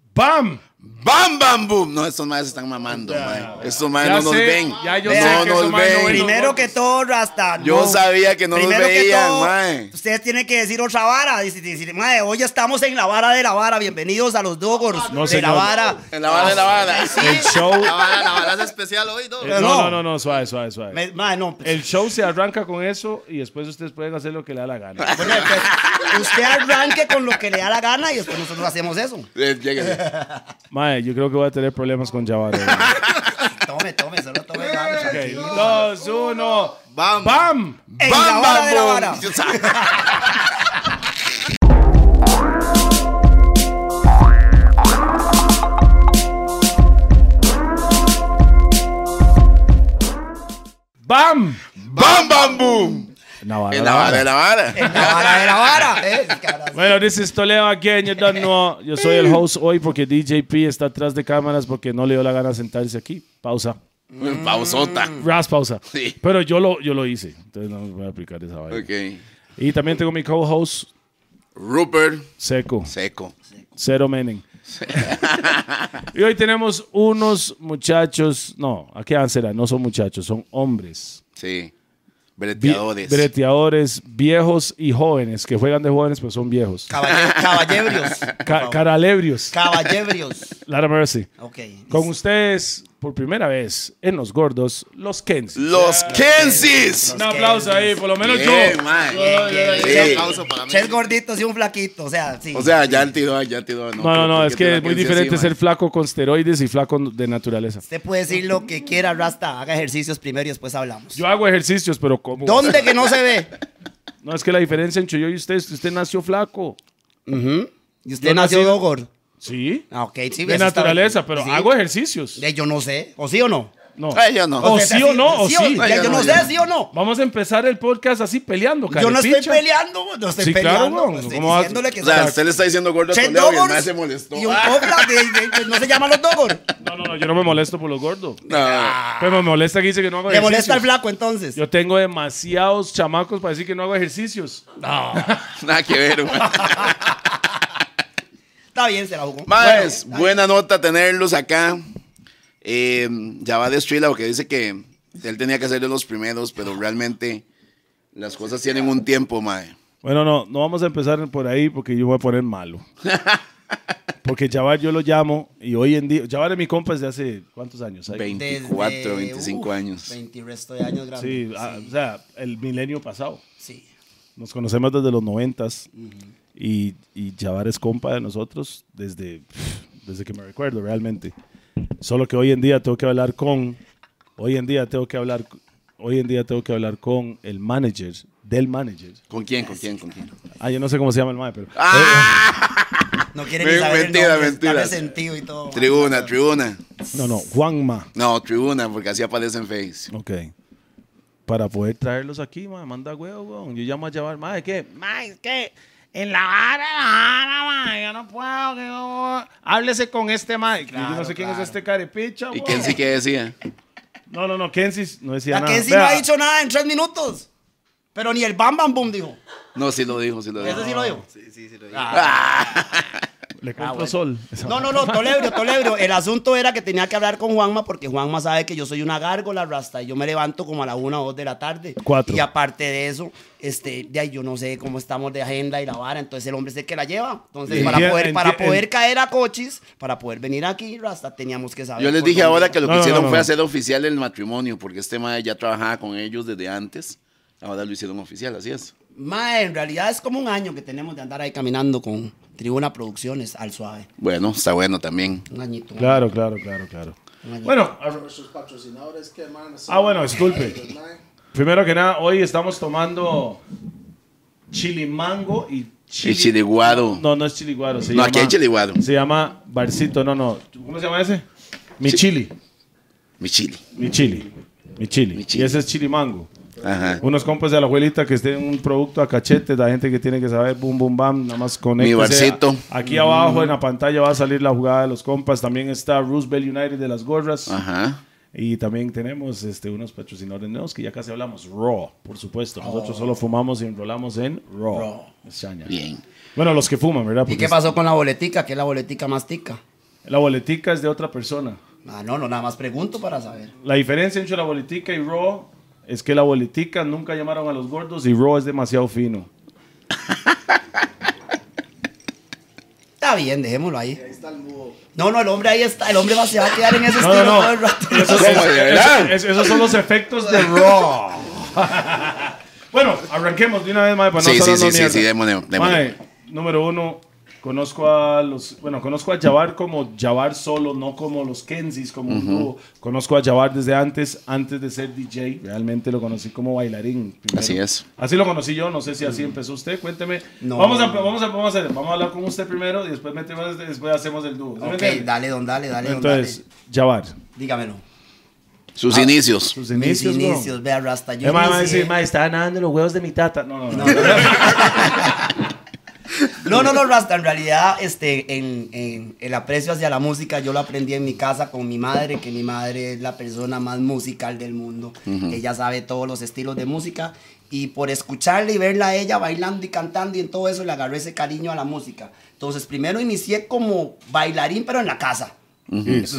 Eh, ¡Bam! ¡Bam, bam, boom! No, estos maes están mamando, mae. Estos maes Ya no nos sé, ven. ya yo no sé que esos nos maes no ven. ven. Primero pues, que todo, Rasta. no. Yo sabía que no nos Primero que veían, todo, mae. Ustedes tienen que decir otra vara. Dice- dice, mae, hoy estamos en la vara de la vara. Bienvenidos a los Dogors. No, de la señor. vara. En la bala, en la bala. El show. La bala, la bala es especial hoy, ¿no? Eh, no, no. no, no, no, suave, suave, suave. Me- mae, no, pues, El show se arranca con eso y después ustedes pueden hacer lo que le da la gana. bueno, pues, usted arranque con lo que le da la gana y después nosotros hacemos eso. Eh, lléguenle. Mae, yo creo que voy a tener problemas con Jabbar. Tome, tome, solo tome. mae, Ok, tranquilo. Dos, uno. Bam. ¡Bam! En la ¡Bam, vara de la bam, vara. boom! Yo sabía. ¡Bam! ¡Bam, bam, boom! Navarra, En la bala, en la En vara. la vara de la vara. eh, caras. Bueno, this is Toledo again, you don't know. Yo soy el host hoy porque DJP está atrás de cámaras porque no le dio la gana sentarse aquí. Pausa. Pausota. Ras pausa. Sí. Pero yo lo, yo lo hice. Entonces no voy a aplicar esa vaina. Ok. Y también tengo mi co-host Rupert Seco. Seco. Cero Menem. y hoy tenemos unos muchachos. No, ¿a qué edad será? No son muchachos, son hombres. Sí. Vi- Breteadores. breteadores, viejos y jóvenes, que juegan de jóvenes, pero son viejos. Caballe- Caballebrios. Ca- caralebrios. Caballebrios. Lara Mercy. Ok. Con ustedes, por primera vez, en Los Gordos, los Kensis. Los Kensis. Un aplauso ahí, por lo menos Bien, yo. mae. Un Sí. aplauso para mí. Tres gorditos y un flaquito, o sea, sí. O sea, ya el tiró, ya el tiró. No, no, no, porque es que tiene es muy Kensis diferente así, ser flaco con steroides y flaco de naturaleza. Usted puede decir lo que quiera, Rasta. Haga ejercicios primero y después hablamos. Yo hago ejercicios, pero como. ¿Dónde que no se ve? No, es que la diferencia entre yo y usted es que usted nació flaco. Y usted Yo nací- nació Dogor. Sí. Ah, ok, sí. De eso está naturaleza, bien. pero Sí. hago ejercicios. Eh, Yo no sé. ¿O sí o no? No. mae. Ay, yo no. O sí o no, o sí. Ya, yo no sé, sí o no. Vamos a empezar el podcast así peleando, Yo no estoy carepicha. peleando, no estoy Sí, claro, peleando. weón. estoy ¿Cómo vas- diciéndole que O sea, son- usted le está diciendo gordo Che, con Leo y el Dogors mae se molestó. Y un copla de- de- de- no se llaman los Dogor. No, no, no, yo no me molesto por los gordos. No. Pero me molesta que dice que no hago Le ejercicios. Ah. molesta el flaco entonces. Yo tengo demasiados chamacos para decir que no hago ejercicios. Nada que ver, güey. Está bien, se la jugó. Más, Bueno, buena nota tenerlos acá. Eh, ya va de Strila, porque dice que él tenía que ser de los primeros, pero realmente las cosas tienen un tiempo, mae. Bueno, no, no vamos a empezar por ahí porque yo voy a poner malo. Porque Jabbar yo lo llamo y hoy en día... Jabbar es mi compa desde hace... ¿Cuántos años? Hay- 24, 25 uf, años. 20 resto de años grande. Sí, ah, o sea, el milenio pasado. sí. Nos conocemos desde los noventas y, y Jabbar es compa de nosotros desde, pff, desde que me recuerdo realmente. Solo que hoy en día tengo que hablar con, hoy en día tengo que hablar, hoy en día tengo que hablar con el manager, del manager. ¿Con quién? ¿Con quién? ¿Con quién? Ah, yo no sé cómo se llama el manager, pero... No quiere Me- ni saber mentira, el nombre, está mentira. resentido y todo. Tribuna, tribuna. eh, No, no, Juanma. No, tribuna, porque así aparece en Face. Ok. Para poder Pues traerlos aquí, ma, manda huevo, weón. Yo llamo a Jabbar, ma, ¿de ¿qué? Ma, es que en la vara, la vara, ma, yo no puedo. que no- Háblese con este, ma. Y yo no sé quién es este carepicha, ¿Y weón. quién sí que decía? No, no, no, Kensis no decía La nada. Kenzie no Vea, ha dicho nada en tres minutos. Pero ni el bam bam boom dijo. No, sí lo dijo, sí lo dijo. Ah. Eso sí lo dijo. Ah. Le compro sol. No, no, no, Tolebrio, Tolebrio. El asunto era que tenía que hablar con Juanma porque Juanma sabe que yo soy una gárgola rasta y yo me levanto como a la una o dos de la tarde. Cuatro. Y aparte de eso, este, ya yo no sé cómo estamos de agenda y la vara, entonces el hombre es el que la lleva. Entonces, Entiendo, para poder, para entiendo. poder caer a coches, para poder venir aquí, rasta, teníamos que saber. Yo les por dije dónde ahora era. que lo No, que no, hicieron no, fue no. hacer oficial el matrimonio, porque este mae ya trabajaba con ellos desde antes. Ahora lo hicieron oficial, así es. Mae, en realidad es como un año que tenemos de andar ahí caminando con Tribuna Producciones al suave. Bueno, está bueno también. Un añito. Claro, claro, claro, claro. Bueno, a- Sus patrocinadores, que man. ah, bueno, disculpe. Primero que nada, hoy estamos tomando chili mango y chili... El chiliguado. No, no es chiliguaro. se No, aquí llama- hay chiliguado. Se llama Barcito, no, no. ¿Cómo se llama ese? Mi chili. Mi chili. Mi chili. Mi chili. Mi chili. Y ese es chili mango. Ajá. Unos compas de la abuelita que estén un producto a cachete, la gente que tiene que saber, boom, boom, bam, nada más con barcito. Mm. Aquí abajo en la pantalla va a salir la jugada de los compas. También está Roosevelt United de las gorras. Ajá. Y también tenemos este, unos patrocinadores nuevos que ya casi hablamos. Raw, por supuesto. Nosotros solo fumamos y enrolamos en Raw. Es chaña. Bien. Bueno, los que fuman, ¿verdad? ¿Y Porque qué pasó con la boletica? Que es la boletica mastica. La boletica es de otra persona. Ah, no, no, nada más pregunto para saber. La diferencia entre la boletica y Raw es que la boletica nunca llamaron a los gordos y Raw es demasiado fino. Está bien, dejémoslo ahí. No, no, el hombre ahí está. El hombre va, se va a quedar en ese No, estilo no, no. todo el rato. Esos, ¿Cómo, esos- de verdad? esos- esos son los efectos de Raw. bueno, arranquemos de una vez, mae, para no Sí, estar sí, dando sí, sí, mierda. sí, démosle, démosle. Mae, número uno, conozco a los... Bueno, conozco a Jabbar como Jabbar solo, no como los Kenzis, como un dúo. Conozco a Jabbar desde antes, antes de ser DJ. Realmente lo conocí como bailarín. primero. Así es. Así lo conocí yo, no sé si así empezó usted, cuénteme. Mm. No. Vamos, a, vamos, a, vamos, a, vamos a hablar con usted primero y después, metemos- después hacemos el dúo. ¿Sí me Ok, entiende? dale, don, dale, dale, don, Entonces, Jabbar, dale. Dígamelo. Sus inicios. sus Mis inicios, bro. inicios, vea, Rasta. Yo Eh, mae, mae, inicié- sí, mae, estaba nadando en los huevos de mi tata. No, no, no. No, no, no, Rasta, en realidad este, en, en- el aprecio hacia la música yo lo aprendí en mi casa con mi madre, que mi madre es la persona más musical del mundo. Ella sabe todos los estilos de música y por escucharla y verla a ella bailando y cantando y en todo eso le agarré ese cariño a la música. Entonces primero inicié como bailarín, pero en la casa.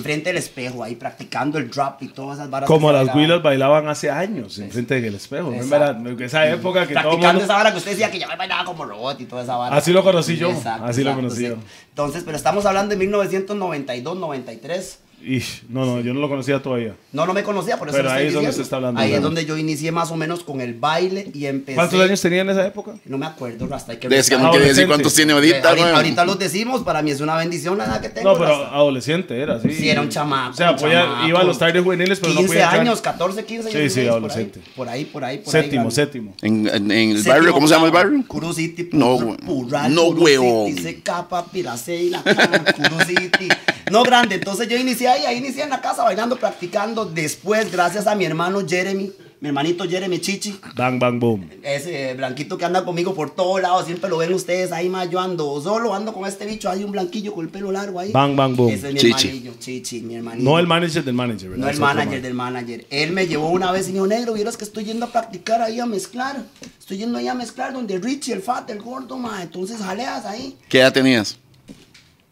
Frente al espejo, ahí practicando el drop y todas esas varas. Como que se las bailaban. huilas bailaban hace años en frente del espejo. Exacto. ¿verdad? Esa época que todo practicando mundo... esa vara que usted decía que ya bailaba como robot y toda esa vara. Así lo conocí yo, así lo conocí sí. yo. Entonces, pero estamos hablando de 1992, 93. Ish, no, no, yo no lo conocía todavía. No, no me conocía, por eso Pero lo estoy ahí es donde diciendo. se está hablando, Ahí es claro. donde yo inicié más o menos con el baile y empecé. ¿Cuántos años tenía en esa época? No me acuerdo, Rasta. Hay que Es que revisar. no quiere decir Adolescente. cuántos tiene Eh, ahorita, ahorita, weón. ahorita los decimos, para mí es una bendición la edad que tengo. No, pero Rasta. adolescente era, sí. Sí, era un chamaco. O sea, un podía- chamaco. iba a los tardes juveniles, pero no 15 podía entrar. años, 14, 15 Sí, años. sí, por ahí, adolescente. Por ahí, por ahí, por ahí. Séptimo, grande. séptimo. En, en- en el barrio, ¿cómo se llama el barrio? Curu City. No, Purral, güey. Purral, No, Curu huevón. City, Seca, papi, la C y la K, Curu City. No, grande. Entonces yo inicié ahí, ahí inicié en la casa bailando, practicando. Después, gracias a mi hermano Jeremy, mi hermanito Jeremy Chichi, Bang, bang, boom. ese blanquito que anda conmigo por todos lados, siempre lo ven ustedes ahí más, yo ando solo, ando con este bicho, hay un blanquillo con el pelo largo ahí. Bang, bang, boom. Ese es mi Chichi. hermanillo, Chichi, mi hermanillo. No el manager del manager, ¿verdad? No el Es otro manager man. del manager. Él me llevó una vez y me dijo, negro, vieras que estoy yendo a practicar ahí a mezclar. Estoy yendo ahí a mezclar donde Richie, el fat, el gordo, ma. Entonces jaleas ahí. ¿Qué edad tenías?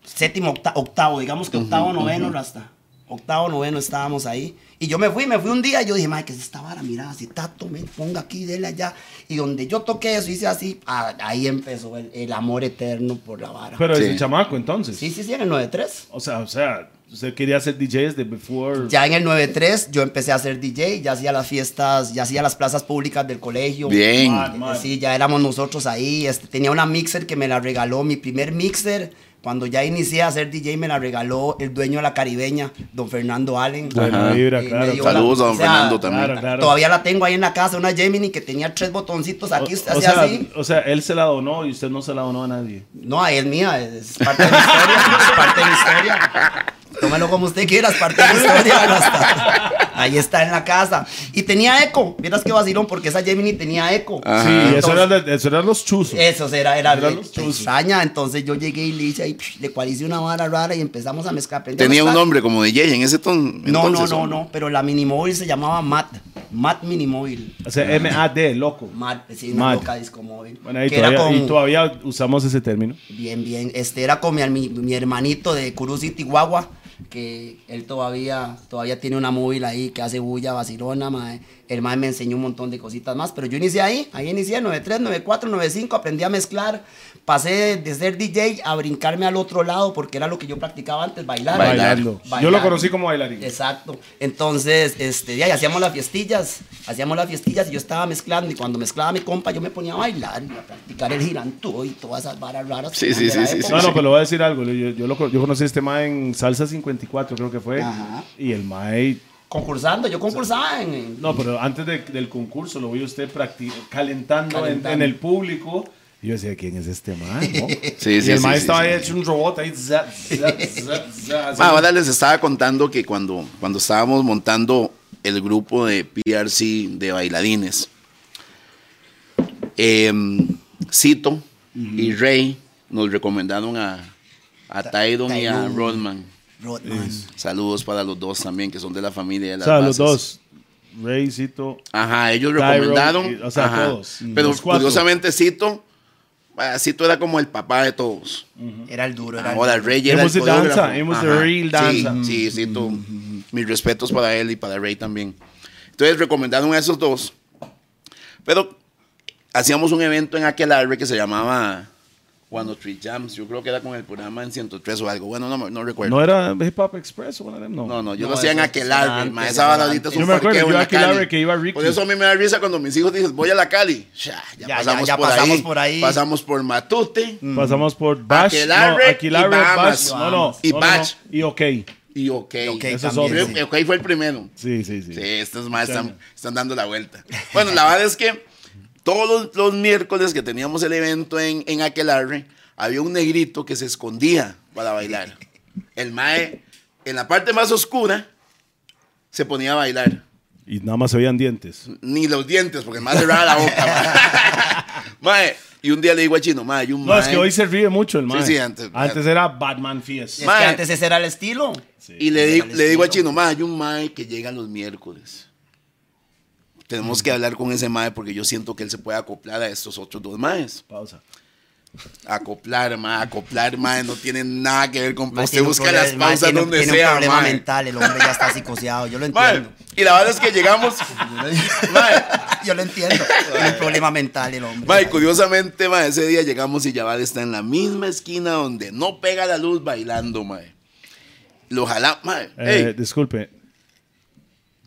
Séptimo, octa- octavo, digamos que octavo, noveno, Rasta. Octavo, noveno estábamos ahí. Y yo me fui, me fui un día y yo dije, madre, que es esta vara? Mira, si tato, me ponga aquí, dele allá. Y donde yo toqué eso, hice así, a- ahí empezó el, el amor eterno por la vara. Pero Sí. es el chamaco, entonces. sí, sí, sí, en el 93. O sea, o sea, usted quería ser DJ desde before... Ya en el 93 yo empecé a ser DJ, ya hacía las fiestas, ya hacía las plazas públicas del colegio. Bien. Man, man. Sí, ya éramos nosotros ahí. este, tenía una mixer que me la regaló, mi primer mixer. Cuando ya inicié a ser DJ me la regaló el dueño de la caribeña, don Fernando Allen. Buena Ajá. vibra, Y me claro. dio claro. Saludos a o don sea, Fernando también. Claro, claro. Todavía la tengo ahí en la casa, una Gemini que tenía tres botoncitos aquí, usted o, o hacía sea, así. o sea, él se la donó y usted no se la donó a nadie. No, es mía, es parte de mi historia, es parte de mi historia. Tómalo como usted quiera, es parte de mi historia. no está. Ahí está en la casa. Y tenía eco, vieras qué vacilón, porque esa Gemini tenía eco. Ajá. Sí, eso, Entonces- era, de- eso eran los chuzos. Eso era, era, Eran bien los chuzos. extraña. Entonces yo llegué y le hice ahí, psh, le cualicé una vara rara y empezamos a mezclar. aprendí a Tenía un mezclar. nombre como DJ en ese ton. No, no, entonces, no, ¿o? no, pero la Minimóvil se llamaba Matt. Matt Minimóvil. O sea, M-A-D, loco. Matt, sí, una Matt. loca discomóvil. Bueno, ahí que era todavía, con- y todavía usamos ese término. Bien, bien. Este era con mi, mi, mi hermanito de Curu City, Guagua, que él todavía, todavía tiene una móvil ahí que hace bulla, vacilona, mae. El mae me enseñó un montón de cositas más, pero yo inicié ahí, ahí inicié 93, 94, 95, aprendí a mezclar, pasé de ser DJ a brincarme al otro lado porque era lo que yo practicaba antes, bailar. Bailar. Bailando. Bailar. Yo lo conocí como bailarín. Exacto. Entonces, este, ya, y hacíamos las fiestillas, hacíamos las fiestillas y yo estaba mezclando y cuando mezclaba mi compa yo me ponía a bailar y a practicar el girantó y todas esas varas raras. Sí, que sí, eran sí, de la sí, época. No, no, pero le voy a decir algo. Yo, yo, lo, yo conocí a este mae en Salsa 54, creo que fue. Ajá. Y el mae... concursando, yo concursaba en, en- No, pero antes de- del concurso lo vi a usted practi- calentando, en- Calentando. En, el público. Y yo decía, ¿quién es este mae? no? Sí, y sí, el sí, mae sí, estaba sí. ahí hecho un robot ahí. za, za, za, za, Ah, haciendo- ahora les estaba contando que cuando, cuando estábamos montando el grupo de PRC de bailarines, em, Cito y Rey nos recomendaron a, a Tyron y a Tyron. Rodman. Rodman. Saludos para los dos también, que son de la familia de o las sea, los bases. dos. Reycito. Ajá, ellos Tyron recomendaron. y- o sea, ajá. todos, mm, Pero los cuatro. curiosamente, Cito, ma, Papacito era como el papá de todos. Era el duro, era el Ahora, el Rey era Hemos el de danza, coreógrafo. hemos de Ajá. real danza. Mm. Sí, sí, sí, tú. Mis respetos para él y para Rey también. Entonces recomendaron a esos dos. Pero hacíamos un evento en aquel arre que se llamaba Cuando Tree Jams. Yo creo que era con el programa en 103 o algo. Bueno, no, me- no recuerdo. No era Hip Hop Express o one of them, no. No, no, yo No, lo hacía en eso- aquel eso era arre. antes, ma, eso Esa era vara antes. ahorita es un Yo me acuerdo, parqueo yo en la aquel Cali. arre que iba Ricky. Por eso a mí me da risa cuando mis hijos dicen, voy a la Cali. Ya, ya, Ya, pasamos, ya por, pasamos ahí, por ahí. Mm. Pasamos por Matute Mm. Pasamos por Bash, Aquelarre no, Aquilarre, y Bash, Bahamas. no, no, Y no, no, no, Bash. y OK. y OK. Ok, Eso es también, otro. sí. Creo que OK fue el primero. Sí, sí, sí. Sí, estos más están, están dando la vuelta. Bueno, la verdad es que todos los, los miércoles que teníamos el evento en, en Aquelarre, había un negrito que se escondía para bailar. El mae, en la parte más oscura, se ponía a bailar. Y nada más se veían dientes. Ni los dientes, porque el mae cerraba la boca. mae. Mae, y un día le digo a Chino, mae, hay un No, es mae". que hoy se ríe mucho el mae. sí, antes- era Batman Fies. Es Mae. que antes ese era el estilo. Y le, di- Al le digo a estilo. Chino, mae, hay un mae que llega los miércoles. Tenemos que hablar con ese mae porque yo siento que él se puede acoplar a estos otros dos maes. Pausa. Acoplar, mae, acoplar, mae, no tiene nada que ver con... Mae, Usted tiene un busca problema- las el mae pausas tiene- donde tiene sea, un problema mae. mental, el hombre ya está psicoseado, yo lo Mae, entiendo. y la verdad es que llegamos... mae, Yo lo entiendo. Tiene un problema mental el hombre. mae, curiosamente, mae, ese día llegamos y Yabal está en la misma esquina donde no pega la luz bailando, mae. Lo jala, mae. Eh, ey, Disculpe.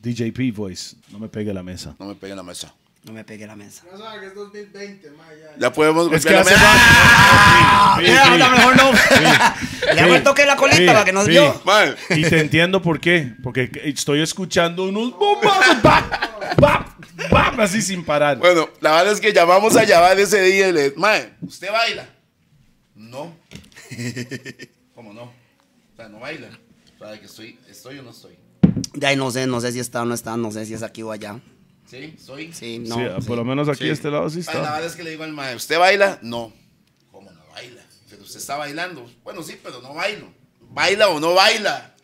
DJP voice, no me pegue la mesa. no me pegue en la mesa. No me pegué la mesa. No sabe que es 2020, ma, ya. La podemos Es que golpear la hace mesa. Mira, ahora mejor no. Le hago el toque de la colita Sí, para que nos sí. vio. Mae. Y te entiendo por qué. Porque estoy escuchando unos bombazos. ¡Bap! ¡Bap! ¡Bap! Así sin parar. Bueno, la verdad es que llamamos a Yabal ese día y le Mae, ¿usted baila? No. ¿Cómo no? O sea, no baila. O sea, que estoy, estoy o no estoy. De ahí no sé, no sé si está o no está, no sé si es aquí o allá. ¿Sí? ¿Soy? Sí, no. Sí, sí. por lo menos aquí Sí. de este lado sí Mae, la está. verdad es que le digo al mae, ¿usted baila? No. ¿Cómo no baila? Pero usted está bailando. Bueno, sí, pero no bailo. ¿Baila o no baila?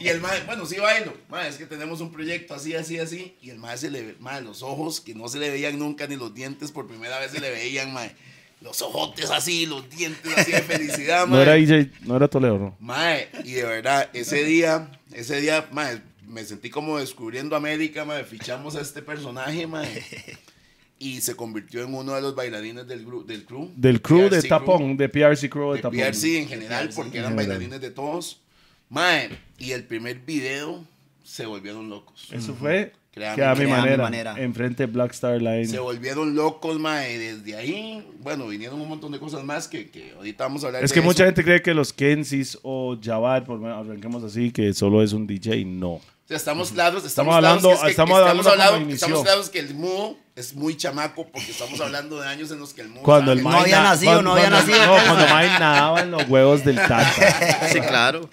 Y el mae, bueno, sí bailo. Mae, es que tenemos un proyecto así, así, así. Y el mae se le ve, mae, los ojos que no se le veían nunca, ni los dientes por primera vez se le veían, mae. Los ojotes así, los dientes así de felicidad, mae. No era DJ, no era Toledo, ¿no? Mae, y de verdad, ese día, ese día, mae, me sentí como descubriendo América, mae, fichamos a este personaje, mae. Y se convirtió en uno de los bailarines del, gru- del crew. Del crew de PRC Tapón, de PRC Crew de, De Tapón. PRC en general, porque eran bailarines de todos. Mae, y el primer video se volvieron locos. Eso fue Créame, que a mi créame manera, manera. enfrente de Black Star Line. Se volvieron locos, mae, desde ahí, bueno, vinieron un montón de cosas más que, que ahorita vamos a hablar Es de que mucha eso. gente cree que los Kensis o Javad, por lo menos arranquemos así, que solo es un DJ. No. O sea, estamos claros, Estamos estamos, hablando, hablando- estamos hablando hablando- como inició. estamos claros que el mudo es muy chamaco porque estamos hablando de años en los que el mudo Cuando el sabe. No mae había na- nacido, cuando- no había cuando- nacido. No, cuando Mae nadaba en los huevos del tata. Sí, claro.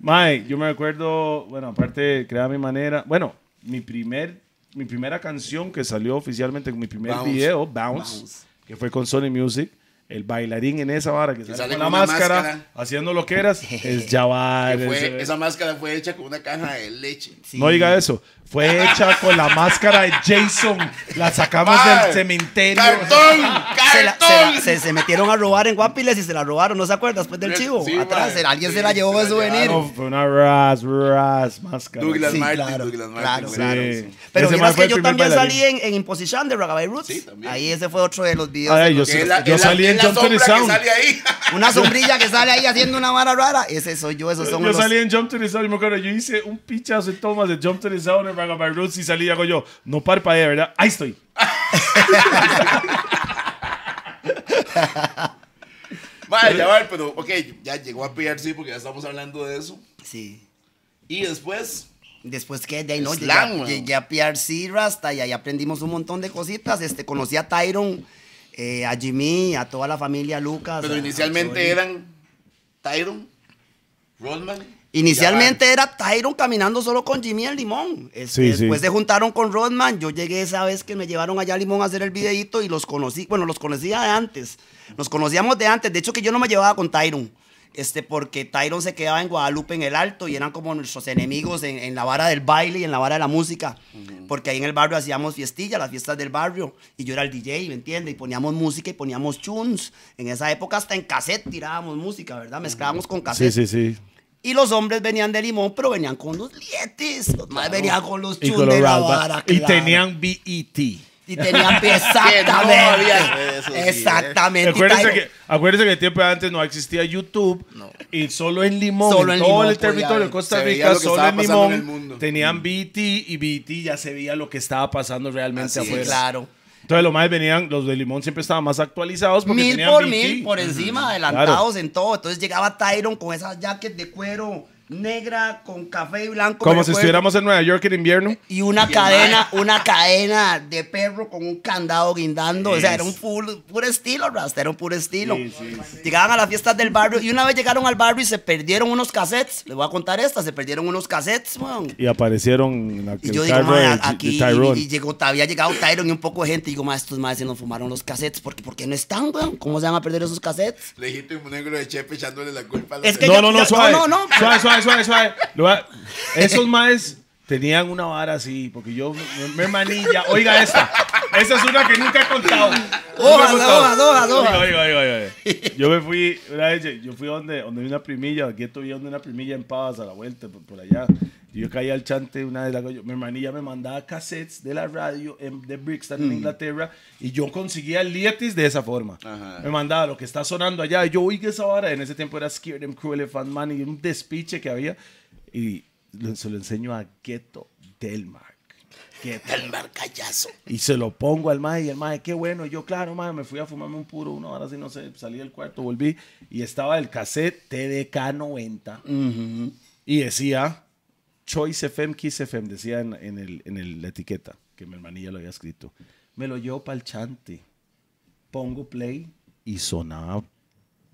Mae, yo me recuerdo, bueno, aparte de crear mi manera, bueno, mi primer, mi primera canción que salió oficialmente con mi primer Bounce. video, Bounce, que fue con Sony Music, el bailarín en esa vara que, sale, sale con la con una máscara, máscara. haciendo lo que eras, es que Javad. fue, es- eh, esa máscara fue hecha con una caja de leche. Sí. No diga eso. Fue hecha con la máscara de Jason. La sacamos Mae, del cementerio. ¡Cartón! Se, la- se la- ¡Cartón! se- se metieron a robar en Guapiles y se la robaron, ¿no se acuerda? Después del Sí, chivo. sí, Atrás, mae. alguien Sí, se la se llevó de la souvenir. No, fue una ras, ras máscara. Douglas Sí, Martin, claro, Douglas Martin. claro, güey. claro. Sí. Pero Ese miras mae fue que el yo primer también bailarín. salí en, en Imposición de Ragabay Roots. Sí, también. Ahí ese fue otro de los videos. Ay, de yo los- sé. Que es la- Yo es la- salí es en la John sombra que Turizaun. sale ahí. Una sombrilla que sale ahí haciendo una vara rara. Ese soy yo, esos son Yo los... salí en Jump to the Sound y me acuerdo, yo hice un pichazo de tomas de Jump to the Sound en Ragabay Roots y salí y hago yo, no parpadeé, ¿verdad? Ahí estoy. Mae, ya va, pero ok, ya llegó a PRC porque ya estamos hablando de eso. Sí. Y después, Después que de ahí no, Slam, llegué, a- weón. llegué a PRC Rasta y ahí aprendimos un montón de cositas. Este, conocí a Tyron, eh, a Jimmy, a toda la familia Lucas. pero a- a inicialmente Chori. eran Tyron, Rodman. Inicialmente era Tyron caminando solo con Jimmy en Limón. Este, Sí, sí. después se juntaron con Rodman. Yo llegué esa vez que me llevaron allá a Limón a hacer el videito y los conocí. Bueno, los conocía de antes. Nos conocíamos de antes. De hecho, que yo no me llevaba con Tyron. este, porque Tyron se quedaba en Guadalupe en el Alto y eran como nuestros enemigos en, en la vara del baile y en la vara de la música, porque ahí en el barrio hacíamos fiestillas, las fiestas del barrio, y yo era el DJ, ¿me entiendes? Y poníamos música y poníamos tunes, en esa época hasta en cassette tirábamos música, ¿verdad? Mezclábamos con Sí, cassette. sí, sí. Y los hombres venían de Limón, pero venían con los lietes, los más venían con los Y tunes con los de la rasba- vara, Y claro. tenían E BET. Y tenían pues, había eso, sí, exactamente. ¿eh? exactamente. Acuérdense Tyron- que, acuérdense que el tiempo de antes no existía YouTube y solo en Limón, Solo en en todo Limón el podía territorio de ver. Costa Se veía Rica, lo que solo estaba en pasando Limón, en el mundo. tenían BT y BT ya se veía lo que estaba pasando realmente Sí, afuera. claro. Entonces los más venían, los de Limón siempre estaban más actualizados porque Mil tenían E por BT. mil, por encima, adelantados en todo. Entonces llegaba Tyron con esas jacket de cuero negra con café y blanco. me Como si recuerdo, estuviéramos en Nueva York en invierno. Y una cadena, una cadena de perro con un candado guindando. O sea, era un full- puro estilo, Rasta, era un puro estilo. Llegaban a las fiestas del barrio y una vez llegaron al barrio y se perdieron unos cassettes. Les voy a contar esta, se perdieron unos cassettes, man. Y aparecieron en la- Y el yo digo, carro "Ma, de, de aquí, Tyrone. y, y llegó, había llegado Tyron y un poco de gente. Y digo, ma, estos más se nos fumaron los cassettes. Porque, ¿por qué no están, weón? ¿Cómo se van a perder esos cassettes? Legítimo negro de Chepe echándole la culpa a los Es que no, yo- no, no, yo- suave. no, no, no. Suave, suave, suave, suave. Lo va- Esos maes tenían una vara así, porque yo, mi- mi hermanilla, oiga esta. Esa es una que nunca he contado. Ojalá, Nunca he contado. ojalá, ojalá. Oiga, oiga, oiga, oiga. Yo me fui, una vez, yo fui donde, donde una primilla, aquí estoy donde una primilla en Pavas a la vuelta, por, por allá. Y yo caí al chante una de las yo- mi hermanilla me mandaba cassettes de la radio en- de Brixton en Inglaterra y yo conseguía lietis de esa forma. Ajá. Me mandaba lo que está sonando allá. Yo oí que esa vara, en ese tiempo era Scared Them Cruel Elephant Man y un despiche que había. Y lo- se lo enseño a Ghetto Delmark. Ghetto. Mar callazo. Y se lo pongo al mae y el mae, qué bueno. Yo, claro, mae, me fui a fumarme un puro, uno, ahora sí no sé, salí del cuarto, volví y estaba el cassette TDK 90 y decía Choice FM, Kiss FM, decía en, en el, en el- la etiqueta que mi hermanilla lo había escrito. Me lo llevo para el chante, pongo play y sonaba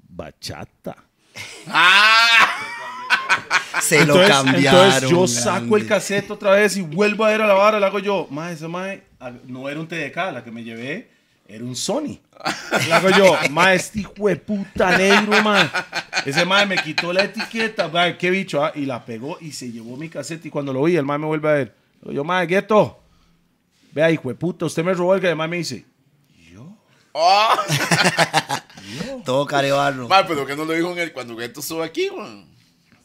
bachata. Se lo Entonces, cambiaron. entonces yo saco el grande. cassette otra vez y vuelvo a ver a la vara, la hago yo. Mae, ese mae ah, no era un TDK, la que me llevé era un Sony. La hago yo, mae, este hijo de puta negro, mae. Ese mae me quitó la etiqueta, mae, qué bicho, ah, y la pegó y se llevó mi cassette. Y cuando lo vi, el mae me vuelve a ver. Le digo Yo, mae, gueto, vea, hijo de puta, usted me robó el que el mae me dice. ¡Oh! Todo carebarro. Ma, pero que no lo dijo en el cuando Gueto estuvo aquí, man.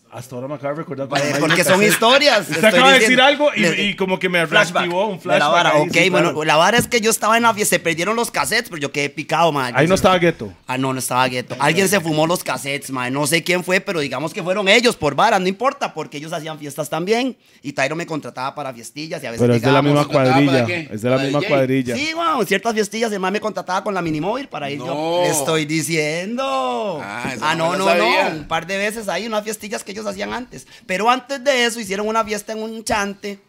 Hasta ahora me acaba de recordar. Vale, mae, Porque hizo son cassette. historias. Usted estoy acaba de decir diciendo. algo y, Le- y como que me flashback. reactivó un de flashback. la vara. ahí, ok, sí, bueno, claro. la vara es que yo estaba en la fiesta, se perdieron los cassettes, pero yo quedé picado, man. Ahí no estaba gueto. Ah, no, no estaba gueto. Alguien se fumó los cassettes, man. No sé quién fue, pero digamos que fueron ellos por vara, no importa, porque ellos hacían fiestas también. Y Tyro me contrataba para fiestillas y a veces Pero es de la misma llegábamos- ¿se trataba cuadrilla. para qué? Es de la ¿Para misma DJ? cuadrilla. Sí, wow, ciertas fiestillas, el man me contrataba con la minimóvil para ir yo. No. Le estoy diciendo. Ah, Ah, eso no no, me lo no, sabía. no. Un par de veces ahí, unas fiestillas que ellos hacían antes. Pero antes de eso hicieron una fiesta en un chante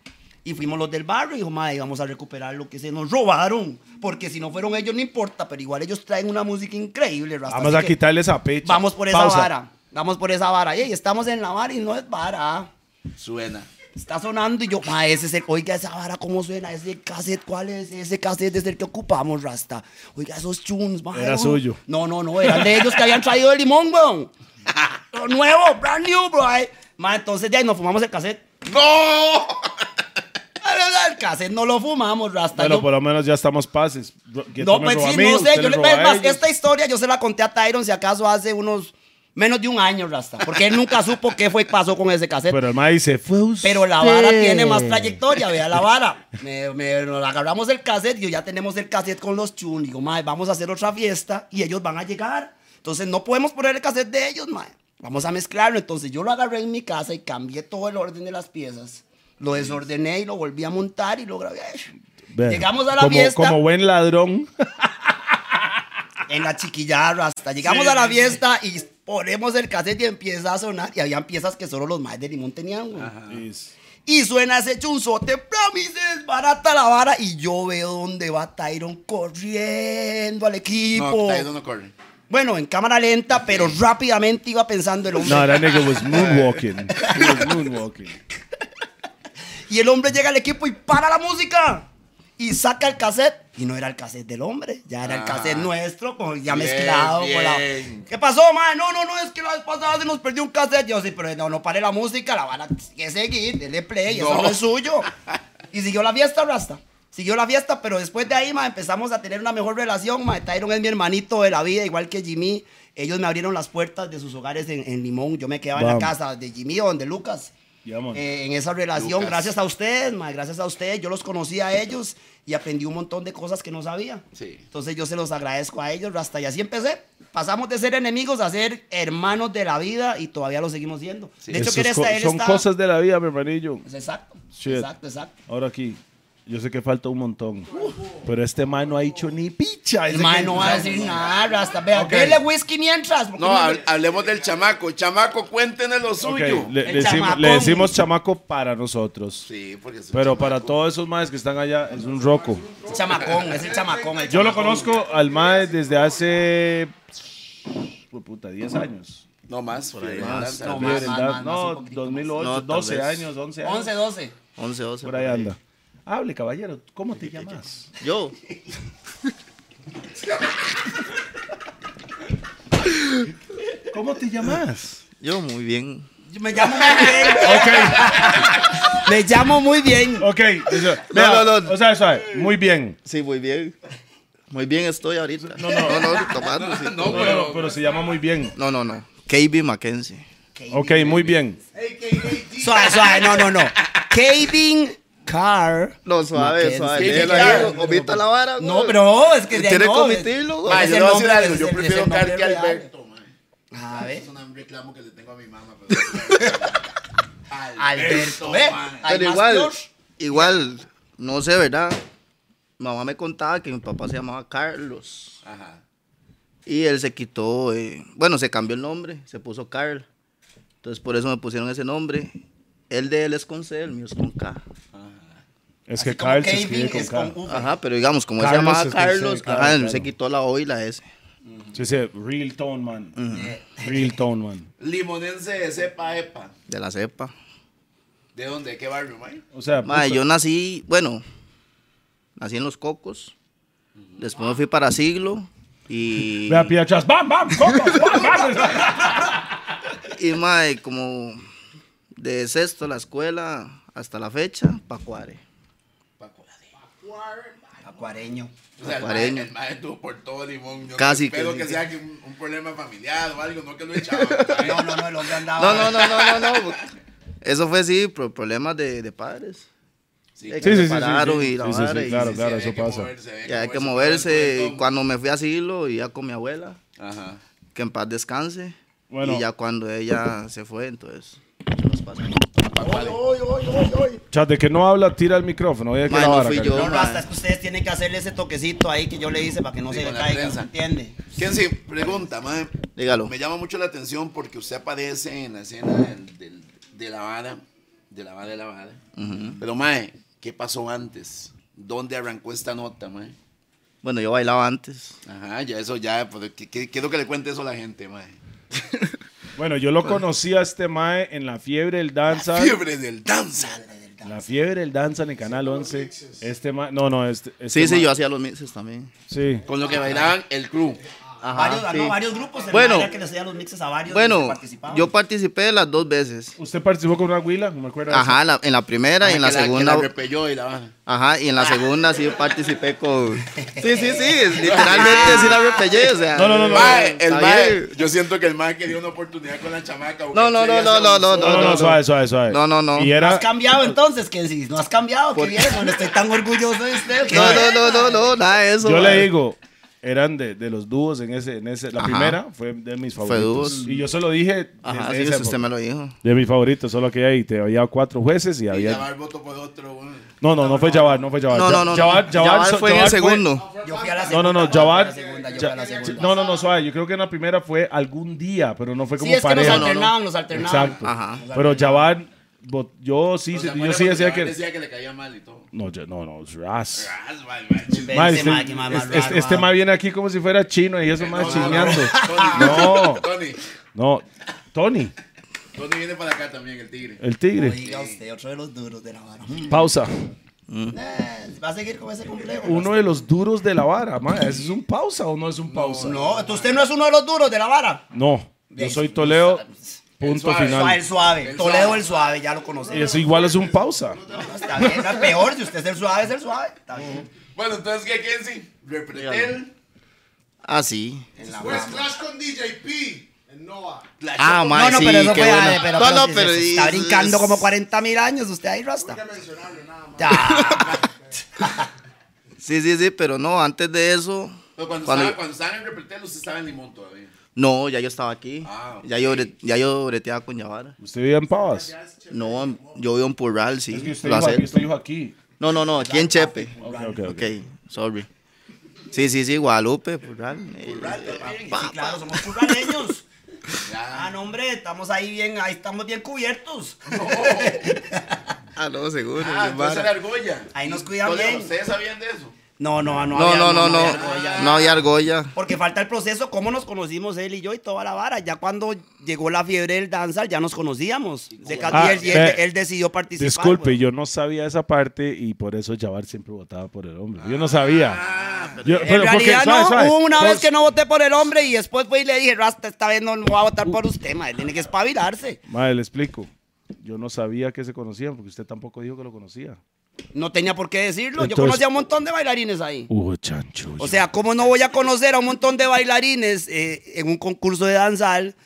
y fuimos los del barrio y dijo, madre, vamos a recuperar lo que se nos robaron. Porque si no fueron ellos, no importa, pero igual ellos traen una música increíble. Rasta, Vamos así a que quitarle esa pecha. Vamos por esa Pausa. vara. Vamos por esa vara. Y estamos en la vara y no es vara. Suena. Está sonando y yo, ma, ese es el, oiga esa vara, ¿cómo suena? Ese cassette, ¿cuál es? Ese cassette es el que ocupamos, Rasta. Oiga, esos tunes, ma. Era weón". suyo. No, no, no, eran de ellos que habían traído el limón, weón. Lo nuevo, brand new, bro. eh. Ma, entonces de ahí nos fumamos el cassette. ¡No! El cassette no lo fumamos, Rasta. Bueno, Yo- por lo menos ya estamos pases. Ro- Gueto no, me pues robó a sí, mí, no usted sé. Yo le robó a es más, este- ellos. esta historia yo se la conté a Tyron, si acaso, hace unos menos de un año, Rasta. Porque él nunca supo qué fue que pasó con ese cassette. Pero el maíz se fue usted. Pero la vara tiene más trayectoria, vea la vara. Me, me- nos agarramos el cassette y yo, ya tenemos el cassette con los chun. Digo, mae, vamos a hacer otra fiesta y ellos van a llegar. Entonces no podemos poner el cassette de ellos, mae. Vamos a mezclarlo. Entonces yo lo agarré en mi casa y cambié todo el orden de las piezas. Lo desordené y lo volví a montar y lo grabé. Vea, Llegamos a la como, fiesta Como buen ladrón. en la chiquillarra hasta llegamos a la fiesta y ponemos el cassette y empieza a sonar y habían piezas que solo los más de limón tenían, güey. Y suena ese chunzote, promises, barata la vara. Y yo veo dónde va Tyron corriendo al No, equipo. Tyron no corre. bueno, en cámara lenta, pero rápidamente iba pensando el hombre. No, that nigga was moonwalking. He was moonwalking. Y el hombre llega al equipo y para la música. Y saca el cassette. Y no era el cassette del hombre, ya era el Ah. cassette nuestro, con- ya Bien, mezclado. con la- bien. ¿Qué pasó, madre? No, no, no, es que la vez pasada se nos perdió un cassette. Yo sí, pero no, no pare la música, la van a que seguir, dele play, eso No. no es suyo. Y siguió la fiesta, Rasta. Siguió la fiesta, pero después de ahí, ma, empezamos a tener una mejor relación. Ma. Tyron es mi hermanito de la vida, igual que Jimmy. Ellos me abrieron las puertas de sus hogares en, en Limón. Yo me quedaba en la Vamos. casa de Jimmy o de Lucas. Ya, man. Eh, en esa relación, Lucas. gracias a ustedes, ma, gracias a ustedes. Yo los conocí a ellos y aprendí un montón de cosas que no sabía. Sí. Entonces yo se los agradezco a ellos, Rasta. Y así empecé. Pasamos de ser enemigos a ser hermanos de la vida y todavía lo seguimos siendo. De hecho, Esos que él co- está- él son está- cosas de la vida, mi hermanillo. Exacto, Shit. exacto, exacto. Ahora aquí, yo sé que falta un montón, pero este man no ha dicho ni picha. El Ese mae que- no va a decir nada, Rasta. Vea, dele whisky mientras. porque No, hab- hablemos del chamaco. Chamaco, cuéntenos lo Ok, suyo. le, El le decimos, chamacón. le decimos chamaco para nosotros, Sí, porque es un pero chamaco. para todos esos maes que están allá es un roco. Es el chamacón, es el chamacón. el Yo lo chamacón. conozco al mae desde hace... Pues puta, 10 años. No más, por ahí. Más, Tal Tal no vez. vez, más, ¿verdad? más, más, un No, poquitico 2008, más. No, tal 12 vez. años, 11 años. 11, 12. 11, 12. Por ahí anda. Hable, caballero, ¿cómo te llamas? Yo. ¿Cómo te llamas? Yo muy bien. Yo Me llamo muy bien. Me llamo muy bien. Ok, eso- No, no, no. O sea, eso, es, muy bien. Sí, muy bien. Muy bien estoy ahorita. No, no, no, tomando. sí. No, No, no, no, pero- pero se llama muy bien. No, no, no. KB Mackenzie. Ok, muy bien. Suave, suave, no, no, no. Kevin Carr. No, suave, Mackenzie. suave. Sí, déjelo sí, ahí, claro. omita la vara. No, güey. pero no, es que de ahí ¿Quiere no, comitirlo, güey? Ma, Ah, es yo el le voy a decir nombre, algo. es Yo el- prefiero es el Car que nombre Ah, real. Alberto, ma. A ver, Es un reclamo que le tengo a mi mamá. pero- Alberto. Alberto, Ve, man. hay Pero más igual, peor. igual, no sé, ¿verdad? Mamá me contaba que mi papá se llamaba Carlos. Ajá. Y él se quitó, eh, bueno, se cambió el nombre, se puso Carl. Entonces por eso me pusieron ese nombre. El de él es con C, el mío es con K. Es Así que como Carl se Kevin escribe con es con K. U. Ajá, pero digamos, como él se Carlos llamaba es con C, Carlos, claro, ajá, claro. se quitó la O y la S. Sí, sí, real tone, man. Real tone, man. Limonense de cepa epa. De la cepa. ¿De dónde? ¿Qué barrio, ma? O sea, Mae, puta, yo nací, bueno, nací en Los Cocos. Después me fui para Siglo. Y, Ve a pie atrás. ¡Bam, bam! coco, bam, bam! y mae, como de sexto a la escuela hasta la fecha, Pacuare. Acuareño. O sea, el Apareño. mae- el mae estuvo por todo limón. Yo Casi espero que que, sí. sea que un, un problema familiar o algo, no que lo echaban. mae. No, no, no, el hombre andaba. No, no, no, no, no, no. Eso fue sí, por problemas de, de padres. Sí, Eh, Sí, que sí, se sí, sí, pararon sí. y la Sí, sí, sí, vara y- claro, sí, claro, había eso que pasa. moverse, había Y hay que moverse, moverse. moverse, Cuando me fui a Siglo, iba con mi abuela, Ajá. que en paz descanse. Bueno. Y ya cuando ella se fue, entonces se los pasé. Chat, de que no habla, tira el micrófono. Oye, que Mae, la no vara, fui Carlos. yo. No, Rasta, es que ustedes tienen que hacerle ese toquecito ahí que yo le hice para que no Sí, se con le la caiga, prensa. ¿entiende? Kenzie, pregunta, mae. Dígalo. Me llama mucho la atención porque usted aparece en la escena del, del- de la vara, de la vara de la vara. Pero, mae, ¿qué pasó antes? ¿Dónde arrancó esta nota, mae? Bueno, yo bailaba antes. Ajá, ya eso ya, pues, pero que- que- quiero que le cuente eso a la gente, mae. Bueno, yo lo conocí a este mae en la fiebre del danza. Fiebre del danza. La fiebre del danza en el canal 11. Este mae. No, no, este. este Sí, sí, mae- yo hacía los mixes también. Sí. Con lo que bailaban el crew. Ajá, Varios, ah, sí. no, varios grupos. el Bueno. mae era que les hacía los mixes a varios. que Bueno, participaban. yo participé las dos veces. Usted participó con una huila, no me acuerdo. de eso. Ajá, la- en la primera y en la Que Que segunda. la repelló y la vara. Ajá, y en la segunda sí participé con. Sí, sí, sí, literalmente sí la repellé, o sea. No, no, no, no. Mae, el está mae, bien. yo siento que el mae quería una oportunidad con la chamaca. porque No, no, ese día no, se no, No, abusó. no, no, suave, suave, suave. No, no, no. Y ¿No has era. cambiado entonces, Kenzie? ¿No has cambiado? Qué bien, no estoy tan orgulloso de usted. qué No, no, bien. no, no, no, nada de eso. Yo mae. le digo, eran de, de los dúos en ese, en ese. La Ajá. primera fue de mis favoritos. dúos. Y yo se lo dije. Ajá, desde sí, esa usted época. me lo dijo. De mis favoritos, solo que ahí te había cuatro jueces y Y había. llamar voto por otro, güey. No, no, no fue Jabbar, no fue Jabbar. No, no, no. Jabbar, no. Jabbar- Jabbar fue en el Jabbar segundo. Yo fui a la No, no, segunda. no, yo fui a Jabbar. la segunda, yo fui a la Ja- segunda. No, no, no, suave. Yo creo que en la primera fue algún día, pero no fue como Sí, es que nos pareja. alternaban, nos alternaban. Exacto. Ajá. Pero Jabbar, vot- yo sí, O yo sea, sí acuérdate decía que que. decía que le caía mal y todo. No, yo- no, no, es Ras. Ras, mal, mal, chisme. Ma, Ese este, ma, qué ma- ma- este- este- este raro, ma viene aquí como si fuera chino y eso más No, no, no. chineando. Tony, Ah, No, Tony, no. Tony, Tony viene para acá también, el tigre. el tigre. Oiga usted, otro de los duros de la vara. Pausa. Eh, va a seguir con ese complejo. Uno de los duros de la vara, ma. ¿Ese es un pausa o no es un pausa? No, entonces usted no es uno de los duros de la vara. No, yo soy Toledo, punto suave, Ah, el final. suave. El Toledo suave. el suave, ya lo conocemos. Y eso igual es un pausa. No, está bien, no es peor. Si usted es el suave, es el suave. Está Mm. bien. Bueno, entonces, ¿qué, Kenzie? Repretel. Ah, sí. En la Pues brava. Clash con DJP en Noah. Ah, No, mae, no, sí, pero eso qué fue. bueno. ah, pero- no, no, pero- pero... pues, se- se y- Está brincando como 40 mil años. Usted ahí, Rasta. Hay que mencionarlo nada más. Ya. Sí, sí, sí, pero no, antes de eso... Pero cuando, cuando- estaba, cuando estaban en Repretel, usted estaba en Limón todavía. No, ya yo estaba aquí. Ah, ya, yo, bre- ya yo breteaba con Yavara. ¿Usted vive en Pavas? No, yo vivo en Purral, sí. Es que usted lo dijo, acepto. aquí, usted dijo aquí. No, no, no, aquí en Chepe. Ok, ok, ok. Ok, sorry. Sí, sí, sí, Guadalupe, Purral. eh, Ah, Sí, claro, somos churraleños. Ah, no, hombre, estamos ahí bien, ahí estamos bien cubiertos. Ah, no, seguro. Ah, mi entonces vara. era argolla. Ahí nos cuidan Entonces, bien. ¿Ustedes sabían de eso? No, no, no. No, había- no, no, había no. argolla. No había argolla. Porque falta el proceso, cómo nos conocimos él y yo y toda la vara. Ya cuando llegó la fiebre del danzal, ya nos conocíamos. De Cati, Ah, él, y él- ve. él decidió participar. Disculpe, güey. yo no sabía esa parte y por eso Jabbar siempre votaba por el hombre. Yo no sabía. Yo- En pero porque- realidad suave, no, suave. hubo una Entonces, vez que no voté por el hombre y después fue y le dije, Rasta, esta vez no voy a votar por usted, madre, tiene que espabilarse. Madre, le explico. Yo no sabía que se conocían porque usted tampoco dijo que lo conocía. No tenía por qué decirlo, yo Entonces- conocía a un montón de bailarines ahí. Hugo Chancho. O sea, ¿cómo no voy a conocer a un montón de bailarines eh, en un concurso de danzal?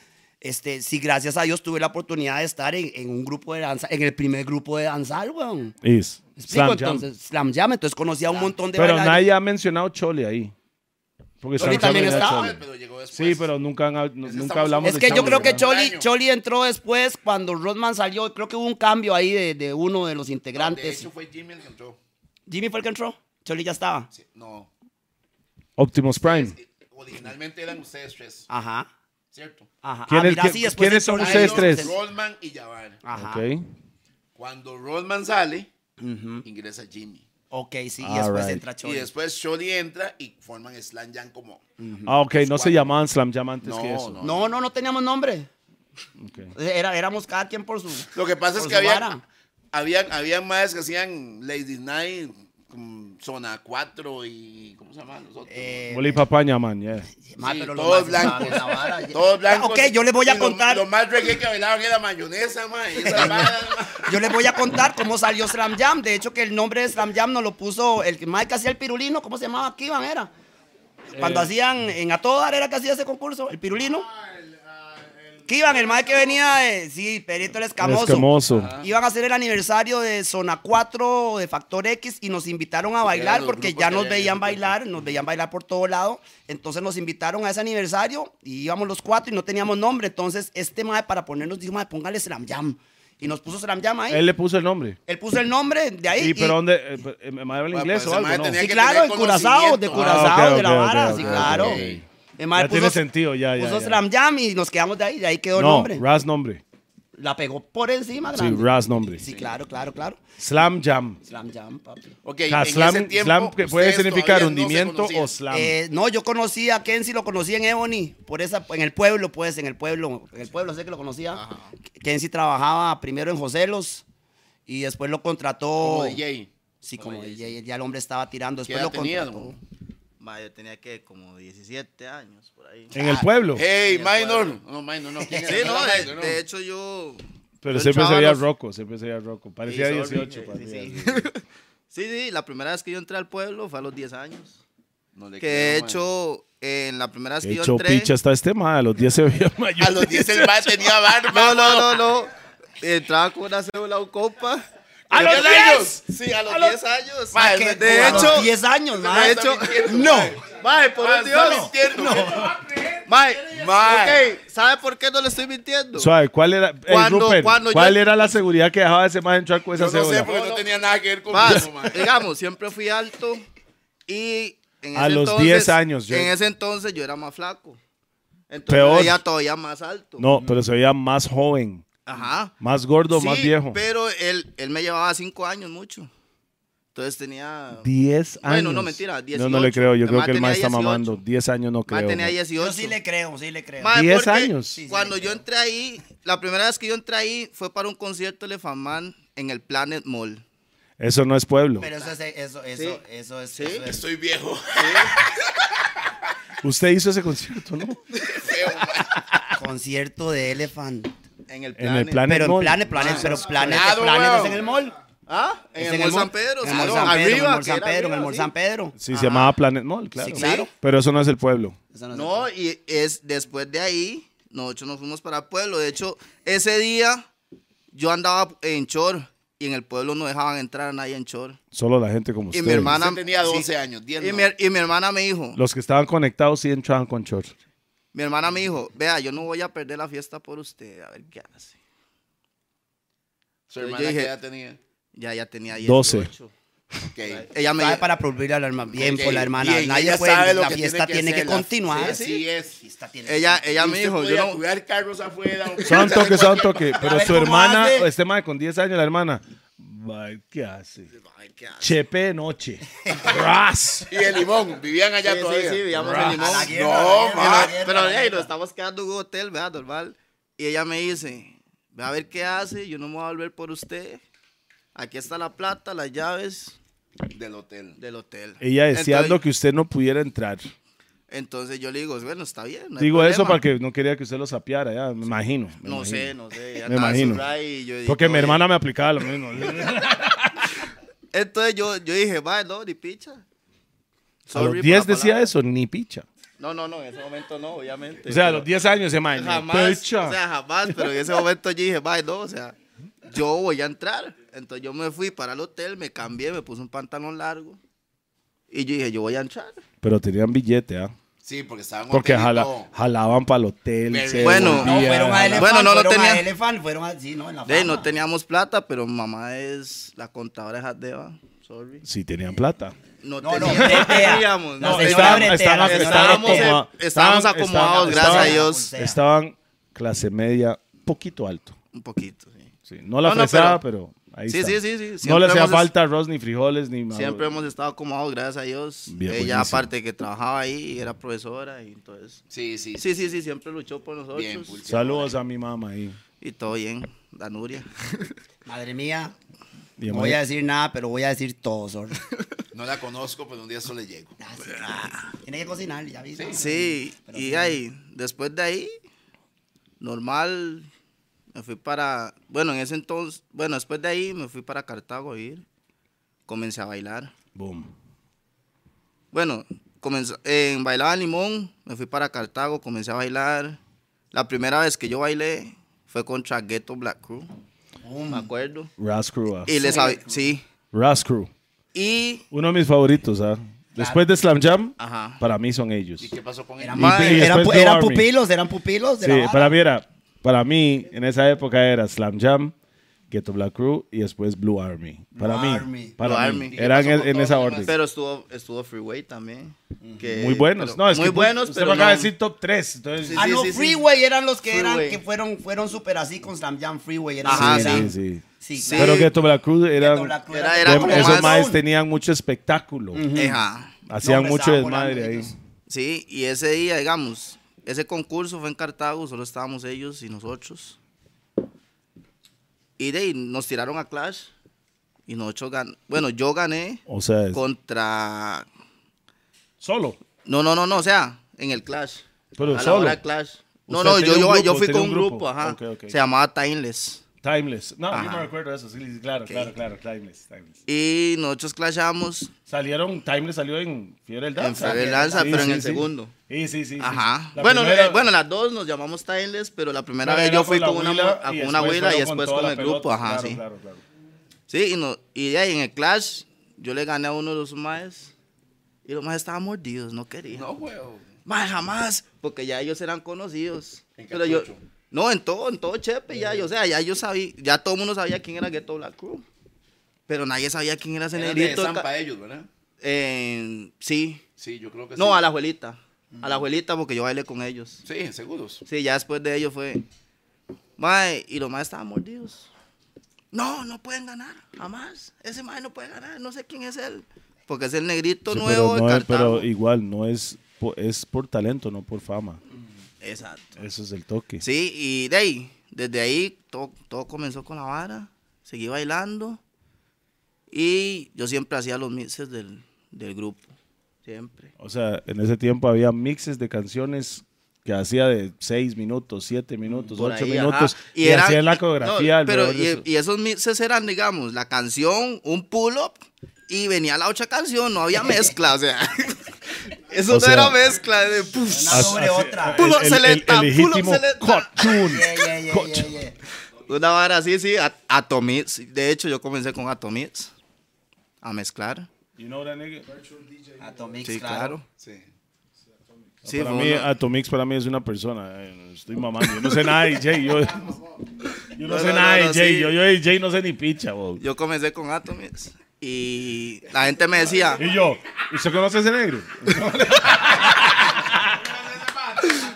Este, si gracias a Dios tuve la oportunidad de estar en, en un grupo de danza, en el primer grupo de danzal, weón. es. ¿Me Slam Explico, Jam. entonces, Slam Jam, entonces conocí a un montón de Pero bailarines. nadie ha mencionado Chole ahí. Porque Slam Chole Jam también era estaba. pues, Chole. Pero llegó después. Sí, pero nunca, han- nu- que nunca estamos- hablamos Es de que yo Chole, creo que ¿verdad? Choli, Extraño. Choli entró después cuando Rodman salió, creo que hubo un cambio ahí de, de uno de los De integrantes. hecho, fue Jimmy el que entró. Jimmy fue el que entró, Choli ya estaba. Sí, no. Optimus Prime. Eh, Originalmente eran ustedes tres, Ajá, ¿cierto? ajá. Ah, ¿Quién es- mira, quién- sí, después quiénes de son Choli, ustedes entonces- tres? Rodman y Yavar. Ajá. Ok. Cuando Rodman sale, ingresa Jimmy. Ok, sí, y All después right. entra Choli. Y después Sholly entra y forman Slam Jam como. Ah, ok. No se Cuatro. llamaban Slam Jam antes No, que eso. no. No, no, no teníamos nombre. Ok. Era, éramos cada quien por su. Lo que pasa es por que su había, vara. habían, habían más que hacían Lady Night, mm, Zona 4 y. ¿Cómo se llaman los otros? Eh, Oli Papaña, man, yeah. ma, Sí, pero los todos más saben blancos. la vara. Todos blancos. Ok, yo les voy a Y lo- contar. Lo, más reggae que bailaban era mayonesa, man. y esa vara, man. Yo les voy a contar cómo salió Slam Jam. De hecho, que el nombre de Slam Jam nos lo puso el que más que hacía el pirulino. ¿Cómo se llamaba? Kivan era. Cuando hacían en A Todo Dar era que hacía ese concurso, el pirulino. Ah, Kivan, el más que venía de. Sí, Perito el Escamoso. Escamoso. Iban a hacer el aniversario de Zona 4 de Factor X y nos invitaron a eran bailar los porque grupos ya que nos había en veían ese bailar, nos veían bailar por todo lado. Entonces nos invitaron a ese aniversario y íbamos los cuatro y no teníamos nombre. Entonces este mae para ponernos dijo, mae, póngale Slam Jam. Y nos puso Slam Jam ahí. Él Él, le puso el nombre. puso el nombre de ahí. ¿Y y- pero dónde? eh, eh, ¿Me habla el Bueno, inglés o pues, ese mae algo? No. tenía sí, que claro, tener de Curazao, de conocimiento. Curazao, Ah, ok, de la ok, vara, ok, sí, ok, claro. ok. El mae Ya tiene sentido, ya, ya, Puso ya. Slam Jam y nos quedamos de ahí, de ahí quedó el No, nombre. Raz nombre. La pegó por encima, Sí, grande. Raz nombre. Sí, claro, claro, claro. Slam Jam. Slam Jam, papi. O Ok, sea, en Ah, slam, ese tiempo, slam que puede ustedes significar todavía no se hundimiento o conocían. slam. Eh, no, yo conocí a Kenzie, lo conocí en Ebony, por esa, en el pueblo, pues, en el pueblo, en el pueblo sé que lo conocía. Kenzie trabajaba primero en Joselos y después lo contrató. Como DJ. Sí, Como como DJ. DJ, ya el hombre estaba tirando, ¿Qué después edad Oh. lo tenía, contrató. don? Ma, yo tenía que como 17 años por ahí. en el pueblo. Hey, Sí, Minor. el No, Minor, no. ¿Quién Sí, era? no, Minor, de, no. de hecho yo. pero siempre yo se entraba veía los- roco, siempre se veía roco. Parecía Sí, sorry, 18. eh, parecía. sí, sí. Sí, sí, la primera vez que yo entré al pueblo fue a los 10 años. No le Que de creo, man. hecho, en la primera vez que Qué yo entré. chopicha está este madre. A los 10 se veía mayor. A los 10 el más tenía barba. No, no, no, no. Entraba con una cédula o copa. ¿A los 10 años? Sí, A los 10 años. Ma, Que de a hecho- los 10 años, No, mae. de hecho, no. Mae, por un Dios. Mae, Mae. ok, ¿sabe por qué no le estoy mintiendo? Suave, ¿cuál era, Ey, Cuando- Rupert, cuando yo- ¿cuál era la seguridad que dejaba ese madre entrar con esa Yo no sé cebolla? porque no tenía nada que ver con Más, eso, mae. digamos, siempre fui alto y en A ese los entonces- 10 años, yo- En ese entonces yo era más flaco. Entonces Peor. me veía todavía más alto. No, pero se veía más joven, Ajá. más gordo, más Sí, viejo. Pero él, él me llevaba 5 años mucho. Entonces tenía. 10 años. Bueno, no, mentira, No, no le 18. creo. Yo El creo mae que el tenía más está 18. mamando. 10 años no Mae, creo. tenía güey. 18. Yo sí le creo, sí le creo. Mae, 10 porque años. Sí, sí, Cuando le yo creo. entré ahí, la primera vez que yo entré ahí fue para un concierto de Lefaman en el Planet Mall. Eso no es pueblo. Pero eso es, eso, eso, Sí. eso es. Sí. eso es- Estoy viejo. Usted hizo ese concierto, ¿no? concierto de Elephant. En el En plan. el Planet Pero en Mall. planes, planes, pero planes, Ah, claro, planes weón. es en el mall. Ah, Es en el Mall San Pedro. En el Mall San claro, Pedro, en el arriba, Mall que San era Pedro, en el arriba, Mall sí. San Pedro. Sí, se llamaba Planet Mall, claro. Sí, claro. Pero eso no es el pueblo. Eso no se No, y es después de ahí, nosotros nos fuimos para el pueblo. De hecho, ese día yo andaba en Chor y en el pueblo no dejaban entrar a nadie en Chor. Solo la gente como Y usted. mi hermana. Usted tenía 12 sí. años, 10 Y no. mi, y mi hermana me dijo, Los que estaban conectados sí entraban con shorts. mi hermana me dijo, vea, yo no voy a perder la fiesta por usted. A ver qué hace. Su Yo hermana dije- que ya tenía. Ya, ya tenía 12. 18. Ok. Ella me sabe para prohibir a la hermana. Bien Ok, por la hermana. bien, Nadie ella puede. sabe lo La que fiesta tiene tiene que que, hacer, la- continuar. Así es. Fiesta tiene que ella, ella me Usted dijo, podía yo no... cuidar carros afuera. o- Son toque, son toque. Pero ver su cómo hermana, hace. este mae con 10 años, la hermana. "Mae, ¿Qué hace? Chepe de noche. Ras. Y el limón, vivían allá todavía. vivíamos Ras. en Limón. A Ah, la guerra, No, a la ma. guerra. Pero ahí nos estamos quedando en un hotel, ¿verdad, normal? Y ella me dice, ve a ver qué hace, yo no me voy a volver por usted. Aquí está la plata, las llaves Del hotel. del hotel. Ella deseando entonces, que usted no pudiera entrar. Entonces yo le digo, bueno, está bien. no hay Digo eso problema". para que no quería que usted lo sapeara, ya, me imagino. me No imagino. sé, no sé. ella Me estaba imagino. zurrada y yo dije, Porque mi "Oye". hermana me aplicaba lo mismo. Entonces yo, yo dije, va, no, ni picha. A los Sorry por 10 la decía palabra. eso, ni picha. No, no, no, en ese momento no, obviamente. O sea, a pero- los 10 años se mae, ni Jamás, picha. o sea, jamás, pero en ese momento yo dije, "Mae, no, o sea, yo voy a entrar. Entonces yo me fui para el hotel, me cambié, me puse un pantalón largo y yo dije, yo voy a entrar. Pero tenían billete, ¿ah? Sí, porque estaban Porque jala- hotelito. jalaban para el hotel. Pero- se Bueno, volvían, No, fueron a Ele- jalaban. Elephant. Bueno, no lo fueron a tenía. Elephant, fueron a. Sí, no, en la De ahí, fama. no teníamos plata, pero mamá es la contadora de Jadeva. Sorry. Sí, tenían plata. No, No, no, teníamos, no bretea. teníamos, La no, señora estábamos- bretea, estaban- la señora estaban bretea. como- Estábamos estaban- estaban- acomodados, gracias a estaban- Dios. Sea. Estaban clase media, poquito alto. un poquito. sí. Sí, no la No, no, fresada, pero, ahí Sí, está. sí, sí, sí, No siempre le hacía hemos- falta arroz, ni frijoles, ni maduro. Siempre hemos estado acomodados, gracias a Dios. Bien, Ella, buenísimo. aparte que trabajaba ahí, era profesora y entonces. Sí, sí. Sí, sí, sí, siempre luchó por nosotros. Bien, pulque. Saludos a mi mamá ahí. Y todo bien, Danuria. Madre mía. Y a No voy María- a decir nada, pero voy a decir todo, Sor. No la conozco, pero un día solo le llego. Tiene que cocinar, ya viste. Sí, y ahí, después de ahí, normal, me fui para, bueno, en ese entonces, bueno, después de ahí me fui para Cartago a ir, comencé a bailar. Boom. Bueno, comencé, en bailaba en Limón, me fui para Cartago, comencé a bailar. La primera vez que yo bailé fue contra Ghetto Black Crew, Oh, me acuerdo. Ras Crew. ah. Y les hab- sí, Ras Crew. y, Uno de mis favoritos, ¿ah? Después de Slam Jam, ajá, para mí son ellos. ¿Y qué pasó con él? Eran, Ma- pu- y eran después pu- Blue eran Army. pupilos, eran pupilos. de Sí, la vara. para mí era, para mí en esa época era Slam Jam, Ghetto Black Crew y después Blue Army. Para Blue mí, Army. para Blue mí, Army. eran ¿Y qué en, pasó con en todos esa los orden. pero estuvo, estuvo Freeway también. que- muy buenos, pero- no, es muy que buenos, usted pero me acaba de no. decir top 3, entonces Sí, Ah, no, sí, sí. Freeway eran los que eran, Freeway. que fueron, fueron súper así con Slam Jam Freeway. Eran Ajá, los sí, que eran- sí. Sí, Sí. claro. Pero Ghetto Black Crew eran Ghetto Black Crew Era- de- era como esos más- maes tenían mucho espectáculo. Ajá. Hacían No, mucho empezaban desmadre volando ahí. ellos. Sí, y ese día, digamos, ese concurso fue en Cartago, solo estábamos ellos y nosotros. Y de ahí nos tiraron a Clash y nosotros gan Bueno, yo gané O sea, es- contra... solo. No, no, no, no, o sea, en el Clash. Pero a solo. La hora de Clash. No, Usted no, tenía yo, un yo, yo grupo, fui tenía con un un grupo, grupo. ajá. Ok, ok. Se llamaba Timeless. Timeless. No, yo Ajá. me recuerdo eso, sí, claro, claro, claro, timeless, timeless. Y nosotros clashamos. Salieron, Timeless salió en Fiebre del En Danza. Fiebre del Danza, Sí, pero en sí, el sí. segundo. Sí, sí, sí. sí. Ajá. La bueno, primera- eh, bueno, las dos nos llamamos Timeless, pero la Pero primera vez era yo con fui la con una huila mo- a- con una abuela y fueron después toda con la el grupo, pelota. ajá, Claro, sí. claro, claro. Sí, y, no- y de ahí en el Clash, yo le gané a uno de los maes. Y los maes estaban mordidos, no querían. No, huevo. Más jamás, porque ya ellos eran conocidos. En Pero yo, Cachucho. Eh. no, en todo, en todo Chepe, ya, yo, o sea, ya yo sabía, ya todo el mundo sabía quién era Ghetto Black Crew. Pero nadie sabía quién era ese Eran de negrito. Zampa ca- ellos, ¿verdad? eh, sí, Sí, yo creo que Pues sí. no, a la abuelita. A la abuelita, porque yo bailé con ellos. Sí, seguros. Sí, ya después de ello fue. Mae, y los más estaban mordidos. No, no pueden ganar, jamás. Ese mae no puede ganar, no sé quién es él. Porque es el negrito Sí, nuevo pero, no de es- pero Cartago. igual, no es, po- es por talento, no por fama. Exacto. Eso es el toque. Sí, y de ahí, desde ahí todo, todo comenzó con la vara. Seguí bailando. Y yo siempre hacía los mixes del, del grupo. Siempre. O sea, en ese tiempo había mixes de canciones que hacía de 6 minutos, 7 minutos, Por 8 ahí, pues, minutos. ajá. Y, eran- hacía la y- coreografía. no, el pero brother de y, esos. y esos mixes eran, digamos, la canción, un pull-up y venía la otra canción. No había mezcla, o sea. Eso O no sea, era mezcla de puf, Una As- sobre así- otra. Pull-up el- el- el- selecta, el pull-up legítimo selecta. cut tune. Yeah, yeah, yeah, Cut yeah, tune. yeah. Una vara así, sí, a- Atomix. De hecho, yo comencé con Atomix a mezclar. You know that nigga? Atomics, Sí, claro. claro. Sí, para fue mí, una- Atomix para mí es una persona. eh, Estoy mamando. Yo no sé nada de DJ. Yo, yo no, No, sé no, nada no, de no, DJ. sí. Yo, yo de DJ no sé ni picha, bo. Yo comencé con Atomix y la gente me decía, Y yo, ¿usted conoce ese negro?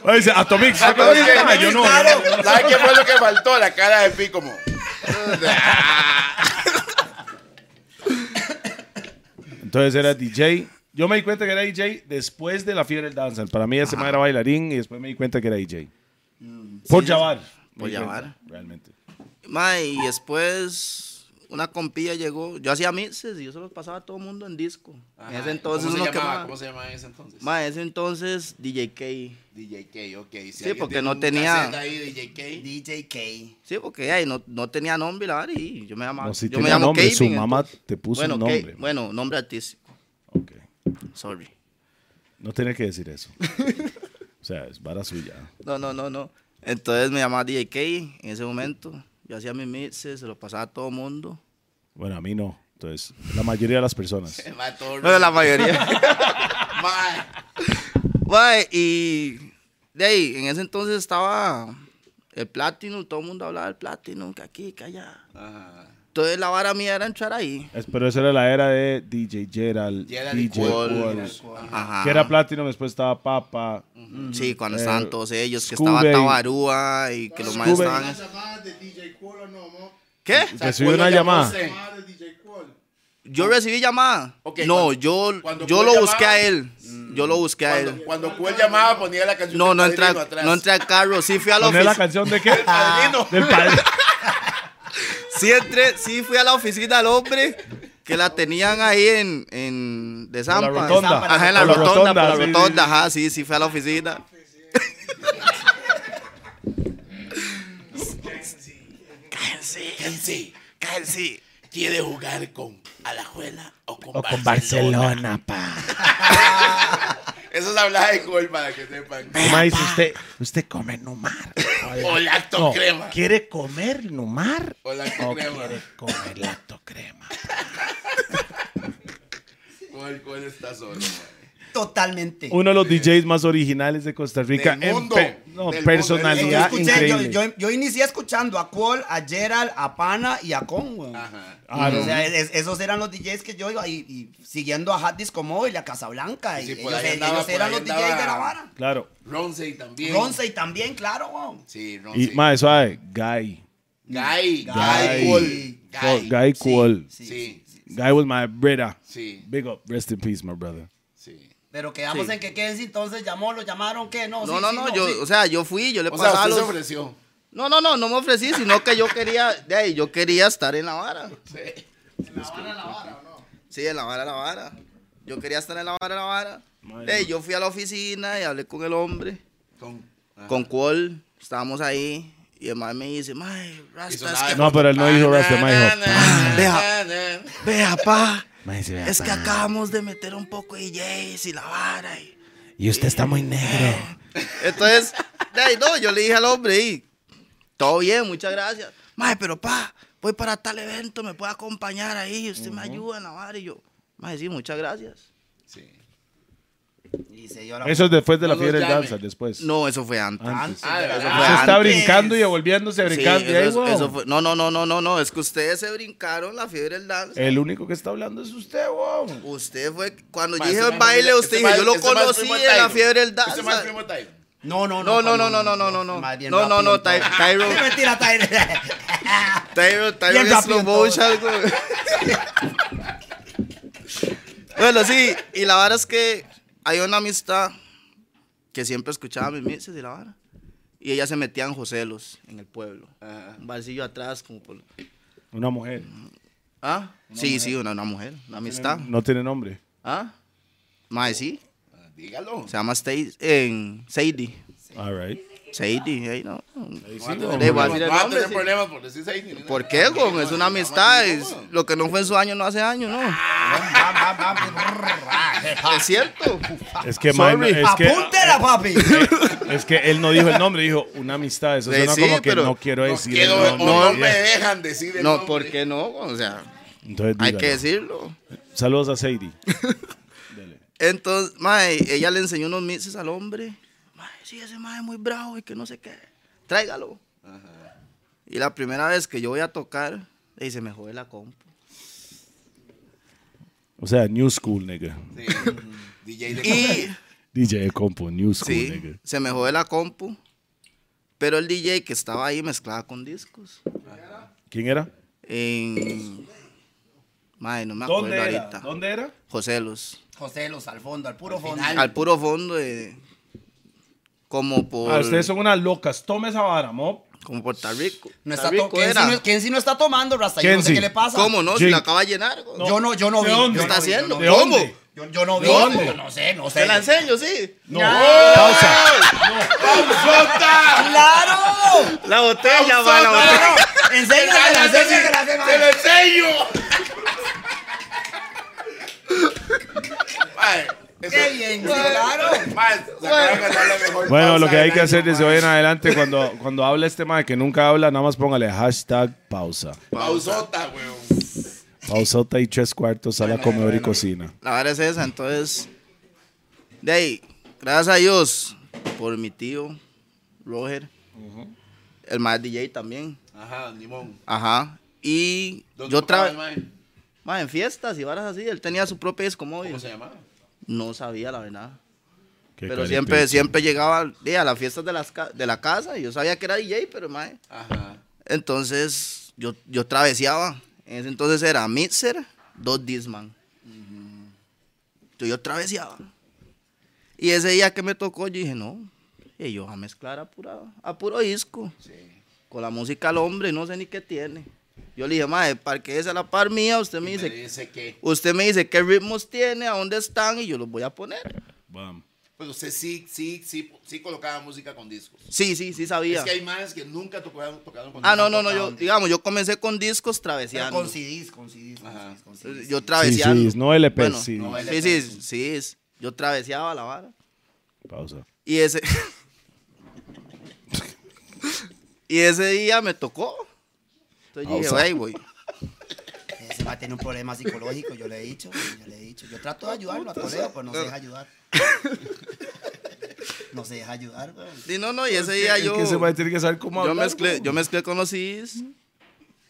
Oye, dice, Atomix, ¿usted conoce ese Claro, negro? Yo no. yo no. ¿Sabes qué fue lo que faltó? La cara de Pi como. Entonces era DJ. Yo me di cuenta que era DJ después de la fiebre del dancer. Para mí Ah. ese man era bailarín y después me di cuenta que era DJ. por Mm. sí, llevar. por Jabbar. Realmente. "Ma, y después una compilla llegó. Yo hacía mixes y yo se los pasaba a todo el mundo en disco. en ese entonces ¿Cómo se uno llamaba? quemaba. ¿Cómo se llamaba en ese entonces? Ma, en ese entonces DJ K. DJ K, ok. Si Sí, alguien porque tiene no un tenía- cassette ahí, DJ K. DJ K. Sí, porque ahí no, no tenía nombre y la vara, y yo me llamaba. No, si yo me tenía llamo nombre, Kevin, su mamá entonces. te puso bueno, un Ke- nombre. bueno, nombre artístico. Ok. Sorry. No tenía que decir eso. o sea, es vara suya. No, no, no, no. Entonces me llamaba DJ K en ese momento. Yo hacía mis mixes, se lo pasaba a todo mundo. Bueno, a mí no. Entonces, la mayoría de las personas. Se va todo. Bueno, la mayoría. Ma, Mae, y de ahí, en ese entonces estaba el Platinum, todo el mundo hablaba del Platinum, que aquí, que allá. Ajá. Entonces la vara mía era entrar ahí. Es- pero esa era la era de DJ Gerald, Gerald y DJ Paul. Walls, Ajá. que era Platinum, después estaba Papa. Sí, cuando Eh, estaban todos ellos, que Scooby. estaba Tabarúa y que los más Scooby. estaban. llamada de DJ Qual o no, mo? ¿Qué? Recibí una ¿Cuándo llamada. llamaste? Llamada de DJ Qual. Yo recibí llamada. Ok, no, cuando- yo, cuando yo fue lo llamada- mm. busqué a él. Yo lo busqué a Cuando, él. cuando Cuel llamaba, ponía la canción. No, del no entré, Padrino atrás. no entré al carro. Sí fui a la ¿Poner la oficina. canción de qué? Padrino. Del padre. Sí entré, sí fui a la oficina del hombre que la tenían ahí en, en de Zampa. rotonda. Ajá, en la Por la rotonda, rotonda, por la sí, sí, rotonda. Ajá, sí, sí fui a la oficina. Cállense, cállense. ¿Quiere jugar con Alajuela o con, Barcelona? pa. Eso es hablar de Cuel para que sepan. Ma, dice usted, usted come numar. O lacto No, crema. ¿Quiere comer numar? O lacto ¿O crema. quiere comer lacto crema? Cuel, Cuel está solo, ma. Totalmente. Uno de los DJs más originales de Costa Rica. Del en mundo. pe- no, Del Yo, personalidad escuché, increíble. yo- yo- yo inicié escuchando a Qual, a Gerald, a Pana y a Congo. Ajá. Claro. O sea, es- esos eran los DJs que yo iba y, y siguiendo a Hot Disco Móvil, a Casablanca. Sí, y sí, por ellos, ahí andaba, ellos por eran ahí los DJs andaba. de la vara. claro. Ronsey también. Ronce y también, claro, weón. Sí, Y Ronsey. más suave, Guy. Guy, Guy. Guy, Cuel. Guy, Guy Cool. Sí, Sí, Guy was my brother. sí, Big up. Rest in peace, my brother. sí. Pero quedamos Sí. en que Kenzie entonces llamó, lo llamaron, ¿qué? No, No, sí, no, sí, no, yo, sí. o sea, yo fui, yo le O sea, pasaba usted se los... ofreció. No, no, no, no me ofrecí, sino que yo quería, de ahí, yo quería estar en la vara. Sí, en la vara, la vara. Yo quería estar en la vara, la vara. De ahí, yo fui a la oficina y hablé con el hombre, Con, ajá. con Cole, estábamos ahí, y el man me dice, mae, Rasta, es sonaba que... No, pero él no hizo Rest este in "Ah, Vea, vea, pa, Ma, dice, vea, es que pa, acabamos de meter un poco de DJs y la vara y... Y usted está muy negro. Entonces, de ahí, no, yo le dije al hombre, y, todo bien, muchas gracias. Mae, pero pa, voy para tal evento, me puede acompañar ahí, usted me ayuda en la vara. Y yo, mae, sí, muchas gracias. Sí. Y se dio la- Eso es después de la No fiebre del nos llame. danza, después. No, eso fue antes. Antes. Ah, de Eso verdad. fue Se está antes. brincando y devolviéndose Sí, brincando. y eso- ahí, eso- wow. eso fue- no, no, no, no, no, no, es que ustedes se brincaron la fiebre del dance. El único que está hablando es usted, wow. Usted fue, cuando yo Ma, dije ese el man- baile, ese usted man- dijo, yo lo ese man es conocí primo de en la Tyron. fiebre del Ese man es danza. primo de Tyron. No, no, No, no. no, no, no, no, no, no, no. Más bien No, no, no, Ty- rápido, entonces. Tyron. Mentira, Tyron. Tyron, Tyron Bien en slow rápido todo. motion, güey. bueno, sí, y la vara es que hay una amistad que siempre escuchaba mis meses y la vara. Y ella se metía en Joselos, en el pueblo. Ajá. Un barcillo atrás, como por... Una mujer. ¿Ah? sí, sí, ¿Ah? una, una mujer, una amistad. No tiene nombre. ¿Ah? Mae, sí. Dígalo. Se llama Stay, en Sadie. All right. Sadie, ahí no. No va a tener Le voy a problemas- decir el no va a nombre, tener sí. problemas por decir seis. ni ¿Por nada. qué, güey? Es No, una no, amistad. no, no, es- no, no. lo que no Ah. fue en su año no hace año, ¿no? es cierto. Es que, mae, no- es, que, ¡Apúntela, papi! es que él no dijo el nombre, dijo una amistad. Eso Eh, suena sí, como que pero no quiero No decir. el quiero- o nombre. no, Pues no, me ya. dejan decir el No, nombre. ¿por qué no? güey? O sea, Entonces, hay que dígalo. decirlo. Saludos a Sadie. Entonces, mae, ella le enseñó unos meses al hombre. Mae, sí, ese mae es muy bravo y que no sé qué. Tráigalo. Y la primera vez que yo voy a tocar, le dice, me jode la compu. O sea, New School, nigga. Sí. DJ de Y DJ de Compo, New School, sí, nigga. se me jode la compu. Pero el DJ que estaba ahí mezclaba con discos. ¿Quién era? En. Mae, no me acuerdo ¿Dónde era? ahorita. ¿Dónde era? Ah, José Luz. José, los al fondo, al puro fondo. Al puro fondo de. Como por. Ah, ustedes son unas locas. Tome esa vara, mo. Como Puerto Rico. No está Puerto Rico to- Kenzie, era. no, Kenzie no está tomando, Rasta. Yo no sé Kenzie. qué le pasa. ¿Cómo no? Si Jake. la acaba de llenar. güey. Yo no, yo no ¿De vi. dónde? yo está no vi, yo haciendo? no ¿De vi. ¿Cómo? dónde? Yo, yo no vi. dónde? Yo no sé, no sé. Te la enseño, sí. No. Pausa. ¡Claro! La botella, va, la botella. ¡Enséñala, enséñala, enséñala! lo enseño! Mae, eso- ¡Qué bien, sí, claro! Mae, se acaba de ganar la mejor Bueno, pausa lo que hay del que hacer año, desde mae. hoy en adelante, cuando, cuando hable este mae que nunca habla, nada más póngale hashtag pausa. eh. Pausota, weón. Pausota y tres cuartos, sala, comedor y cocina. La verdad es esa, entonces. De ahí, gracias a Dios por mi tío, Roger. El más DJ también. Ajá, limón. Ajá. Y ¿Dónde yo tocaba el trabajé. mae? Más en fiestas y varas así. Él tenía su propio disco móvil. ¿Cómo se llamaba? No sabía, la verdad. Qué pero caripito. siempre, siempre llegaba di, a las fiestas de, las ca- de la casa. y Yo sabía que era DJ, pero más. Ajá. Entonces, yo, yo traveseaba. En ese entonces era Mixer, dos Disman. Entonces, yo traveseaba. Y ese día que me tocó, yo dije, no, y yo voy a mezclar a, pura, a puro disco. Con la música al hombre, no sé ni qué tiene. Yo le dije, madre, parque esa a la par mía, usted me Me dice, dice que. usted me dice qué ritmos tiene, a dónde están, y yo los voy a poner. Bam. Pues usted sí, sí, sí, sí colocaba música con discos. Sí, sí, sí sabía. Es que hay manes que nunca tocaron, tocaron con Ah, discos. no, no, no, yo, digamos, yo comencé con discos Pero traveseando. Con CDs, con CDs, con Ajá. CDs, con CDs. Yo Sí, traveseaba. sí, no LP, Bueno, sí. no. sí, sí, sí, es- Yo traveseaba la vara. Pausa. Y ese. y ese día me tocó. Entonces yo dije, Pausa. "Ey, güey. Ese va a tener un problema psicológico, yo le he dicho, yo le he dicho. Yo trato de ayudarlo a Toledo, pero no se deja ayudar. No se deja ayudar, güey. Y no, no, y ese día yo. que se va a tener que saber cómo Yo hablar, mezclé, güey. yo mezclé con los CDs.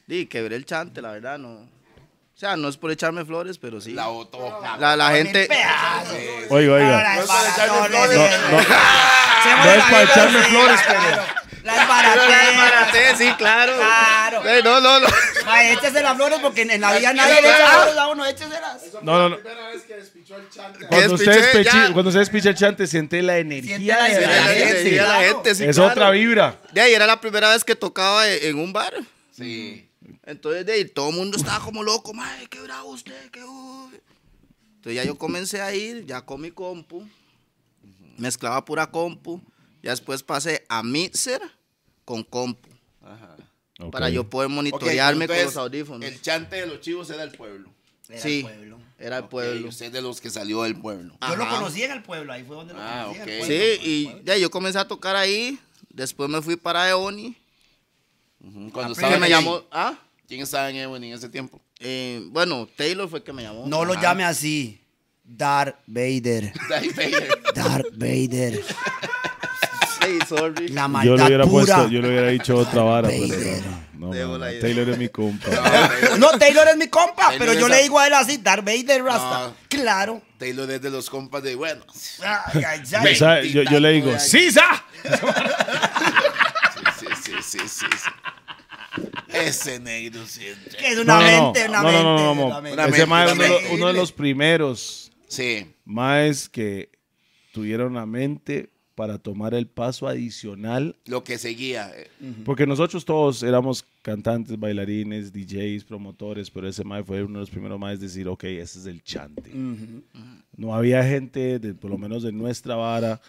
Y quebré el chante, la verdad, no. O sea, no es por echarme flores, pero sí. La La, botó. la gente. Pedazo. Oiga, Ahora oiga. es baratón, ese. Ah, No, no es para echarme flores, Claro, La Pero la embaratera. desbaraté, sí, claro. Claro. Ey, no, no, no. Mae, échese las flores porque en la vida nadie le echa flores a uno, écheselas. No, no, no. La primera vez que despichó el chante. ¿Qué? Cuando usted, despiché, despiche- ya. cuando usted despicha el chante, siente la energía. la de la Era la gente. gente, gente, era la claro. gente, sí, es claro. otra vibra. De ahí era la primera vez que tocaba e- en un bar. Sí. Entonces de ahí todo el mundo estaba como loco, madre, qué bravo usted, qué... uh". Entonces ya yo comencé a ir, ya con mi compu, mezclaba pura compu, ya después pasé a mixer con compu, Ajá. para Ok. yo poder Ok, monitorearme entonces, con los audífonos. El chante de los chivos era el pueblo. Era sí, el pueblo. era el Ok, pueblo. Ah. usted es de los que salió del pueblo. Yo lo Ajá. conocí en el pueblo, ahí fue donde lo Ah, conocí. en el ok. pueblo. Sí, y de ahí yo comencé a tocar ahí, después me fui para Eoni, Ujú, Cuando que en me Ebony. llamó... ¿Ah? ¿Quién estaba en Ebony en ese tiempo? eh, bueno, Taylor fue el que me llamó. Ah, No lo llame así. Darth Vader. Darth Vader. Darth Vader. Sí, sorry. La Yo maldad le hubiera pura. puesto, yo le hubiera dicho otra vara, pero Vader. no. no, Debo no, la no. idea. Taylor es mi compa. No, Taylor es mi compa, Taylor pero yo es le la- digo a él así, Darth Vader Rasta. No. Claro. Taylor es de los compas de, bueno, Ay, ay, O ay. sea, yo, yo le digo, ¡Sisa! sí, sí, sí, sí, sí. Ese negro sí. es- Que es No, una no, no, mente, una no, mente. no, no, no, una no. mente. Ese mae es uno, de los- Una uno de los primeros Sí. maes que tuvieron la mente para tomar el paso adicional. Lo que seguía. eh, Porque nosotros todos éramos cantantes, bailarines, DJs, promotores, pero ese mae fue uno de los primeros maes de decir, ok, ese es el chante. No había gente, de, por lo menos de nuestra vara,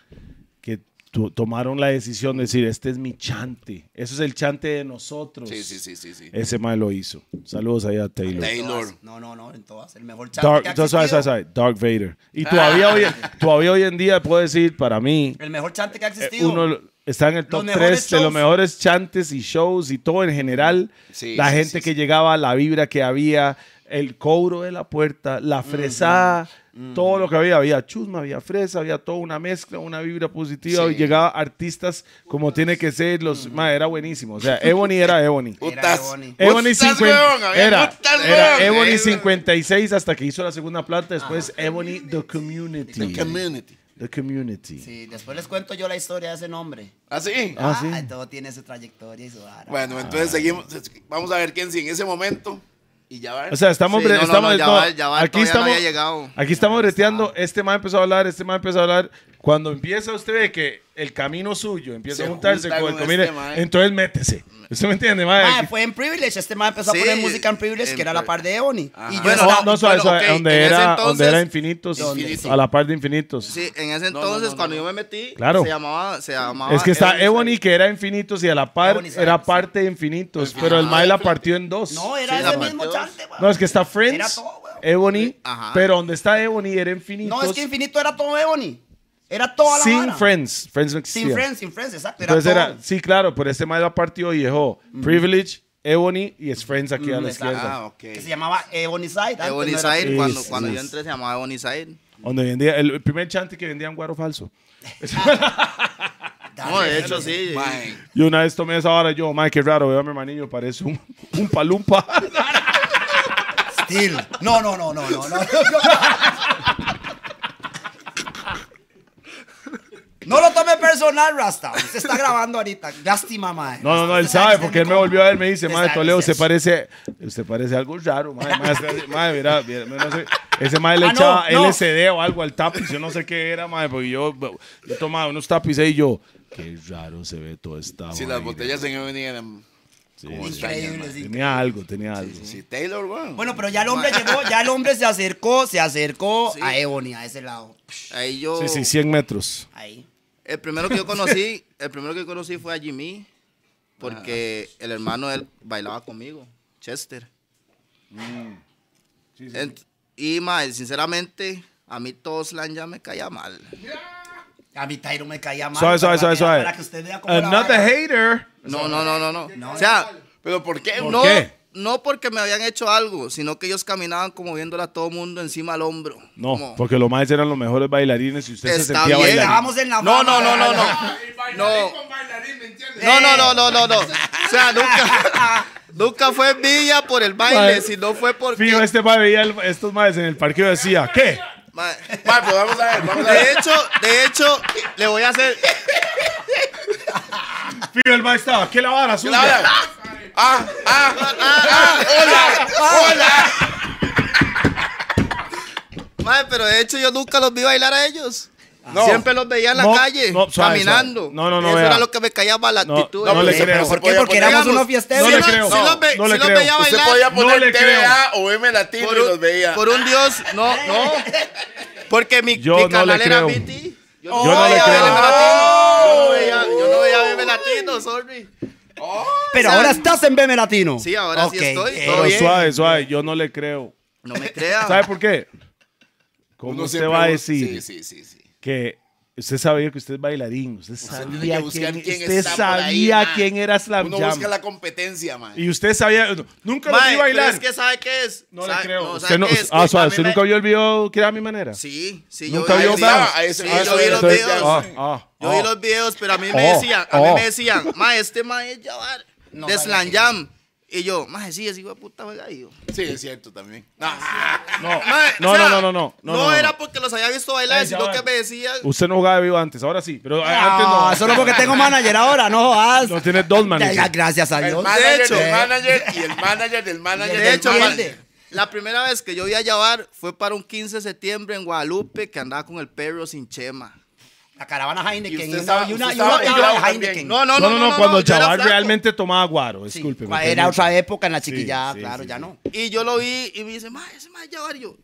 que tu- tomaron la decisión de decir, este es mi chante, eso es el chante de nosotros. Sí, sí, sí, sí. sí. Ese mae lo hizo. Saludos ahí a Taylor. Taylor. Todas. No, no, no, en todas. El mejor chat Dark, que ha entonces, suave, existido. suave, suave. Dark Vader. Y todavía, hoy, todavía hoy en día puedo decir, para mí, El mejor chat que ha eh, existido. uno de los- está en el top mejores 3 de shows. los mejores chantes y shows y todo en general. Sí, la sí, gente sí, que llegaba, la vibra que había, el cobro de la puerta, la fresada, todo lo que había. Había chusma, había fresa, había toda una mezcla, una vibra positiva. Sí. Y llegaba artistas como tiene que ser. los ma, Era buenísimo. O sea, Ebony era Ebony. Putas. Ebony. Ebony Putas, 50 weón, había era, putas, era weón. Ebony Ahí, 56 hasta que hizo la segunda planta. Después Ebony The Community. Community. The Community. Sí, después les cuento yo la historia de ese nombre. Así. Ah, sí. todo tiene su trayectoria y su vara. Bueno, Ah. entonces seguimos. Vamos a ver quién sí en ese momento. Y ya va. O sea, estamos, Sí, bre- no, no, estamos, no, ya no, va, ya va, aquí todavía no estamos, había llegado. aquí estamos breteando. Este man empezó a hablar, este man empezó a hablar. Cuando empieza usted ve que el camino suyo empieza Se a juntarse junta con el con comine, este mae. entonces métese. ¿Usted me entiende, mae? Mae, Ah, fue en Privilege. Este mae empezó Sí, a poner música en Privilege, en que era la par de Ebony. Ajá. Y yo Bueno, estaba- No, no, suave, bueno, suave, ok, donde, en ese era, donde entonces- era infinitos, Infinito. a la par de infinitos. Sí, en ese entonces, no, no, cuando no. yo me metí, Claro. se llamaba. Se llamaba Es que está Ebony Ebony, que era infinitos, y a la par Ebony Sykes, era sí. parte de infinitos, pero el mae la partió en dos. No, era Sí, ese la mismo parte chante, weón. No, es que está Friends, Era todo, weón. Ebony, Ajá. pero donde está Ebony era infinitos. No, es que Infinito era todo Ebony. Era toda la sin vara. Friends. Friends no existía. Sin Friends, sin Friends, exacto. Era Entonces era, todo. sí, claro, pero este mae la partió y dejó Privilege, Ebony y es Friends aquí a la exacto. izquierda. Mm. Ah, ok. Que se llamaba Ebony Side. antes Ebony no era Side, Privilege. cuando, Sí, cuando sí, yo sí. entré se llamaba Ebony Side. Donde vendía, el el primer chante que vendían guaro falso. Dale, No, de dale. hecho, sí. Mae. Y una vez tomé esa hora, yo, mae, qué raro, veo a mi hermanillo, parece un, un palumpa. Still. No, no, no, no, no, no. No lo tome personal, Rasta. Se está grabando ahorita. Lástima, mae. No, no, no, él sabe, porque él me volvió a ver, me dice, mae, Toledo, usted se parece, usted parece algo raro, mae, mae, usted- mae, mira, mira, no sé. Ese mae le Ah, no, echaba no. LCD o algo al tapiz, yo no sé qué era, mae, porque yo, yo tomaba unos tapices y yo, qué raro se ve toda esta Si las vaina". botellas en Ebony eran. Sí, como sí. Increíble, sí. Tenía algo, tenía algo. Sí, Taylor, weón. Bueno, pero ya el hombre llegó, ya el hombre se acercó, se acercó a Ebony, a ese lado. Ahí yo. Sí, sí, 100 metros. Ahí. El primero que yo conocí, el primero que yo conocí fue a Jimmy, Ah. porque el hermano de él bailaba conmigo, Chester. Mm. Ent- y mae, sinceramente, a mí Toslan ya me caía mal. A mi Tyro me caía mal. Suave, suave, suave, para- suave. Para que usted vea cómo la Another vaina. Uh, hater. No, no, no, no, no. o sea, ¿Pero por qué? no, qué? no porque me habían hecho algo, sino que ellos caminaban como viéndola a todo mundo encima al hombro. No, Como, porque los más eran los mejores bailarines y usted se Está sentía bien. bailarín. Estábamos en la no, fama, no, no, no, no. El No. bailarín con bailarín, ¿me entiendes? No, no, no, no, no, no. O sea, nunca, nunca fue envidia por el baile, Mae. sino fue porque. Fijo, este mae veía el- estos maes en el parqueo y decía, ¿qué? Mae, Mae, pero pues vamos a ver, vamos a De ver. hecho, de hecho, le voy a hacer. Fijo, el mae estaba, ¿qué la vara suya? Ahora, Ah, ah, ah, hola, hola. Mae, pero de hecho yo nunca los vi bailar a ellos. No. Siempre los veía en la Ah. No, calle, no, suave, caminando. suave. No, no, no, Eso vea. era lo que me callaba la No, actitud. no de le ellos. creo. pues, ¿Pero por qué? Porque éramos Digamos, unos fiesteros. no le los- creo. sí los, ve- No le sí los creo. veía Usted Usted ah, bailar. podía poner le creo. TVA o M latino por, y un, los veía. por un dios, no, no. Porque mi, Yo mi no le canal era creo. BT. Yo Yo no le veía creo. BM Latino. Yo no veía, yo no veía BM Latino, sorry. Pero ¿Sabe? ahora estás en BM Latino. Sí, ahora sí Ok, estoy, eh, todo Pero bien. suave, suave, yo no le creo. No me creas. ¿Sabe por qué? ¿Cómo Uno usted siempre va a bu- decir Sí, sí, sí, sí. que usted sabía que usted es bailarín? Usted tiene sabía, que buscar quién, quién usted está por ahí, sabía mae. quién era Slam Uno Jam. busca la competencia, man. Y usted sabía, no, nunca lo Mae, vi pero bailar. es que sabe qué es. No le Sabe- creo. no, usted ¿sabe no, qué es? ah, Que suave, a mí usted me- nunca vio el video que era a mi manera. Sí, sí, Nunca yo vio vi, Brown. sí, Ahí sí, estaba, yo vi ahí los estaba. videos. Ah, ah, Yo ah. vi los videos, pero a mí me Oh, decían, a mí oh. me decían, ma, este ma es Javar, de vale, Slam sí. Jam. Y yo, ma, sí, ese hijo de puta juega yo. Sí, es cierto también. No, No, Ma, no, o sea, no, no, no, no, no, no, no. era porque los había visto bailar, Ay, sino Jabbar. que me decían, Usted no jugaba vivo antes, ahora sí, pero eh, antes Ah, no. solo porque tengo manager ahora, no jodas. No tiene dos managers. Ya, Gracias a el Dios. manager hecho, del eh. manager y el manager del manager de del hecho, ma, manager. entiende. la primera vez que yo vi a Javar fue para un 15 de septiembre en Guadalupe, que andaba con el perro sin chema. La caravana Heineken. usted una- estaba- y una, usted y una estaba- y caravana bravo también. Heineken. No, no, No, no, no, cuando el yo era chaval flaco. realmente tomaba guaro, Sí, disculpe. cua- era otra época en la chiquillada, sí, claro, sí, ya sí. no. Y yo lo vi y me dice, ma, ese más ya va", y yo.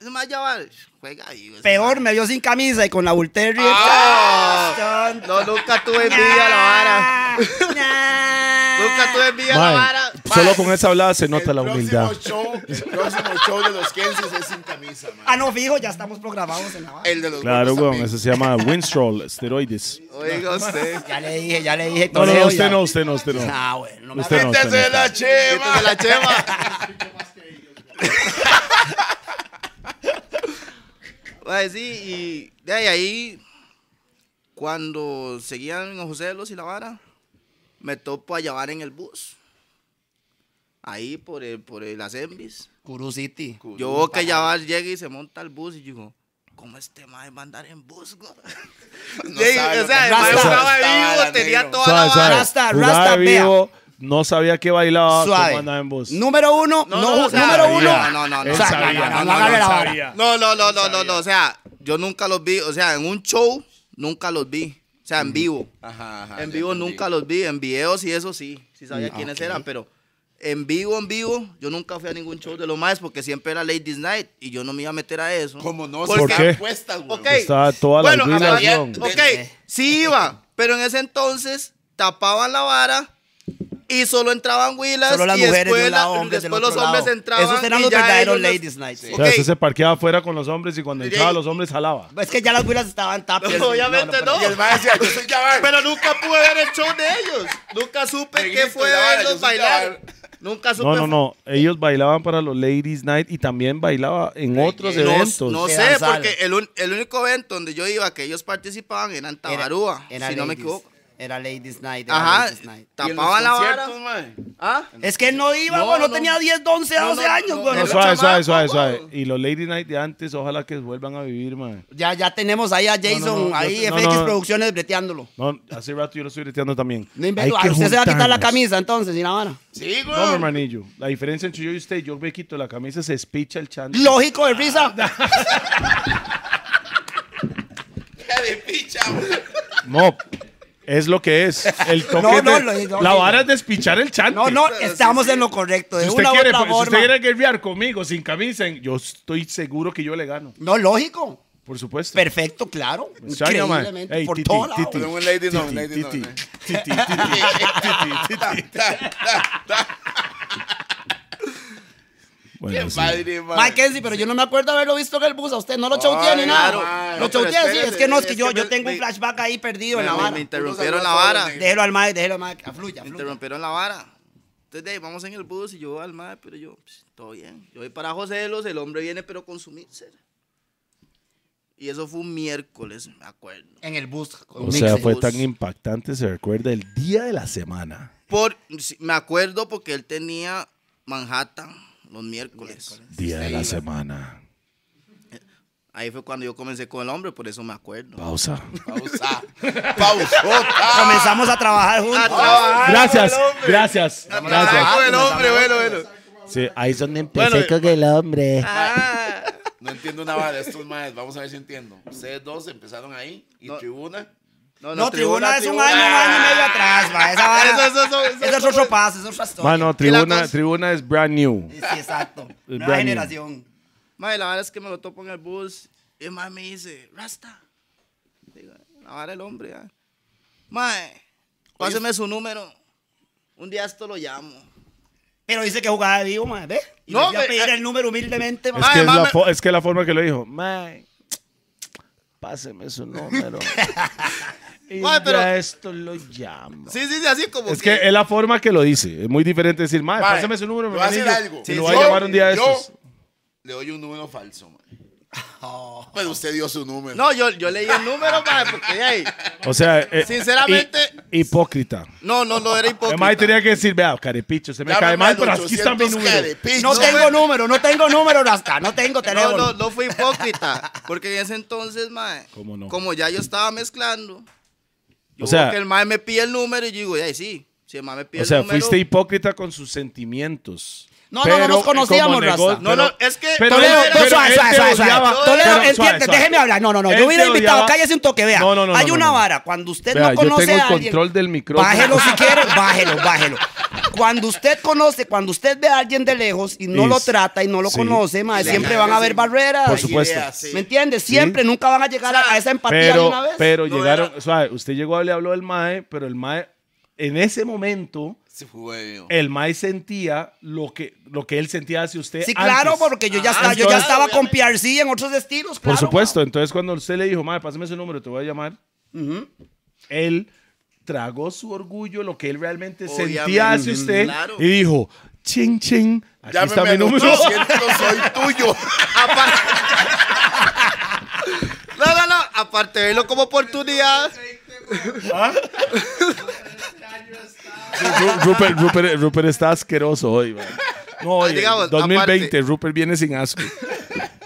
Ese más ya va". Juega ahí. ese Peor, ma". me vio sin camisa y con la Vulterri. Ah, No, nunca tuve envidia a la Ah. vara. Nunca tuve envidia a la Mae, vara. solo Mae, con esa hablada se nota el la humildad. Próximo show, el próximo show de los Kenses es sin camisa, man. Ah, no, fijo, ya estamos programados en la vara. El de los Claro, güeros weón, también. eso se llama Winstrol, esteroides. Oiga usted. Ya le dije, ya le dije. No, no, Toledo, no, usted ya. no, usted no, usted no. Ah, bueno, no me Usted no, Métase usted no. Este la chema. Quítese la chema. Mae, sí, y de ahí, ahí, cuando seguían a José de los y la vara, me topo a llevar en el bus. Ahí por el, por el Asembis. Curu City. Yo veo que Yabar llega y se monta al bus y digo, ¿cómo este mae va a andar en bus? güey?" No Sí, sabe lo o sea, que el mae rasta. estaba Estaba vivo, la tenía negro. toda Suave, la vara. suave. Rasta, Jugaba Rasta, vivo, no sabía que bailaba, Suave. cómo andaba en bus. Número uno, no, no, o sea, número sabía. uno. No, no, no, no. Él O sea, sabía, no, no, no, no, no, no, no, no, sabía. No, no, no, no, no, no, o sea, yo nunca los vi, o sea, en un show nunca los vi, o sea, en vivo. Ajá, Ah, ajá, En ya vivo entendí. nunca los vi, en videos y eso sí, sí sabía Mm, quiénes eran, pero en vivo, en vivo, yo nunca fui a ningún show de los más porque siempre era Ladies Night y yo no me iba a meter a eso. Como no, Porque- se ¿Por están qué? puestas, güey. Ok. Estaba toda la bueno, huila, había- weón. ok, sí iba, pero en ese entonces tapaban la vara y solo entraban huilas Solo las y mujeres después, de un lado, la- hombres del después otro los hombres lado. entraban. Esos eran y los ya verdaderos ellos los- ladies nights. O sea, Ok. usted se parqueaba afuera con los hombres y cuando Y de entraba ahí- los hombres jalaba. Es que ya las güiras estaban tapias. Obviamente no. Y el mae decía, yo soy Yabar. Pero nunca pude ver el show de ellos. Nunca supe En qué esto, fue la vara, yo verlos soy bailar. cabal. Nunca supe. No, no, no. Ellos bailaban para los Ladies Night y también bailaba en otros No, eventos. no De sé, danzar. porque el, un- el único evento donde yo iba que ellos participaban era en Tabarúa, si Era no me ladies- equivoco. Era ladies night. era Ajá, ladies night. Y en los tapaban la vara. conciertos, mae. ¿Ah? Es que no iba, No, güey, no, no. tenía 10, 11, No, 12 no, años, no, güey. no, No, Era suave, chamaco, suave, suave, weón. suave. Y los Lady Night de antes, ojalá que vuelvan a vivir, man. Ya, ya tenemos ahí a Jason, no, yo ahí te- no, FX no. Producciones breteándolo. No, hace rato yo lo estoy reteando también. No Hay invento, que ah, usted se va a quitar la juntarnos. camisa entonces, y la vara. Sí, No, mi güey. hermanillo. La diferencia entre yo y usted, yo me quito la camisa, se espicha el chante. Lógico de risa. Hija de picha, güey. No, es lo que es. El toque No, no, de- lo- no, la sí. vara es despichar el chante. No, no, estamos en lo correcto. De Si usted, una u quiere, pues, otra pues, si usted forma. quiere guerrear conmigo sin camisa, yo estoy seguro que yo le gano. No, lógico. Por supuesto. Perfecto, claro. Chaga, man. Increíblemente. Ey, por titi, todo lado. titi, Pero un lady no, un titi, lady no, titi, eh. titi, titi, titi, titi. Bueno, Qué sí. padre, mae. Mike Kenzie, pero yo no me acuerdo haberlo visto en el bus. A usted no lo chautea ni nada. claro. Lo No, pero chautea, sí. Es espérese, que no, es que es yo, que yo me- tengo un me- flashback ahí perdido Me, en la me- vara. me Este interrumpieron la Unos saludos a vara. todos los Déjelo al Mike, déjelo al Mike. Afluya, Me afluya. interrumpieron la vara. Entonces, de ahí, vamos en el bus y yo voy al mar, pero yo, pues, todo bien. Yo voy para José de los, el hombre viene, pero con su mixer. Y eso fue un miércoles, me acuerdo. En el bus. con O Mixer. sea, fue Mixes. tan impactante, se recuerda el día de la semana. Por, sí, me acuerdo porque él tenía Manhattan los miércoles. Día de la semana. Ahí fue cuando yo comencé con el hombre, por eso me acuerdo. Pausa. Pausa. Pausota. Ah. Comenzamos a trabajar juntos. A trabajar Gracias, con el hombre. gracias, A gracias. trabajar con el hombre, bueno, bueno. Sí, ahí es donde Bueno, el hombre. Ah, No entiendo una vara de estos maes. Vamos a ver si entiendo. Ustedes dos empezaron ahí y No. tribuna. no, No, tribuna es un año, un tribuna. año y medio atrás, va. Esa vara. Eso, eso, eso, eso, Eso es eso, otro paso, eso es otra historia. Mano, la tribuna, cosa- Eh, tribuna es brand new. Sí, exacto. brand Nueva new. generación. Mae, la verdad es que me lo topo en el bus. Y el mae me dice, Rasta. Digo, la vara el hombre. ah. Mae, páseme su número. Un día esto lo llamo. Pero dice que jugaba de vivo, madre. ¿Ve? Y No, no, voy a me- pedir eh, el número humildemente, Es mae. Ay, que es, la mame. fo- es que la forma que lo dijo. Mae, páseme su número. y Mae, pero- ya esto lo llamo. Sí, sí, sí, así como Es que es la forma que lo dice. Es muy diferente decir, mae, Mae, pásame su número. le voy a mi hacer anillo, algo. Te Sí, lo sí. voy a llamar un día de Yo- estos. Le doy un número falso, man. Pero usted dio su número. Oh. No, yo, yo leí el número, mae, porque de ahí. O sea, eh, Sinceramente- hi- hipócrita. No, no, no era El mae hipócrita. tenía que decir, vea, carepicho, se me Llámame cae mal, al pero aquí está mi 800 número. carepicho. No eh. tengo número, no tengo número, Rasta. No tengo No, no, teléfono. no fue hipócrita. Porque en ese entonces, mae, ¿Cómo no? como ya yo estaba mezclando, yo O sea- veo que el mae me pide el número y yo digo, ay, sí. Si el mae me pide O sea, el número. fuiste hipócrita con sus sentimientos. No, no, no Pero, nos eh, como conocíamos, nego- Rasta. No, no, es que Pero él- Toledo, no, pero suave, él suave, te suave, suave. odiaba. Toledo, Pero, entiende, suave, suave. déjeme hablar. No, no, no, Él yo hubiera te invitado, odiaba. cállese un toque, vea. No, no, no, Hay no, una no, no. vara, cuando usted Vea, no yo conoce tengo el a alguien, control del micrófono. Bájelo si quiere, bájelo, bájelo. Cuando usted conoce, cuando usted ve a alguien de lejos y no Y- lo trata y no lo sí. conoce, mae, siempre van a haber barreras. Por supuesto. ¿Me entiende? Siempre, nunca van a llegar a, a esa empatía de Pero, una vez. pero No llegaron, era- o sea, usted llegó y le habló del mae, pero el mae, en ese momento, Se fue. mío. el mae sentía lo que, lo que él sentía hacia usted. sí, claro, Eh, antes. porque yo ya, Ah, estaba, yo ya entonces- estaba con obviamente. PRC en otros estilos, Por claro, supuesto, entonces cuando usted le dijo, mae, pásame su número, te voy a llamar, él tragó su orgullo, lo que él realmente sentía Obviamente, hacia usted, claro. y dijo, ching, ching, aquí está mi Llámeme al número. 800, soy tuyo. No, no, no. Aparte de verlo como oportunidad. Ru- Rupert, Rupert, Rupert está asqueroso hoy, mae. Ah, No, oye, Digamos, 2020, aparte- Rupert viene sin asco.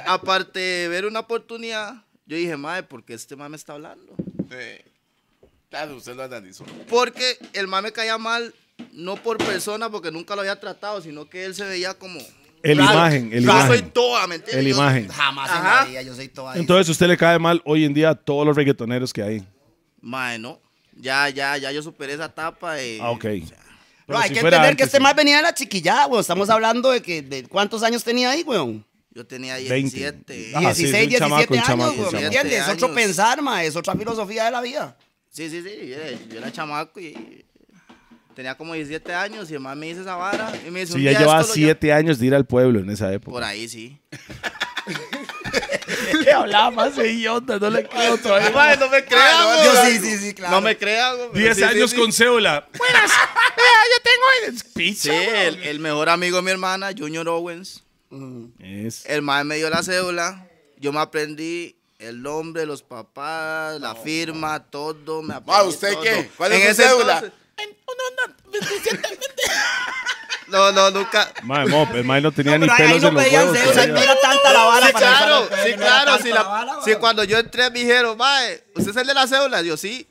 aparte de ver una oportunidad, yo dije, madre, ¿por qué este mae me está hablando? Eh, Claro, usted lo analizó. Porque el mae me caía mal, no por persona, porque nunca lo había tratado, sino que él se veía como... El imagen, el yo soy imagen. toda, ¿me entiendes? El Yo- imagen. vamos. Jamás en Ajá. la vida, yo soy toda Entonces usted le cae mal hoy en día a todos los reggaetoneros que hay. Mae, no. Ya, ya, ya yo superé esa etapa. eh. Ah, ok. No, Pero hay si que fuera entender que antes, este sí. más venía de la chiquillada, weón. Estamos hablando de que de cuántos años tenía ahí, weón. Yo tenía 20. 17. Ah, sí, 16, es un 17 chamaco, un años, chamaco, un weón, ¿me chamaco. entiendes? Es otro Años. pensar, ma, es otra filosofía de la vida. Sí, sí, sí. Yo era, yo era chamaco y tenía como 17 años y el mae me dice esa vara. Y me dice, Sí, un ya día llevaba esto lo- siete años de ir al pueblo en esa época. Por ahí, sí. ¿Qué hablaba más de idiota? No le creo todavía. Mae, Ah, no me creas, no, güey. yo sí, sí, sí, claro. No me creas, güey. Diez Sí, sí, años sí. con cédula. Buenas. Vea, yo tengo... el- Sí, Picha, el, el mejor amigo de mi hermana, Junior Owens. Es... El mae me dio la cédula. Yo me aprendí el nombre, los papás, la firma, todo. Me aprendí Ma, Ah, ¿usted todo. qué? ¿Cuál es En su ese cédula? entonces- No, no, nunca. Mae, mop, el mae no tenía ni pero ahí pelos no en los pedían huevos. sexo, todavía. no era tanta la vara Sí, para claro, nosotros, sí, no era claro. tanta Si, la la- vara, si weón. cuando yo entré me dijeron, mae, ¿usted es el de la cédula? Yo, sí,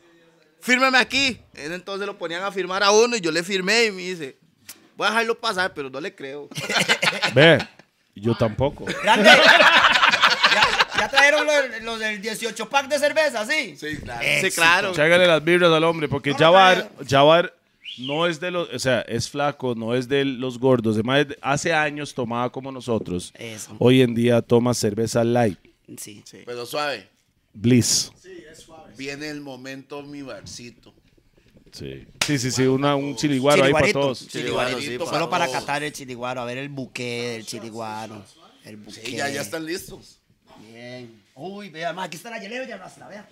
fírmeme aquí. En Entonces lo ponían a firmar a uno y yo le firmé y me dice, voy a dejarlo pasar, pero no le creo. Ve, yo tampoco. Grande. ya, ya trajeron los, los del 18 pack de cerveza, ¿sí? Sí, claro. Sí, claro. Chágale las birras al hombre, porque Javar, Javar no es de los, o sea, es flaco, no es de los gordos. Además, hace años tomaba como nosotros. Eso. Hoy en día toma cerveza light, Sí. Pero suave. bliss. Viene el momento, mi barcito. Sí, sí, sí, sí, una, un chiliguaro ahí para Chiliguarito. todos. Chiliguaro, sí, Chiliguarito, Solo pa- para oh. catar el chiliguaro, a ver el buque del chiliguaro. El buque. Sí, ya, ya están listos. Bien. Uy, vea, ma, aquí está la yeleva ya arrastra, vea.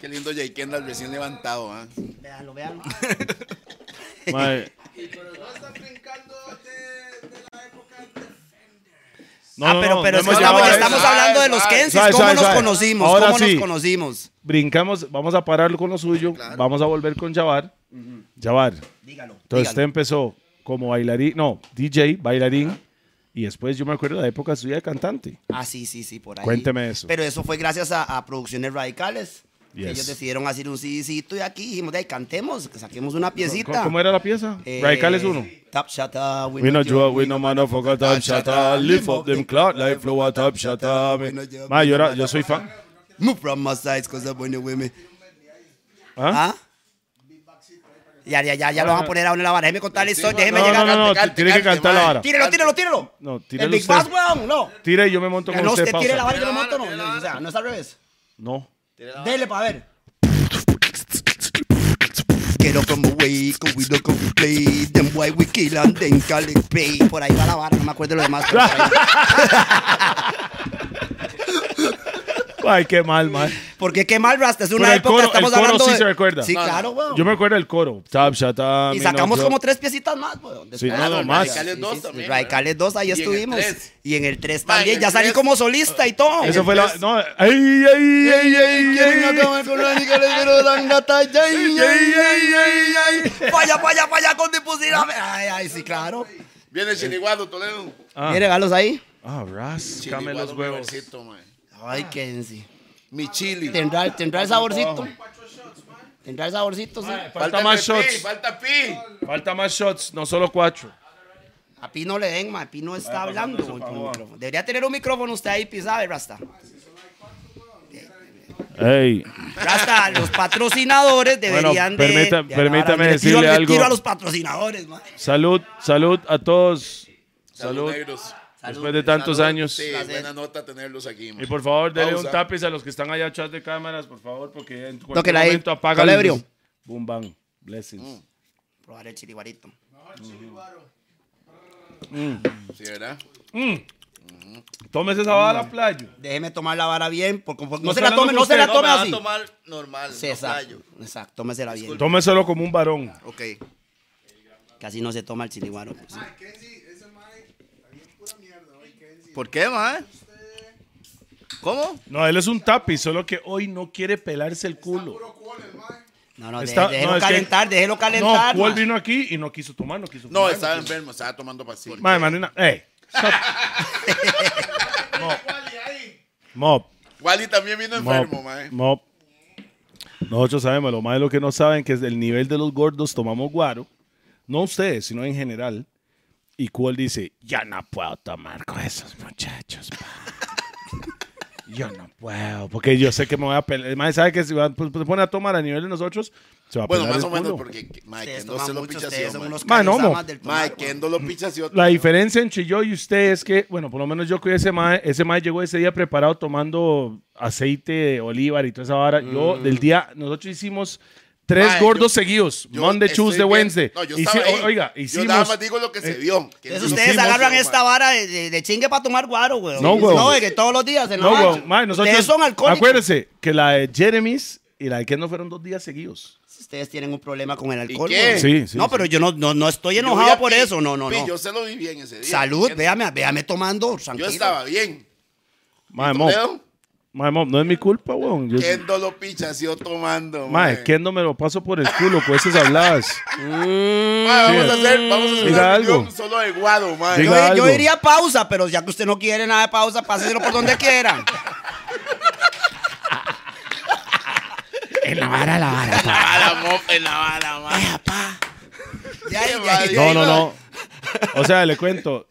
Qué lindo Jay Kendall recién levantado. ¿ah? Véanlo, véanlo. Mae, no, ah, no, pero, no, no pero es que hemos estamos, llegado a estamos eso. suave, hablando de los suave. Kensis. Suave, ¿Cómo suave, nos suave. conocimos? Ahora ¿Cómo sí. nos conocimos? Brincamos, vamos a parar con lo suyo, vamos a volver con Javar. Javar, Dígalo. Entonces usted dígalo. empezó como bailarín, no, DJ, bailarín, y después yo me acuerdo de la época suya de cantante. Ah, sí, sí, sí, por ahí. Cuénteme eso. Pero eso fue gracias a, a Producciones Radicales. que Yes. Ellos decidieron hacer un CDcito y aquí dijimos, de ahí cantemos, que saquemos una piecita. ¿Cómo, cómo era la pieza? Eh, Radicales uno. Top Shata, we, We no know you, draw, we no man of fuck top shatter, lift up them clout like flow a top shatter. We no joke, Ma, we yo, no era- man yo of- soy fan. Move from my sides, cause I'm on the women. ¿Ah? ¿Ah? Ya, ya, ya, ya lo van a poner a una la vara. Déjeme contar la historia, déjeme No, no, llegar. no, no, cante, tiene que cante, cantar la ma. vara. Tírelo, tírelo, tírelo. No, tírelo El Big usted. Bass, weón, no. Tira y yo me monto con No, usted, usted tire la pausa. vara y yo me monto, no. no, O sea, no es al revés. No. Dele para ver. Get up and awake, we don't play, then why we kill and then call it pay. Por ahí va la vara, no me acuerdo de lo demás. pero por ahí. Ay, qué mal, man. Porque qué mal, Rasta, es una Pero el época, coro- estamos el coro hablando sí de- se recuerda. Sí, No, no. claro, weón. Yo me acuerdo del coro. Top shatter. Y me sacamos no como draw. tres piecitas más, pues, weón. Sí, Después- no, no, más. Radicales dos también, Radicales 2, ahí Y en el estuvimos. tres. Y en el 3 Ma, en también, el ya salí tres- como solista y todo. Eso fue la... No, ay, ay, ay, ay, ay, ay, ay. Vaya, vaya, vaya con difusión. Ay, ay, sí, claro. Viene el chiriguado, Toledo. Ah. ¿Tiene regalos ahí? Ah, rascame Chiriguado, los mi huevos. barcito, ma. Ay, Kenzie. Mi chili. ¿Tendrá, tendrá el saborcito? ¿Tendrá el saborcito, sí? Falta más que pi, shots. Falta pi. Falta más shots, no solo cuatro. A Pino le den, ma. Pino está hablando. eso, güey, por por el favor. micrófono. Debería tener un micrófono usted ahí pisado, eh, Rasta. Ey, Rasta, los patrocinadores deberían de- permita- de. permítame le tiro- decirle le algo. tiro a los patrocinadores, ma. salud, salud a todos. Salud, Salud. negros. Después de tantos Salud. años. Sí, Placer. buena nota tenerlos aquí. man. Y por favor, denle un Pausa. tapiz a los que están allá atrás de cámaras, por favor, porque en cualquier Tóquela ahí. momento apaga Tóquela, luces. ebrio. Boom, bang. Blessings. Probar el chiriguarito. Sí, ¿verdad? Tómese esa bala, playo. Déjeme tomar la vara bien, porque no, No se la hablando tome, con no se usted, la No, me tome va a así. tomar normal. Sí, no exacto, playo. exacto, tómesela bien. Tómeselo como un varón. Ok. Casi no se toma el chiriguaro. pues, sí. Kenzie, ese mae está bien pura mierda hoy, Kenzie. ¿Por qué, mae? ¿Cómo? No, él es un tapiz, solo que hoy no quiere pelarse el culo. Puro culo el mae. No, no, de- Está- déjelo no, es que- calentar, déjelo No, calentar. Paul ma. vino aquí y no quiso tomar, no quiso No, fumar, estaba quiso- enfermo, estaba tomando pastillas. Madre, Marina, ey. stop. Mob. Wally también vino enfermo, mae. Mob. Nosotros sabemos, lo más de lo que no saben que es el nivel de los gordos tomamos guaro, no ustedes, sino en general. Y Cuál dice, ya no puedo tomar con esos muchachos. pa. Yo no puedo, porque yo sé que me voy a pelear. Más sabe que si va- pues, se pone a tomar a nivel de nosotros, se va a Bueno, pelar más el o menos, culo. porque Mike Ustedes Kendo toman se lo mucho, pichació. ustedes son unos Ma, no, mo. carizamas del tomar, Mike Kendo lo pichació. La diferencia entre yo y usted es que, bueno, por lo menos yo cuidé ese mae, ese mae llegó ese día preparado tomando aceite de olivar y toda esa vara. Yo, del día, nosotros hicimos tres Mae, gordos yo- seguidos, Yo Monday, estoy Tuesday, bien- Wednesday. No, yo Hici- estaba ahí. Oiga, Yo hicimos... nada más digo lo que se eh, vio. que Entonces no ustedes hicimos, agarran mae. esta vara de, de, de chingue para tomar guaro, güey. No, güey. No, de que todos los días en la no, noche. weón, mae, nosotros... Ustedes son alcohólicos. Acuérdense que la de Jeremy's y la de Ken no fueron dos días seguidos. Ustedes tienen un problema con el alcohol, ¿Y qué? güey. Sí, sí, No, sí. pero yo no, no, no estoy Yo vi enojado a por Pi- eso. No, no, Pi, no. Yo se lo vi bien ese día. Salud, Kendo. véame, véame tomando, Yo tranquilo. estaba bien. Mae, Mob, Leo, mae, Mob, no es mi culpa, weón. Yo- Kendo lo pichació tomando, Mae, mae. Ken no me lo paso por el culo con esas habladas. Mae, vamos a Sí. hacer, vamos a hacer Diga una algo. reunión solo de guado, mae. Diga- Yo, yo algo. iría a pausa, pero ya que usted no quiere nada de pausa, páseselo por donde quiera. En la bala, mo, en la bala, mae. Ya, Qué ya, madre. No, ya. no, no. O sea, le cuento,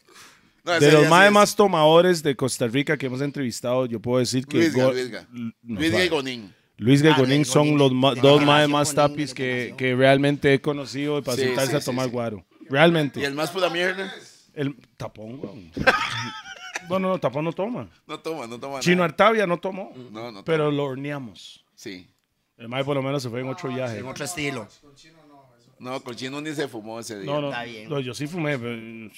No, ese De los día más, sí más tomadores de Costa Rica que hemos entrevistado, yo puedo decir que Luisga, Go- Luisga. L- no, Luis va. Gaigonín. Luis Gaigonín Ah, son Gaigonín, los ma- de dos generación más, más con tapis él, que, generación. que realmente he conocido y para Sí, sentarse sí, a sí, tomar sí. guaro. Y Realmente. el más pura mierda. El tapón, weón. No, no, no, tapón no toma. No toma, no toma. Chino nada. Artavia no tomó, No, no pero lo horneamos. Sí. El mae por lo menos se Ah, fue en otro viaje. En otro estilo. No, con Chino ni se fumó ese día. No, no, Está bien. no, yo sí fumé. pero-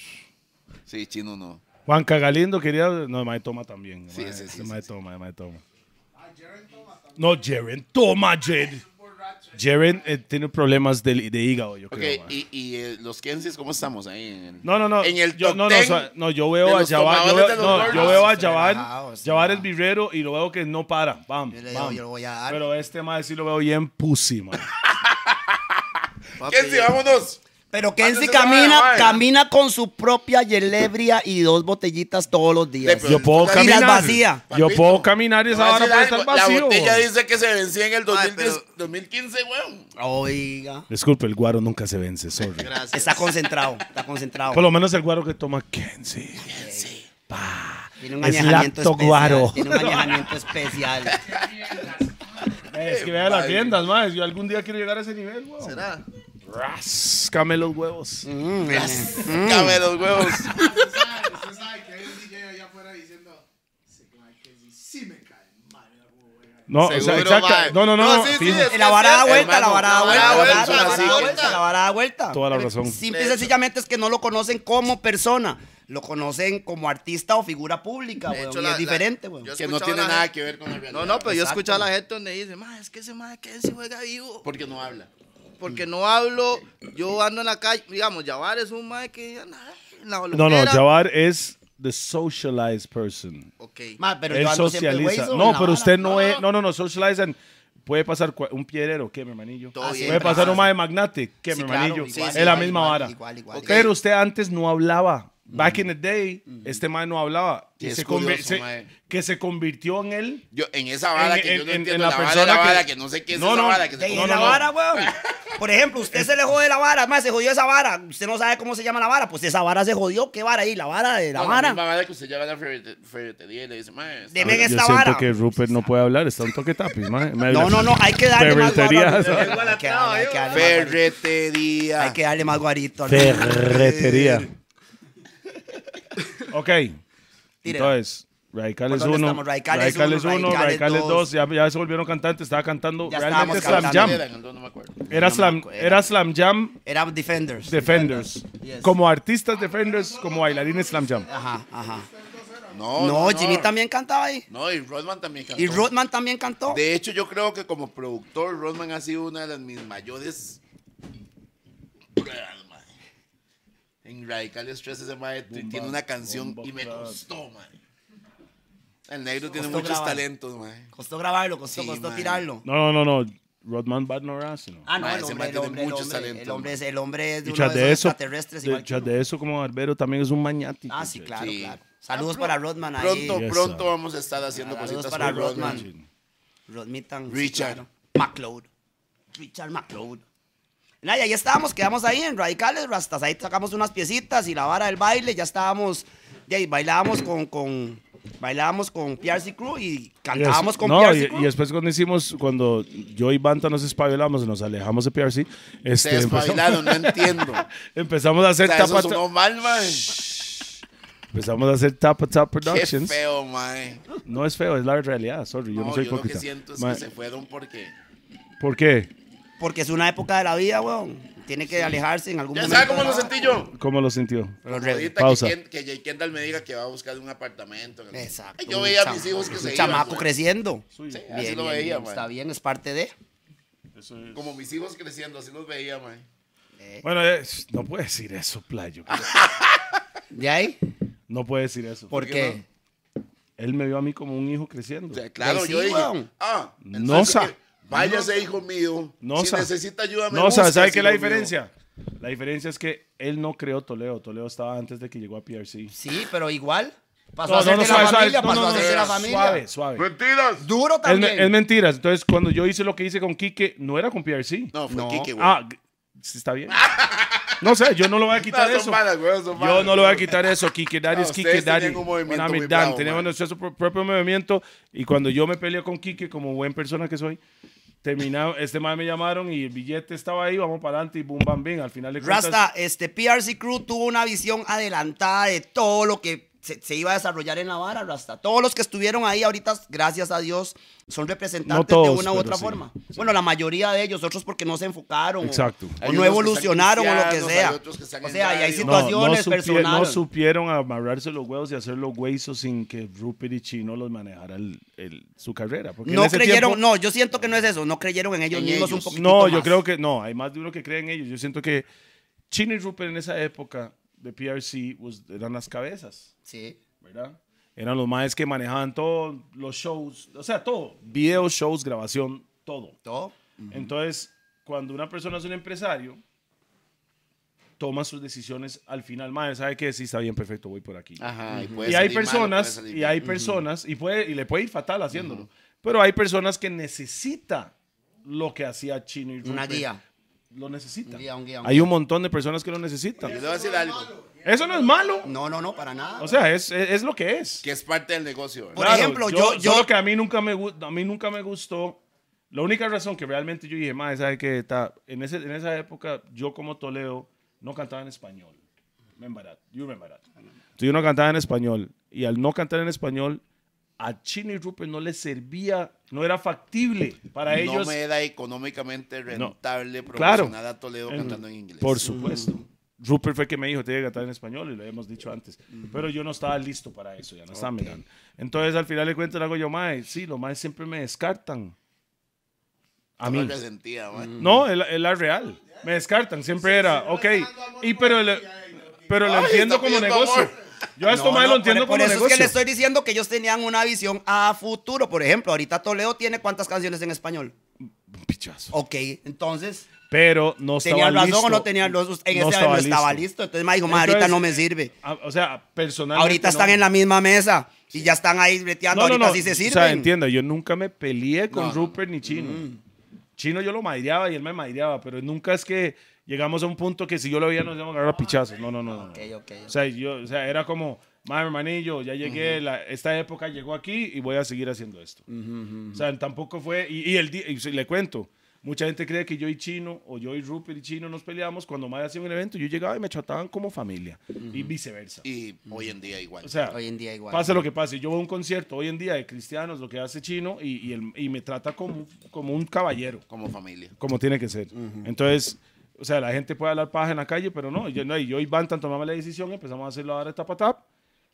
Sí, Chino no. Juan Cagalindo quería. No, el mae toma también. El Sí, mae- sí, sí, el sí, mae toma, el mae toma. No, Jeren toma, Jed. Jeren eh, tiene problemas del- de, hígado, yo Ok, creo. mae. y, y eh, los Kensis, ¿cómo estamos ahí? En el, No, no, no. En el yo, top no, no, 10 o sea, no, yo de veo a los Yavar. Yo tomadores veo, de los Este no, gordos. yo veo a Está relajado, Yavar. está Yavar es relajado. virrero y lo veo que no para. Bam, Yo le digo, bam. yo le voy a dar. Pero este mae sí lo veo bien pussy, man. Papi, Kensi, vámonos. Pero Kenzie Antes de la camina, vaina. camina con su propia yelebria y dos botellitas todos los Le- días. pero- Yo puedo Y las caminar. vacía. Yo Papito, puedo caminar y esa Te voy a vara puede decir estar algo, La vacío. botella weón. dice que se vencía en el Ay, 2010 pero- 2015, weón. Oiga. Disculpe, el guaro nunca se vence, sorry. Gracias. Está concentrado, está concentrado. Por lo menos el guaro que toma Kenzie. Tiene un Es añejamiento especial. lactoguaro. Tiene un añejamiento especial. Eh, Es que vea las tiendas, más. Yo algún día quiero llegar a ese nivel, weón. ¿Será? Rascame los huevos. Cabe los huevos. Usted sabe, usted sabe que hay un DJ allá afuera diciendo, "Ese mae Kenzie sí me cae mal, la huevo". No, o sea, Seguro, exacto. mae. No, no, no. no, sí, sí, fijo. es Y que la vara da sí, vuelta, la hermano, vara da la vuelta, vara la da vara vuelta, da vuelta, la vara da sí, vuelta, la vara da vuelta. Toda la razón. Simple y sencillamente es que no lo conocen como persona, lo conocen como artista o figura pública, De weón, hecho, y la- es la- diferente, weón. yo- Que no tiene Escuchaba la nada gente. que ver con la realidad. No, no, pero yo Exacto. escucho a la gente donde dice, ma, es que ese ma Kenzie juega vivo. Porque no habla. Porque no hablo, yo ando en la calle, digamos, Yavar es un ma que anda en la No, no, loquera. Jabbar es the socialized person. Ok. Ma, pero Él yo ando siempre socializa. hueso en No, la pero vara. usted no es. No, no, no, socialize and- Puede pasar cua- un piedrero, ¿qué, mi hermanillo? Todo Puede bien, pasar claro. un mae magnate, ¿qué, Sí, mi claro, hermanillo? igual, es igual, la misma igual, Mm. vara. igual, igual. Pero usted antes no hablaba Back in the day, este man no hablaba. Sí, Que es se, curioso, conver- se- mae. que se convirtió en él. Yo, en esa vara En- que yo en- no en- entiendo, en la, la vara, persona la que- vara que no sé qué es No, esa no. vara que De se No, la no, no. vara, weón. Por ejemplo, usted se le jode la vara, más se jodió esa vara. Usted no sabe cómo se llama la vara. Pues esa vara se jodió. ¿Qué vara ahí? La vara de la No, vara. misma vara que usted lleva a la ferrete- ferretería y le dice, mae, esta- Deme- Ven Yo esta siento vara. que Rupert no puede hablar, está un toque tapiz, mae. Mae, No, la- no, no, hay que darle más Ferretería. guaro. Hay que darle- hay que darle más guarito. ferretería. Hay que darle más guarito. al- Ferretería. ok. Tírela. Entonces, Radical ¿Por es dónde uno. estamos? Radical es Radical uno, es uno, Radical es Radical es dos. dos. Ya, ya se volvieron cantantes, estaba cantando. Ya realmente estábamos Slam cantando. Jam. Eran, no me acuerdo. Era Slam, acuerdo. era Slam Jam Era Defenders. Defenders. Yes. Como artistas Defenders, como bailarines Slam Jam. Ajá, ajá. No, No, Jimmy también cantaba ahí. No, y Rodman también cantó. Y Rodman también cantó. De hecho, yo creo que como productor, Rodman ha sido una de las mis mayores pruebas, mae. En Radical Stress, ese mae t- tiene una canción y me costó, mae. El negro tiene Costó muchos grabar. talentos, mae. Costó grabarlo, costó, Sí, costó man. tirarlo. No, no, no, no. Rodman Bad no era así, ¿no? Ah, no, Man, el ese hombre, man el tiene hombre, el muchos hombre, talentos, el hombre man. es, el hombre es de Y uno tras de de esos eso, extraterrestres. de, igual que tras uno. de eso como barbero también es un mañati. Ah, sí, claro, Sí. claro. Saludos para Rodman ahí. Pronto, Yes, pronto sir. vamos a estar haciendo Saludos cositas para con Rodman. Rodmitan. sí, Richard. claro. McLeod. Richard McLeod. Nah, y ahí estábamos, quedamos ahí en Radicales Rastas. Ahí sacamos unas piecitas y la vara del baile. Ya estábamos, y ahí bailábamos con, con, bailábamos con PRC Crew y cantábamos con no, PRC y, Crew. y después cuando hicimos, cuando yo y Banta nos espabilamos, nos alejamos de PRC, Se este, empezamos, despabilaron, no entiendo. O empezamos a hacer sea, eso tapa, sonó mal, mae. empezamos a hacer tapa tap Qué productions. feo, mae. No es feo, es la realidad, sorry, yo no, No, soy yo lo que hipócrita. siento es Ma- que se fueron porque... ¿Por qué? Porque es una época de la vida, weón. Tiene que alejarse en algún Ya momento. sabe cómo de la lo vara. sentí yo. ¿Cómo lo sintió? Pero re- Ahorita Pausa. Que, Ken- que Jay Kendall me diga que va a buscar un apartamento. Exacto. Ay, Yo un veía a chama- mis hijos que un se iban, chamaco güey. creciendo. Sí, Bien, así lo bien, veía, bien, man. Está bien, es parte de. Como mis hijos creciendo, así los veía, man. Eh. Bueno, es- no puede decir eso, playo. ¿De ahí? No puede decir eso. ¿Por qué? Él me vio a mí como un hijo creciendo. O sea, claro, Ahí sí, yo dije, weón. ah, No, entonces sa- que váyase, hijo mío. No, si sa- necesita ayuda, me No, o sea, busca, ¿sabe qué hijo es la mío. diferencia? La diferencia es que él no creó Toledo. Toledo estaba antes de que llegó a PRC. Sí, pero igual. Pasó a No, ser no, no, de la suave, suave. familia, No, pasó no, a no, ser de la suave, familia. suave, suave. ¡Mentiras! Duro Es, también. me- es mentiras. Entonces, cuando yo hice lo que hice con Quique, no era con PRC. No, fue No. Kike, güey. ah, g- sí, está bien. No sé, yo no lo voy a quitar No, son eso. malas, güey, son Yo malas. no lo voy a quitar eso, Kike Daddy Ah, es Kike ustedes Daddy. tenían un movimiento Nami muy Dan, bravo, teníamos man. nuestro pro- propio movimiento y cuando yo me peleé con Kike como buen persona que soy, terminado, este man me llamaron y el billete estaba ahí, vamos para adelante y boom, bam, bing. Al final de cuentas, Rasta, este PRC Crew tuvo una visión adelantada de todo lo que se, se iba a desarrollar en la vara, Rasta. Todos los que estuvieron ahí ahorita, gracias a Dios, son representantes No todos, de una u pero otra sí, forma. Bueno, la mayoría de ellos, otros porque no se enfocaron. o- Exacto. O, Hay unos no que evolucionaron o están lo que cristianos, sea. hay otros que están o en sea, y hay radio. no, situaciones no, supie- no personales. supieron amarrarse los huevos y hacer los huesos sin que Rupert y Chino los manejara el- el- su carrera. Porque en No ese creyeron, tiempo- no, yo siento que no es eso, no creyeron en ellos En mismos ellos. un poquito. No, yo creo que no, hay más de uno que cree en ellos. Yo siento que Chino y Rupert en esa época de PRC was- eran las cabezas. Sí. ¿verdad? Eran los maes que manejaban todos los shows, o sea, todo, videos, shows, grabación, todo. Todo. Entonces, cuando una persona es un empresario, toma sus decisiones al final, mae, ¿sabe qué? Sí, está bien, perfecto, voy por aquí. Ajá, y, puede y hay salir malo, personas, puede salir y bien. hay personas, y, puede, y le puede ir fatal haciéndolo, pero hay personas que necesita lo que hacía Chino y Rupert. Una guía. Lo necesita. Un guía, un guía, un Hay un montón de personas que lo necesitan. Yo le voy a decir algo, Eso no es malo. No, no, no, para nada. O sea, es, es, es lo que es. que es parte del negocio. ¿verdad? Por ejemplo, yo- yo- solo que a mí nunca me gu- a mí nunca me gustó. La única razón que realmente yo dije, "Mae, ¿sabe qué? Ta- en ese en esa época yo como Toledo no cantaba en español. Remember that. You remember that. Entonces, yo no cantaba en español y al no cantar en español a Chino y Rupert no les servía, no era factible para No ellos. me era económicamente rentable Claro. promocionar a Toledo En- cantando en inglés. Por supuesto. Rupert fue que me dijo, tiene que cantar en español, y lo habíamos dicho antes. Pero yo no estaba listo para eso, ya no estaba mirando. Entonces, al final de cuentas, le hago yo, mae, sí, los maes siempre me descartan. A Yo mí. lo resentía, man. Mm. No, es la- es la real. Me descartan, siempre era, ok. Y pero, le- pero lo Ay, entiendo está como pidiendo negocio. amor. Yo a esto mae, lo entiendo por, por como eso es que negocio. le estoy diciendo que ellos tenían una visión a futuro. Por ejemplo, ahorita Toledo tiene cuántas canciones en español. Pichazo. Ok, entonces. Pero no estaba ¿Tenía razón listo. o no tenía razón? En No ese estaba año no estaba listo. listo. Entonces me dijo, ma, ahorita Entonces, no me sirve. Ah, O sea, personalmente. Ahorita están no. en la misma mesa y ya están ahí breteando. No, no, ahorita no. sí se O sea, sirven. Mm. entienda, yo nunca me peleé con No. Rupert ni Chino. Chino yo lo madreaba y él me madreaba, pero nunca es que llegamos a un punto que si yo lo veía nos íbamos a agarrar a pichazos. No, no, no. no. ok, ok. O sea, yo, o sea, era como, madre hermanillo, ya llegué, la- esta época llegó aquí y voy a seguir haciendo esto. O sea, tampoco fue, y, y el día, y si le cuento, mucha gente cree que yo y Chino, o yo y Rupert y Chino nos peleamos cuando más hacía un evento, yo llegaba y me trataban como familia, y viceversa. Y hoy en día igual. O sea, Hoy en día igual. Pase lo que pase, yo voy a un concierto hoy en día de cristianos, lo que hace chino, y, y el- y me trata como, como un caballero, como familia. como tiene que ser. Entonces, o sea, la gente puede hablar paja en la calle, pero no, yo, no, y yo y Bantan tomamos la decisión, empezamos a hacerlo ahora de tap a tap,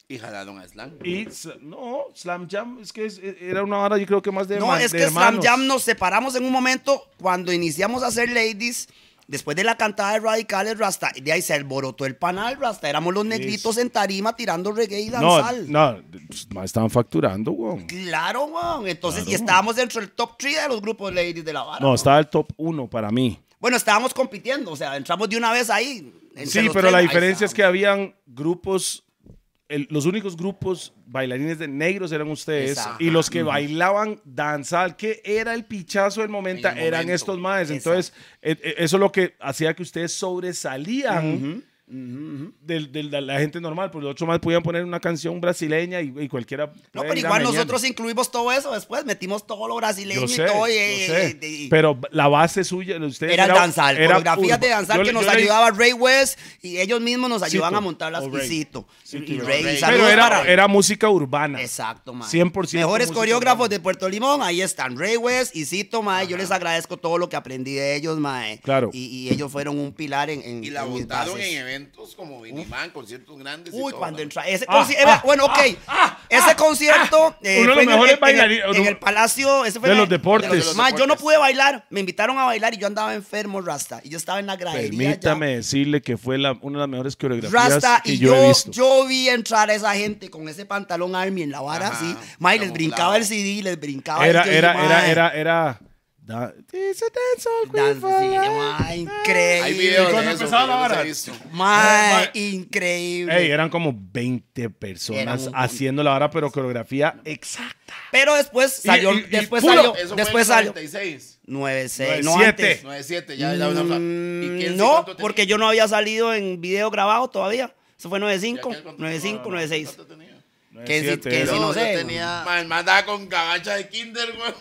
Y jalaron a Slam. y s- no, Slam Jam, es que es- e, era una hora yo creo que más de No, herma- es de que Slam hermanos. Jam nos separamos en un momento cuando iniciamos a hacer Ladies. Después de la cantada de Radicales Rasta, de ahí se alborotó el panal Rasta. Éramos los negritos en tarima tirando reggae y No, danzal. no, pues, ma, estaban facturando, weón. Claro, weón. Entonces, Claro, y estábamos dentro del top 3 de los grupos Ladies de la vara. No, estaba el top uno para mí. Bueno, estábamos compitiendo, o sea, entramos de una vez ahí. entre Sí, los pero tres. la Ahí diferencia es que estábamos. habían grupos, el- los únicos grupos bailarines de negros eran ustedes Exacto. y los que bailaban danzal, que era el pichazo del momento, En el eran momento. estos maes. Entonces, eh, eh, eso es lo que hacía que ustedes sobresalían. del- del- de la gente normal, porque los otros más podían poner una canción brasileña y, y cualquiera. No, puede pero ir a igual meñar. nosotros incluimos todo eso después, metimos todo lo brasileño Yo sé, y todo. yo y- y- sé, y- y- pero la base suya, de ustedes era el era- danzal, era coreografías de urba- danzar Yo que le- nos yo le- ayudaba Ray West y ellos mismos nos ayudaban Cito, a montar las o Ray. pisito. Cito Y y Ray, Ray. Pero saludos Pero era, para- era música urbana. Exacto, mae. 100% Mejores música coreógrafos urbana. de Puerto Limón, ahí están Ray West y Cito, mae. Yo les agradezco todo lo que aprendí de ellos, mae. Claro. Y, y ellos fueron un pilar en, en Y la en mis votaron bases. en eventos como Vinimán, conciertos grandes. y Uy, todo, cuando ¿no? entra ese Ah, concierto, ah, bueno, ok, ah, ese concierto eh, Uno de los fue en el- mejores en el, bailarines- en el Palacio ese fue de en los el- deportes. de los- De los Ma, yo no deportes. pude bailar, me invitaron a bailar y yo andaba enfermo, Rasta, y yo estaba en la gradería. ya. Permítame decirle que fue la- una de las mejores coreografías Rasta que y yo, he yo, visto. yo vi entrar a esa gente con ese pantalón Army en la vara Ajá, así, ma, y les camuflado. brincaba el CD, les brincaba era, el- yo era, dije, era, ma, era, era, da- It's a dance all dan- queen for sí, life. ma, Hay increíble. videos cuando de eso que empezaba yo la los he vara. visto. Ma, Eh, ma. increíble. Ey, eran como 20 Era un personas montón. haciendo la hora, pero coreografía exacta. Pero después salió, eh. y- y después puro, salió, Eso después fue en el salió. 96, 9-6, no 9-7. antes. 97, ya, ya, ya, ya. ¿Y quién Mm, sí No, cuánto tenía? porque yo no había salido en video grabado todavía. Eso fue ¿Y aquel 9-5, cuánto- 9-5, no, no, 9-6. ¿cuánto tenía? Que si- Siete, que era- si no No, yo sé. tenía- Man, mandaba con cabacha de kinder, güey.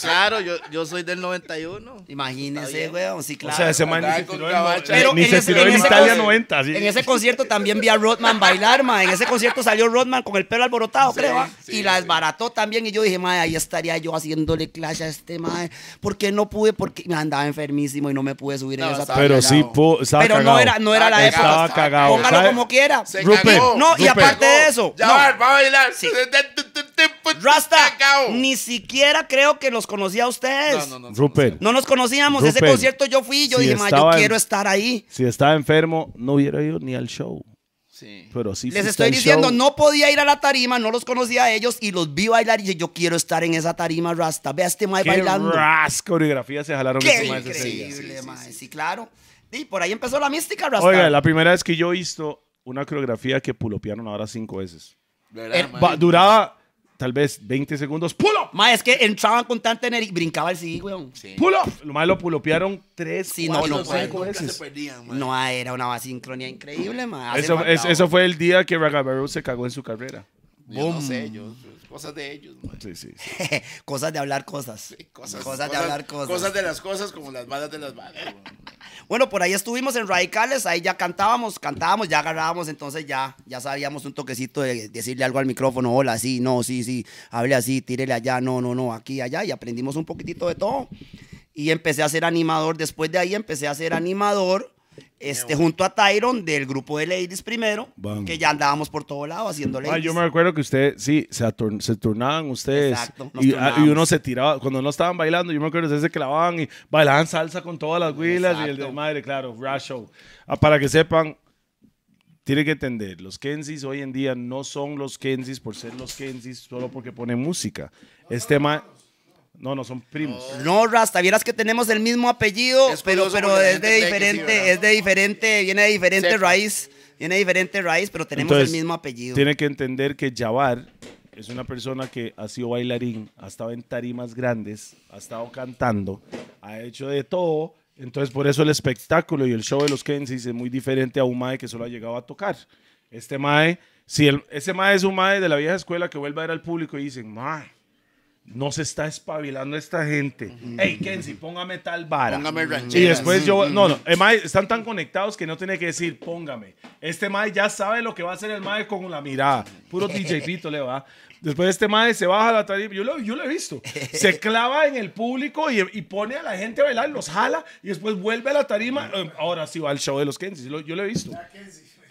Claro, yo, yo soy del 91. Imagínense, weón, sí, claro. O sea, ese man ni andaba se con tiró en- cabacha. ni- Pero ni en se ese- tiró en en ese Italia conci- 90. sí. En ese concierto también vi a Rodman bailar, ma. En ese concierto salió Rodman con el pelo alborotado, creo. ah. sí, y la sí. desbarató también. Y yo dije, ma, ahí estaría yo haciéndole clash a este ma. Porque no pude, porque me andaba enfermísimo y no me pude subir No, en esa estaba Pero cagado. sí, po- estaba Pero cagado. no era, no era la Estaba época. cagado, Póngalo ¿sabe? como quiera. Se Rupert, cagó. No, y se aparte cagó. de eso, Ya no. va, va a bailar. Sí. Rasta, Rasta. ni siquiera creo que los conocía a ustedes. No, Rupert, nos conocíamos. Ese Rupert, concierto yo fui, yo si dije, ma, yo estaban- quiero estar ahí. si estaba enfermo, no hubiera ido ni al show. Sí. Pero sí Les fuiste estoy al diciendo, show. no podía ir a la tarima, no los conocía a ellos y los vi bailar y dije, yo quiero estar en esa tarima, Rasta. Ve a este mae Qué bailando. ras coreografía se jalaron Qué esos maes ese día. increíble, mae. Sí, claro. Y por ahí empezó la mística, Rasta. Oiga, la primera vez que yo he visto una coreografía que pulopearon ahora cinco veces. ¿Verdad, man? Eh, Va- duraba tal vez 20 segundos. ¡Pull up! Mae, es que entraban con tanta energía y brincaba el sí, weón. Sí. ¡Pull up! Lo más lo pulopearon tres, Sí, no, cuatro, no puede. cinco Nunca se veces. perdían, man. No, ah, era una sincronía increíble, mae. Hace Eso, falta- es- eso fue el día que Ragabaru se cagó en su carrera. Yo no sé, yo, cosas de ellos, man. Sí, sí. sí. cosas de hablar cosas. Cosas, de hablar cosas. Cosas de las cosas como las balas de las balas. güey. Bueno, por ahí estuvimos en Radicales, ahí ya cantábamos, cantábamos, ya agarrábamos, entonces ya, ya sabíamos un toquecito de decirle algo al micrófono, hola, sí, no, sí, sí, hable así, tírele allá, no, no, no, aquí, allá, y aprendimos un poquitito de todo. Y empecé a ser animador, después de ahí empecé a ser animador, este, junto a Tyron del grupo de Ladies primero, Vamos. que ya andábamos por todo lado haciendo Ladies. Ah, yo me recuerdo que usted, sí, se, ator- se turnaban ustedes. Exacto, nos y, ah, y turnábamos. uno se tiraba, cuando no estaban bailando, yo me acuerdo que ustedes se clavaban y bailaban salsa con todas las huilas y el de Exacto. madre, claro, Rush Show. Ah, para que sepan, tienen que entender, los Kensis hoy en día no son los Kensis por ser los Kensis solo porque ponen música. Este ma... No, no, son primos. No, Rasta, vieras que tenemos el mismo apellido, Es pero, curioso pero porque la es gente de cree que sí, diferente, ¿verdad? es de diferente, viene de diferente Cerca. raíz, viene de diferente raíz, pero tenemos Entonces, el mismo apellido. Tiene que entender que Jabbar es una persona que ha sido bailarín, ha estado en tarimas grandes, ha estado cantando, ha hecho de todo. Entonces, por eso el espectáculo y el show de los Kensis es muy diferente a un mae que solo ha llegado a tocar. Este mae, si el- ese mae es un mae de la vieja escuela que vuelve a ver al público y dicen, mae, no se está espabilando esta gente. Hey, Kenzie, póngame tal vara. Póngame Y rancheras. después yo, no, no, el mae- están tan conectados que no tiene que decir, póngame. Este mae ya sabe lo que va a hacer el mae con la mirada. Puro DJ Pito le va. Después este mae se baja a la tarima, yo lo, yo lo he visto. Se clava en el público y, y pone a la gente a bailar, los jala y después vuelve a la tarima. Eh, ahora sí va al show de los Kensis, yo, lo- yo lo he visto.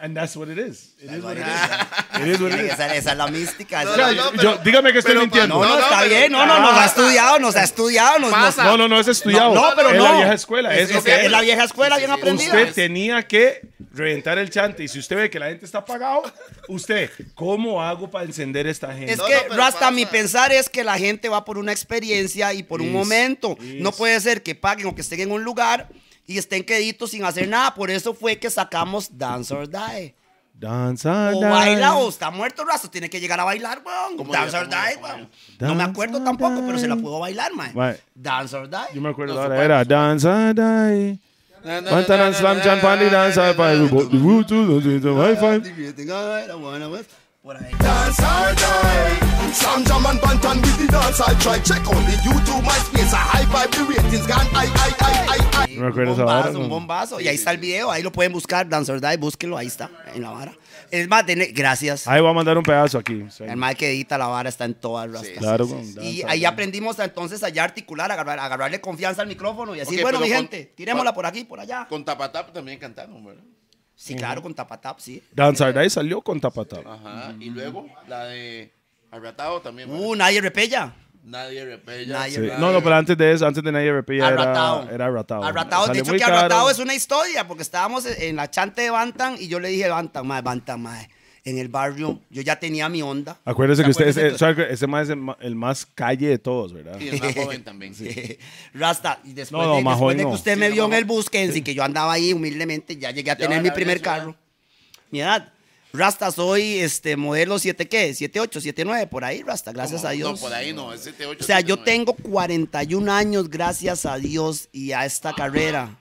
And that's what it is. It is what it is. It is what it is. Esa, esa es la mística. esa No, es la- Yo- no, pero- yo- dígame que estoy pero- mintiendo. Ah. No, no, no, está pero- bien, no, no, nos ha Pasa. estudiado, nos ha estudiado, nos, nos- Pasa. No, no, no es estudiado. No, no, pero es la no. vieja escuela. Es, es, lo que es la vieja escuela bien aprendida. Usted tenía que reventar el chante. Y si usted ve que la gente está apagado, usted, ¿cómo hago para encender esta gente? Es No, que, no, pero Rasta, pasa. mi pensar es que la gente va por una experiencia y por un Is, momento. is. No puede ser que paguen o que estén en un lugar y estén queditos sin hacer nada. Por eso fue que sacamos Dance or Die. Danza, O dan- baila o está muerto, Rasta. Tiene que llegar a bailar, weón. ¿Cómo Dance llega? or ¿Cómo Die, llega? ¿Cómo weón. No me Dance acuerdo or tampoco, die. pero se la puedo bailar, man. Right. Dance or Die. Yo me acuerdo No, ahora, su era danza, dai. Pantaran, slam, chan, pandi, danza, pa- Bluetooth, Wi-Fi. pues. Por ahí. dance all day. Sam jam and bantan with the dance I try. Check on the YouTube, my space. I high five the ratings gone. I, I, I, I, I. No me acuerdo un esa vara, bombazo, un no. bombazo. Y ahí está el video, ahí lo pueden buscar, Dance or Die, búsquenlo, ahí está, en la vara. Es más, tiene- gracias. Ahí voy a mandar un pedazo aquí. Sí. El mal que edita la vara está en todas las Claro, con Y danza, ahí dan- aprendimos a, entonces allá articular, agarrar, agarrarle confianza al micrófono y así, Ok, bueno, pero mi con- gente, tirémosla por aquí, por allá. Con Tapatap también cantaron, ¿verdad? sí, claro, con tapatap, sí. Danza, dai salió con tapatap. Ajá. Y luego la de Arratado también. ¿verdad? Uh, nadie repella. Nadie repella. Nadie Sí. No, no, pero antes de eso, antes de Nadie RP ya Arratado. era, era Arratao. Arratao, Sale dicho muy que arratado caro. es una historia, porque estábamos en la chante de Bantan y yo le dije, Bantan, mae, Bantan, mae. En el barrio, yo ya tenía mi onda. Acuérdese que ¿Se usted, acuerdan? ese, sabe que ese mae es el, ma- el más calle de todos, ¿verdad? Y el más joven también. Rasta, y después, No, no, de, más después joven de que no. usted Sí, me no, vio más en el bus, que en sí que yo andaba ahí humildemente, ya llegué a Ya tener mi van a primer ver su edad. carro. Mi edad. Rasta, soy este modelo 7 qué, 78, 79, por ahí, Rasta, gracias a Dios. No, por ahí no, es 7, 8. O sea, yo tengo 41 años, gracias a Dios y a esta carrera.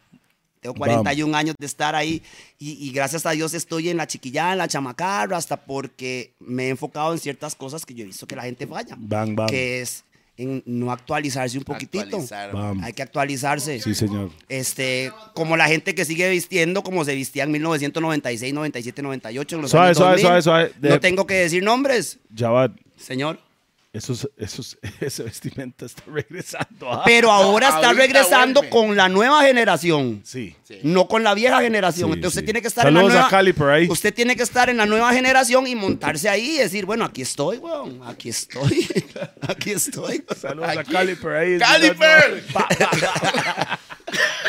Tengo 41 años de estar ahí y, y gracias a Dios estoy en la chiquillada, en la chamacarra, hasta porque me he enfocado en ciertas cosas que yo he visto que la gente falla. Bang, bang. Que es en no actualizarse un poquitito. Actualizar. Bam. Hay que actualizarse. Sí, señor. Este, como la gente que sigue vistiendo como se vistía en 1996, 97, 98, en los Suave, años suave, 2000. suave, suave. De- No tengo que decir nombres, Javad, señor. esos, esos, ese vestimenta está regresando. ah. Pero ahora está ahorita regresando vuelve. con la nueva generación. Sí. No con la vieja generación. Sí, Entonces usted sí. tiene que estar en Saludos la a nueva. Cali por ahí. Usted tiene que estar en la nueva generación y montarse ahí y decir, bueno, aquí estoy, weón. Aquí estoy. aquí estoy. Saludos a Caliper ahí. ¡Caliper!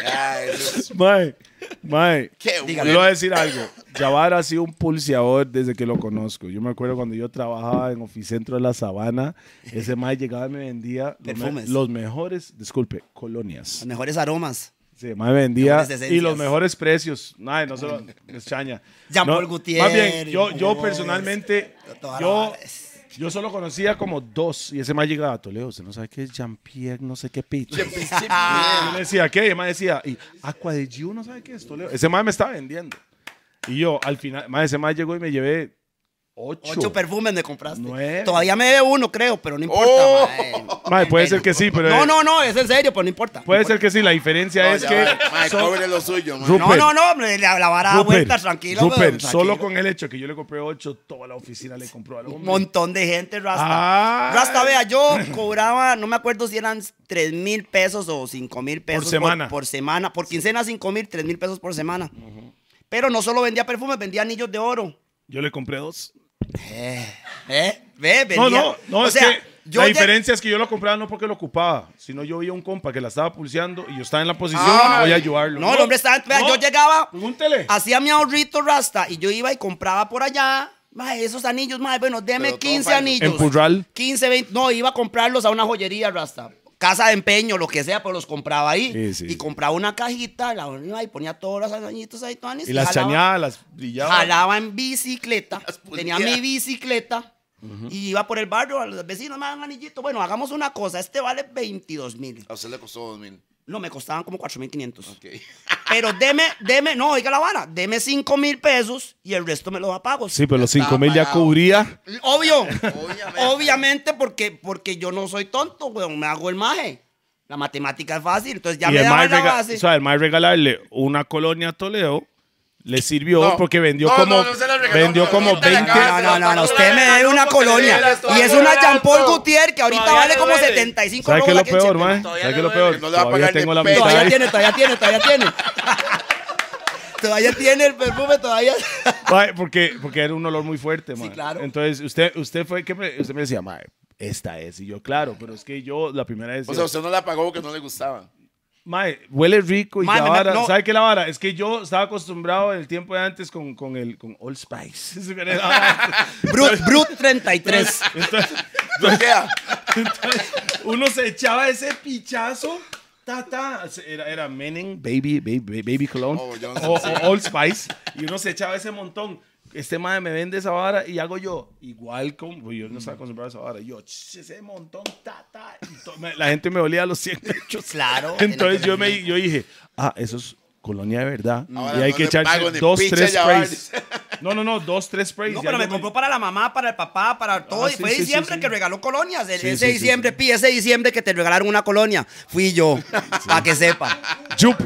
Ya, eso es- Mae, mae. Qué Yo bueno. le voy a decir algo. Javad ha sido un pulseador desde que lo conozco. Yo me acuerdo cuando yo trabajaba en Oficentro de la Sabana, ese mae llegaba y me vendía los, me- Perfumes. los mejores, disculpe, colonias. Los mejores aromas. Sí, mae vendía Mejores esencias. y los mejores precios. Mae, no solo es chaña. Jean No, Paul Gaultier, Más bien, yo, yo Boys, personalmente, toda la yo, vara. yo solo conocía como dos y ese mae llegaba a Toledo. Usted no sabe qué es Jean-Pierre, no sé qué pito. Yo le decía, ¿qué? Y el mae decía, y Aqua de Giu, no sabe qué es Toledo. Ese mae me estaba vendiendo. Y yo, al final, mae, ese mae llegó y me llevé ocho. Ocho perfumes me compraste. Nueve. Todavía me debe uno, creo, pero no importa. Oh. mae. Mae, puede ser que sí, pero. No, eh, no, no, es en serio, pero no importa. Puede ser que sí, la diferencia es que. Mae, son- cobre lo suyo, mae. Rup- No, Rupert. no, no, hombre, la, la vara da Rupert, vueltas, tranquilo. Rupert, weón, solo tranquilo. con el hecho que yo le compré ocho, toda la oficina le compró algo. Un montón de gente, Rasta. Ah. Rasta, vea, yo cobraba, no me acuerdo si eran 3 mil pesos o 5 mil pesos semana. Por, semana, por quincena 5 mil, 3 mil pesos por semana. Pero no solo vendía perfumes, vendía anillos de oro. Yo le compré dos. ¿Eh? Ve, No, vendía. no, no, O es sea, que yo la ya- diferencia es que yo lo compraba no porque lo ocupaba, sino yo veía un compa que la estaba pulseando y yo estaba en la posición, Ay. voy a ayudarlo. No, el hombre estaba. Vea, no. yo llegaba, Pregúntele. hacía mi ahorrito, Rasta, y yo iba y compraba por allá. Mae, esos anillos, mae, bueno, deme Pero todo 15 falso. anillos. En Purral. 15, 20. No, iba a comprarlos a una joyería, Rasta. casa de empeño, lo que sea, pero los compraba ahí. Sí, sí. Y compraba una cajita, la unía y ponía todos los arañitos ahí, todas Y las chañaba, las brillaba. jalaba en bicicleta, Las pulía. tenía mi bicicleta y iba por el barrio, a los vecinos me dan anillito, bueno, hagamos una cosa, este vale 22 mil. A usted le costó 2 mil. No, me costaban como 4.500. Ok. Pero deme, deme, no, oiga la vara, deme 5 mil pesos y el resto me lo pago. Sí, pero los Estaba 5 mil ya pagado. cubría. Obvio, Obviamente. obviamente, porque, porque yo no soy tonto, weón, me hago el maje. La matemática es fácil, entonces ya y me el daban más la base. regalarle una colonia a Toledo le sirvió No. porque vendió No, como, no, no se la regaló, vendió pero como ahorita la 20. acaba de No, no, no, no, usted me debe una Porque colonia. le debe la Y es una todavía Jean Paul duele. Gutiérrez que ahorita Todavía vale le como duele. 75 ¿Sabes qué es lo dólahe que peor, chepe. mae? Todavía ¿Sabes qué es le lo peor? duele. No le va a Todavía pagar ni tengo la peso. mitad Todavía ahí. tiene, todavía tiene, todavía tiene. Todavía tiene el perfume, todavía. Mae, porque, porque era un olor muy fuerte, mae. claro. Entonces, usted, usted fue que me, usted me decía, mae, esta es. Y yo, claro, pero es que yo la primera vez. O sea, yo, usted no la pagó porque no le gustaba. Mae, huele rico y Mae, la me- me- vara. no. ¿Sabe qué es la vara? Es que yo estaba acostumbrado en el tiempo de antes con, con el con Old Spice. Esa era la vara. Brut, Brut 33. ¿No queda? Entonces, uno se echaba ese pichazo. Ta, ta. Era, era Menem, Baby, Baby, Baby Cologne. Oh, yo no sé. o, o Old Spice. Y uno se echaba ese montón. Este madre me vende esa vara y hago yo igual con. pues Yo no estaba acostumbrado a esa vara. Yo, "Ch, ese montón, ta, ta. Y to- me- la gente me olía a los 100 pechos. Claro. Entonces yo, me, yo dije, ah, eso es colonia de verdad. Ahora y hay no que le echarse pago ni dos, picha tres ya sprays. No, no, no, dos, tres sprays. No, Ya pero yo me compró para la mamá, para el papá, para todo. Ah, y sí, fue sí, sí, diciembre sí. que regaló colonias. El- Sí, ese sí, sí, diciembre, pi, ese diciembre que te regalaron una colonia. Fui yo, para que sepa. Yup.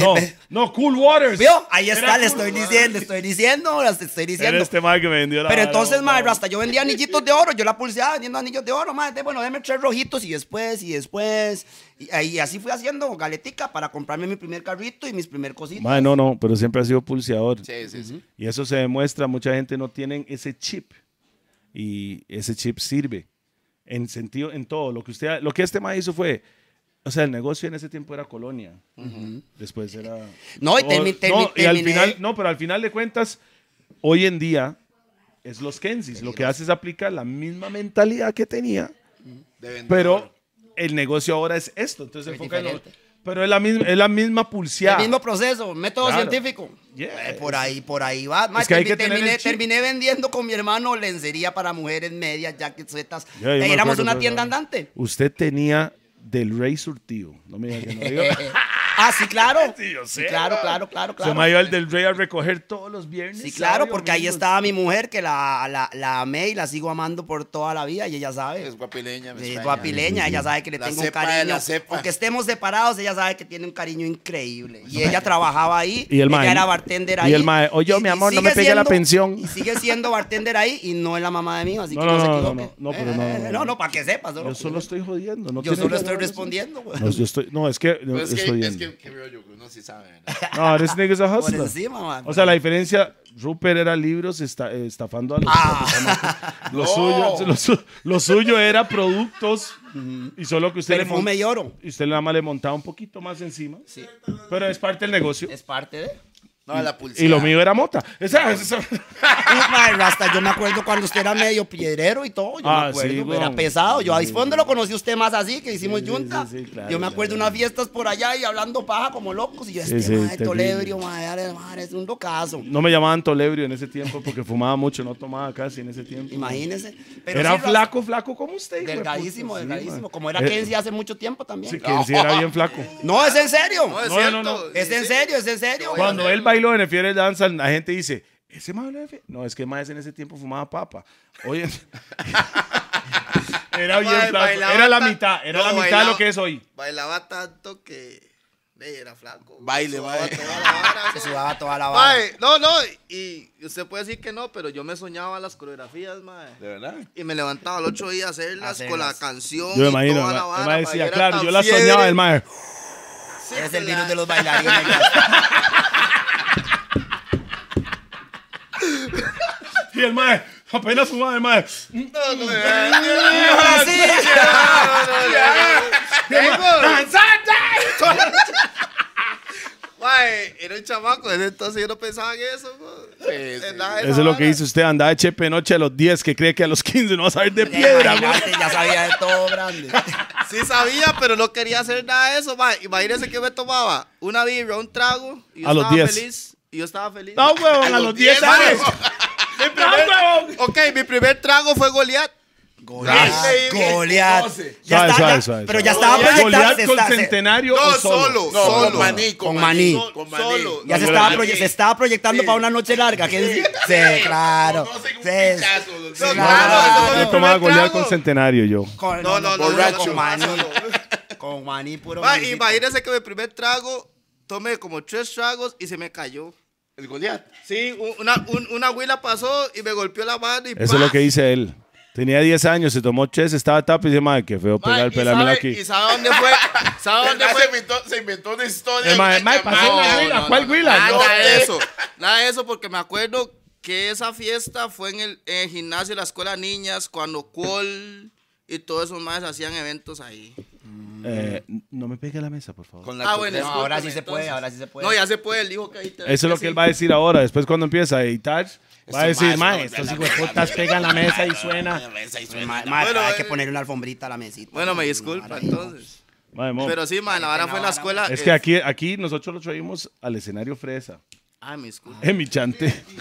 No, no, Cool Waters. ¿Vio? Ahí está, Era le Cool estoy diciendo, le estoy diciendo, le estoy Era diciendo. este madre que me vendió la Pero vara, oh, entonces, no, madre, no. hasta yo vendía anillitos de oro, yo la pulseaba vendiendo anillos de oro, madre. de- Bueno, déme tres rojitos y después, y después. Y, ahí así fui haciendo galetica para comprarme mi primer carrito y mis primer cositas. Madre, no, no, pero siempre ha sido pulseador. Sí, sí, sí. Y eso se demuestra, mucha gente no tiene ese chip. Y ese chip sirve. En sentido, en todo. Lo que, usted, lo que este mae hizo fue, o sea, el negocio en ese tiempo era colonia. Después era... No, y termi- termi- no, y al terminé- final, no, pero al final de cuentas, hoy en día es los Kensis. Lo que hace es aplicar la misma mentalidad que tenía De vendedor. pero el negocio ahora es esto. Entonces Es enfoca en lo- diferente. Pero es la misma, es la misma El pulseada. mismo proceso, método Claro. científico. Yeah. Eh, por ahí, por ahí va. Madre, Es que hay termi- que tener el terminé, chip. terminé vendiendo con mi hermano lencería para mujeres, medias, jaquetas. Ya, yo me éramos acuerdo una de esa tienda vara. andante. Usted tenía del rey surtido. No me diga que no digo. Ah, sí, claro. Sí, yo Sí, sé, claro, ma. claro, claro, Se claro. me iba el del rey a recoger todos los viernes. Sí, claro, sábado, porque ahí domingo. estaba mi mujer que la, la, la amé y la sigo amando por toda la vida y ella sabe. Es guapileña. me Sí, extraña. guapileña, ella sabe que le La tengo un cepa de cariño. la cepa. Aunque estemos separados, ella sabe que tiene un cariño increíble. Y ella trabajaba ahí, Y el ella mae. era bartender Y ahí. el mae, oye, mi amor, no me sigue pegue la siendo- pensión. Y sigue siendo bartender ahí y no es la mamá de mí, así No, que no, no, se no, no, equivoque. no, no, pero no, Eh, no, no, no. para que sepas. solo- Yo solo estoy jodiendo. No yo tiene solo que estoy hablar de eso. respondiendo, güey. No, yo estoy, no, es que. Pero es que, estoy es viendo. que, que veo yo que uno sí sabe, ¿verdad? No, this nigga's a Por hustler. encima, man. O sea, la diferencia, Rupert era libros esta- eh, estafando a los Ah. chamacos. Lo, No. suyo, lo, su- lo suyo era productos y solo que usted le Perfume mon- y oro. y usted nada más le montaba un poquito más encima. Pero es parte del negocio. es parte de... No, la pulsera. Y lo mío era mota. Esa- esa- hasta yo me acuerdo cuando usted era medio piedrero y todo. Yo Ah, me acuerdo, sí, era weón. pesado. Yo ahí fue donde lo conocí usted más así, que hicimos Sí, sí, yunta. sí, sí, claro, yo me acuerdo claro. unas fiestas por allá y hablando paja como locos. Y yo, Sí, este sí, madre terrible. tolebrio, madre, dale, madre, es un locazo. No me llamaban Tolebrio en ese tiempo porque fumaba mucho, no tomaba casi en ese tiempo. Imagínese. era sí, Rasta, flaco, flaco como usted. hijo de puta. Delgadísimo, Sí, delgadísimo. man. Como era Eh, Kenzie hace mucho tiempo también. sí, Kenzie era bien flaco. No, es en serio. No, es No, cierto. no, no, no. Es en serio, es en serio. Cuando él bailó en el Fiebre Danza, la gente dice, ¿ese más No, es que más en ese tiempo fumaba papa. Oye, era bien Mae, flaco. bailaba Era la tan- mitad, era No, la mitad de bailaba- lo que es hoy. Bailaba tanto que ey, era flaco. Baile, Sudaba baile. toda la vara, Se mae. sudaba toda la barra. Mae, no, no, y usted puede decir que no, pero yo me soñaba las coreografías, mae. ¿De verdad? Y me levantaba al ocho días a hacerlas, Hacerlas. con la canción. Yo me y imagino, toda la el vara, mae mae, decía, era claro, tan yo la fiebre. soñaba, el mae. Sí, Eres el que virus la- de los bailarines. Y el mae, apenas fumaba el mae. No, no, no, no, Ah, Ahora sí. no, no, no. Vengo. Mae, era un chamaco, desde entonces yo no pensaba en eso. mae. En nada de Eso esa es lo que vara. dice usted, andaba chepe de noche a los 10, que cree que a los 15 no va a salir de piedra, güey. Imagínate, ya sabía de todo, grande. Sí sabía, pero no quería hacer nada de eso, mae. Imagínense que me tomaba una birra, un trago, y yo A los estaba 10. feliz. Y yo estaba feliz. No, huevón, a los 10 años. Mi primer- ok, mi primer trago fue Goliat. Goliat. Goliat. Ya Suave, está, suave, ya- suave, Pero suave. ya estaba proyectado. Golear se con está- se- centenario No, o solo. solo. No, solo. con maní, con, Con maní. maní. Con maní. Solo. Ya se No, estaba, yo proye- se estaba proyectando para una noche larga. ¿qué decir? Sí, claro. Con doce, con Sí. pinchazos, los Sí, dos. claro. claro. Fue Yo tomaba el primer golear trago. con centenario yo. Con- No, no, no, borracho. Con maní. Con maní puro. Ma, maní. imagínense que mi primer trago tomé como tres tragos y se me cayó. El Goliat. Sí, un- una, un- una huila pasó y me golpeó la mano y Eso es lo que dice él. Tenía 10 años, se tomó chess, estaba tapa y dice, madre, qué feo pegar, pelármela aquí. ¿Y sabe dónde fue? ¿Sabe dónde ¿Verdad? Se fue? inventó, se inventó una historia. Eh, mae, mae, Ah, pasó una No, huila, no, ¿cuál eh. no, huila? no, Nada no, de no. eso. Nada de eso porque me acuerdo que esa fiesta fue en el, en el gimnasio de la escuela de niñas cuando Col y todos esos más hacían eventos ahí. Eh, no me pegue la mesa, por favor. Con la Ah, bueno, No, ahora sí discúlpeme, se puede, entonces. ahora sí se puede. No, ya se puede, él dijo que ahí te- Eso es lo sí. que él va a decir ahora. Después, cuando empieza a editar, va a Estos decir, maes, mae, estos estos maes, hijos de putas pegan la mesa y suena. Mesa y suena. Ma- ma- Bueno, hay eh, que poner una alfombrita a la mesita. Bueno, me Una disculpa vara ahí, ¿no? entonces. Mae, mo, Pero sí, man, la vara fue en la escuela. es eh, que aquí, aquí nosotros lo traímos al escenario fresa. Ay, me disculpa. En mi chante.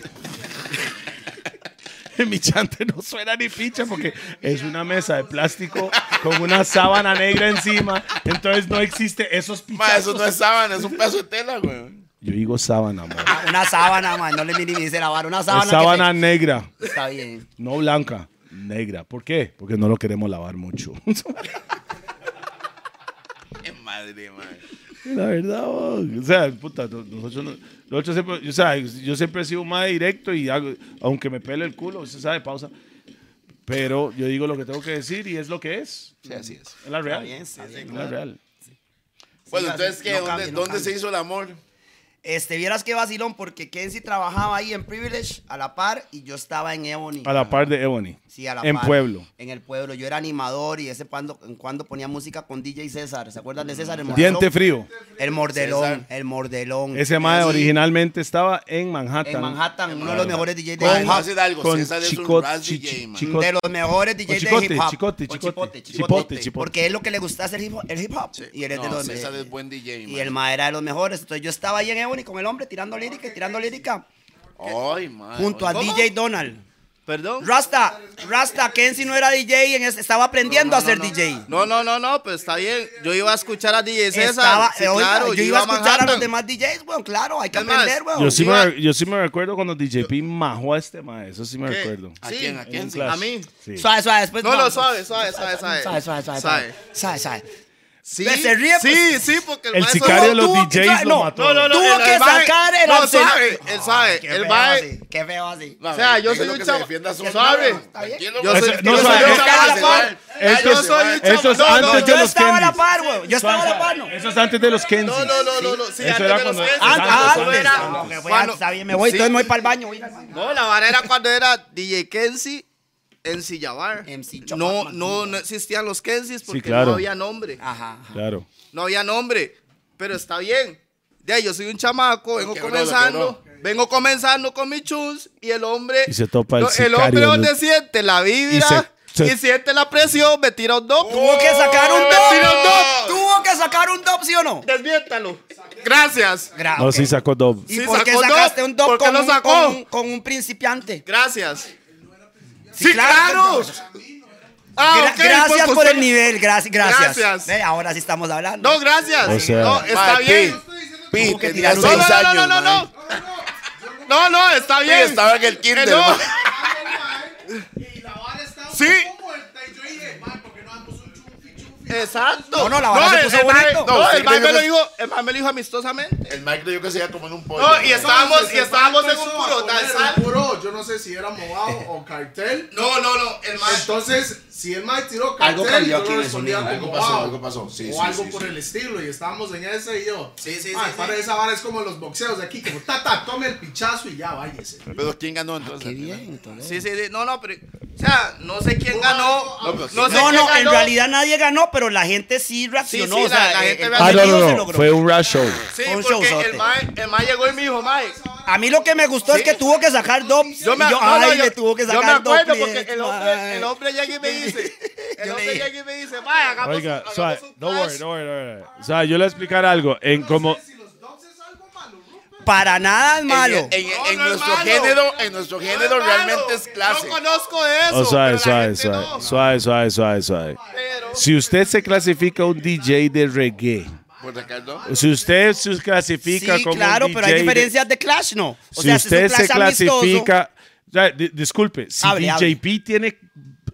En mi chante no suena ni ficha porque es una mesa de plástico con una sábana negra encima. Entonces no existe esos Ma, pichazos. eso no es sábana, es un pedazo de tela, güey. Yo digo sábana, amor. Ah, Una sábana, man. No le minimice la vara. Una sábana. Es que sábana negra, se- Está bien. no blanca, negra. ¿Por qué? Porque no lo queremos lavar mucho. Qué madre, madre. La verdad, man. o sea, puta, no- nosotros, no- nosotros siempre, o sea, yo siempre he sido más directo y hago, aunque me pele el culo, usted sabe, pausa. Pero yo digo lo que tengo que decir y es lo que es. Sí, así es. Es la real. Está bien, está bien, Es la claro. real. Bueno, Sí, entonces, así- ¿qué? no ¿Dónde, cambie, no dónde se cambie. hizo el amor? Este, vieras qué vacilón, porque Kenzie trabajaba ahí en Privilege a la par y yo estaba en Ebony. A la par de Ebony. Sí, a la En par. Pueblo. En el pueblo. Yo era animador y ese cuando, en cuando ponía música con DJ César. ¿Se acuerdan de César? El Diente mordelón. frío. El mordelón. César. El mordelón. Ese mae Sí, originalmente estaba en Manhattan. En Manhattan, uno de los mejores DJs de Con hip hop. hacer algo, Con César es un Chicot, ras Chichi- DJ, man. Chico- De los mejores DJs chicote, de hip hop. chicote, O chicote, chipote, chipote, chipote. chipote. Porque es lo que le gusta hacer hip hop. El hip hop. Y él es de No, los César me- es buen DJ, Y el man. mae era de los mejores. Entonces yo estaba ahí en Ebony con el hombre tirando lírica y tirando lírica. Ay, man. Junto a DJ Donald. Perdón. Rasta, Rasta, Kenzie no era DJ, en ese- estaba aprendiendo a ser DJ. No, no, no, no, pero está bien. Yo iba a escuchar a DJ César. Estaba, Sí, eh, oiga, claro, yo, iba a escuchar a los Manhattan. demás DJs, weón, claro, hay que Es más, aprender, weón. Yo sí, Iba- me, yo sí me recuerdo cuando DJP majó a este mae. Eso sí me ¿Qué? recuerdo. ¿A Sí, quién? ¿A en quién? un clash. A mí. Sí. Suave, suave, después. No, no, suave, suave, suave, suave. Suave, suave, suave. Suave, suave. suave. Sí, Ve, se ríe, sí, pues. sí, porque el, El mae sicario solo- de los tuvo que- DJs lo no, mató. No, no, no. Tuvo el- que el mae- sacar el No, arsenal. sabe, él sabe. Qué El feo mae. así, qué feo así. No, o sea, yo dilo soy un que se chavo- defienda su el madre. chavo, está bien. Tranquilo, Yo man. soy- Ese- yo ese soy- chavo yo este se soy- va. Eso Ya, yo es- soy un chavo- eso es No, no, antes no, de Yo los estaba a la Kennedys. par, weón. Yo estaba a la par, no. Eso es antes de los Kennedys. No, no, no, no, no. Sí, Eso era antes de los cuando- Kennedys, Ah, cuando ah, solo antes, era- ah, No, que voy a- cuando- Está bien, me voy, Sí. entonces me voy para el baño. voy a ir al baño. No, la vara era cuando era DJ Kenzie en Sillabar. MC No, Chapman. no, no existían los Kenzies porque claro. no había nombre. Ajá. ajá. Claro. No había nombre, pero está bien. De ahí, yo soy un chamaco, vengo quebró, lo comenzando, vengo comenzando con mis chus y el hombre. Y se topa el el sicario, hombre ¿no? donde siente la vibra y, Y se- se- siente la presión, me tira un dop. Tuvo que sacar un Me tira un top. dop. Tuvo que sacar un top, ¿sí o no? Desviéntalo. Gracias. Gra- No, Ah, ok. sí sacó Dob. ¿Y Sí, por qué sacó dos. sacaste un ¿Por dop qué con, lo un- sacó? con un- con un principiante? Gracias. Sí, claro. Ah, Gra- ok, gracias pues, por el usted- nivel, gracias, gracias. Gracias. Ve, ahora sí estamos hablando. No, gracias. O sea- no, está Papi, bien. Pi, que tenía tiraron No, seis no, no, no, años, no, man. no. No, no, está Pi bien. Pues, estaba en el kinder, Eh, no. man. Y la vara estaba Sí. como muerta. Y yo dije, man, ¿por qué no damos un chufi, chufi? Exacto. No, no, la vara se el- puso el mae- bonito. No, No, el mae me lo sí, dijo, el mae me lo dijo amistosamente. El Mike creyó que se iba a comer un pollo. No, y man. estábamos, y estábamos en un Empezó a puro poner danzal. un puro, yo no sé si era Movado o Cartel. No, no, no, el mae. Entonces, si el Mike tiró cartel, Algo cambió yo aquí lo en el respondía sonido, como, algo pasó, "Wow", algo pasó, sí, o sí, algo sí, por sí. el estilo, y estábamos en ese y yo. Sí, sí, "Mae, sí, para sí. esa vara es como los boxeos de aquí, como tata, tome el pichazo y ya váyese. Pero ¿quién ganó entonces? ah, Qué bien, entonces. Sí, sí, sí, no, no, pero sea, no sé quién ganó. No, pero sí. No sé No, quién no, en ganó. realidad nadie ganó, pero la gente sí reaccionó. Sí, sí, o sea, la- la eh, gente el reaccionó. Ah, no, contenido se logró. Fue un rash show. Sí, Fue un porque showzote. el mae, el mae llegó y me dijo, mae. A mí lo que me gustó es que tuvo que sacar dos. Yo me, y yo, no, no, ay, yo- le tuvo que yo sacar me acuerdo dos porque el clips, hombre, mae. el hombre llega y me dice, el Yo le hombre dije- llega y me dice, mae, hagamos, Oiga, hagamos suave, un no worry, flash". no worry, no worry. O sea, yo le voy a explicar algo. En como, Si los dubs es algo malo, Rupert. Para nada es malo. En, en- No, en no es nuestro malo. género, en nuestro No es género malo, realmente es clase. No conozco de eso. o pero Oh, suave, la suave, gente suave, no. suave, suave, suave, suave. Pero- Si usted se clasifica un DJ de reggae, Por Ricardo. si usted se clasifica sí, como claro, un DJ pero hay de- diferencias de clash, ¿no? si O sea, usted es un se clash amistoso, clasifica, o sea, di- disculpe, si Hable, DJP tiene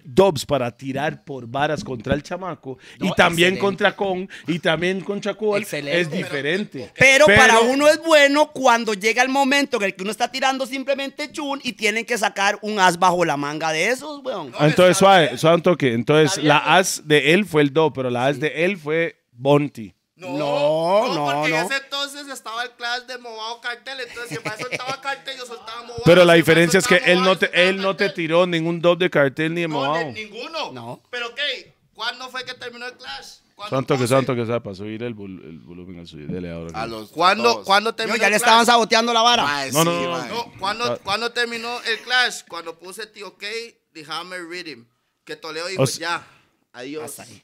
dubs para tirar por varas contra el chamaco y también excelente. contra Con y también contra Col, Excelente. es diferente. Pero, para uno es bueno cuando llega el momento en el que uno está tirando simplemente chun y tienen que sacar un as bajo la manga de esos, weón. Ah, Entonces, suave, suave un toque. Entonces, la as de él fue el do, pero la as de él fue Bonti. No, no, porque no. en ese entonces estaba el clash de Movado Cartel, entonces si el mae soltaba cartel, yo soltaba Movado. Pero la si el mae diferencia es que soltaba él no Movado, yo te, soltaba él no te Cartel. tiró ningún dub de cartel ni de No, de Movado. ninguno. No. Pero, ¿qué? ¿Cuándo fue que terminó el clash? ¿Cuándo Santo que fue? santo que sea, para subir el, vol- el volumen al suyo. Dele ahora. A güey. los ¿Cuándo, todos. ¿cuándo Yo, terminó ya le el clash? estaban saboteando la vara. Mae, Mm. No, sí, no, no, no. mae. No, ¿cuándo, Ah. cuándo terminó el clash? Cuando puse TOK, The Hammer Rhythm. Que Toledo dijo, O sea- ya, adiós. Hasta ahí.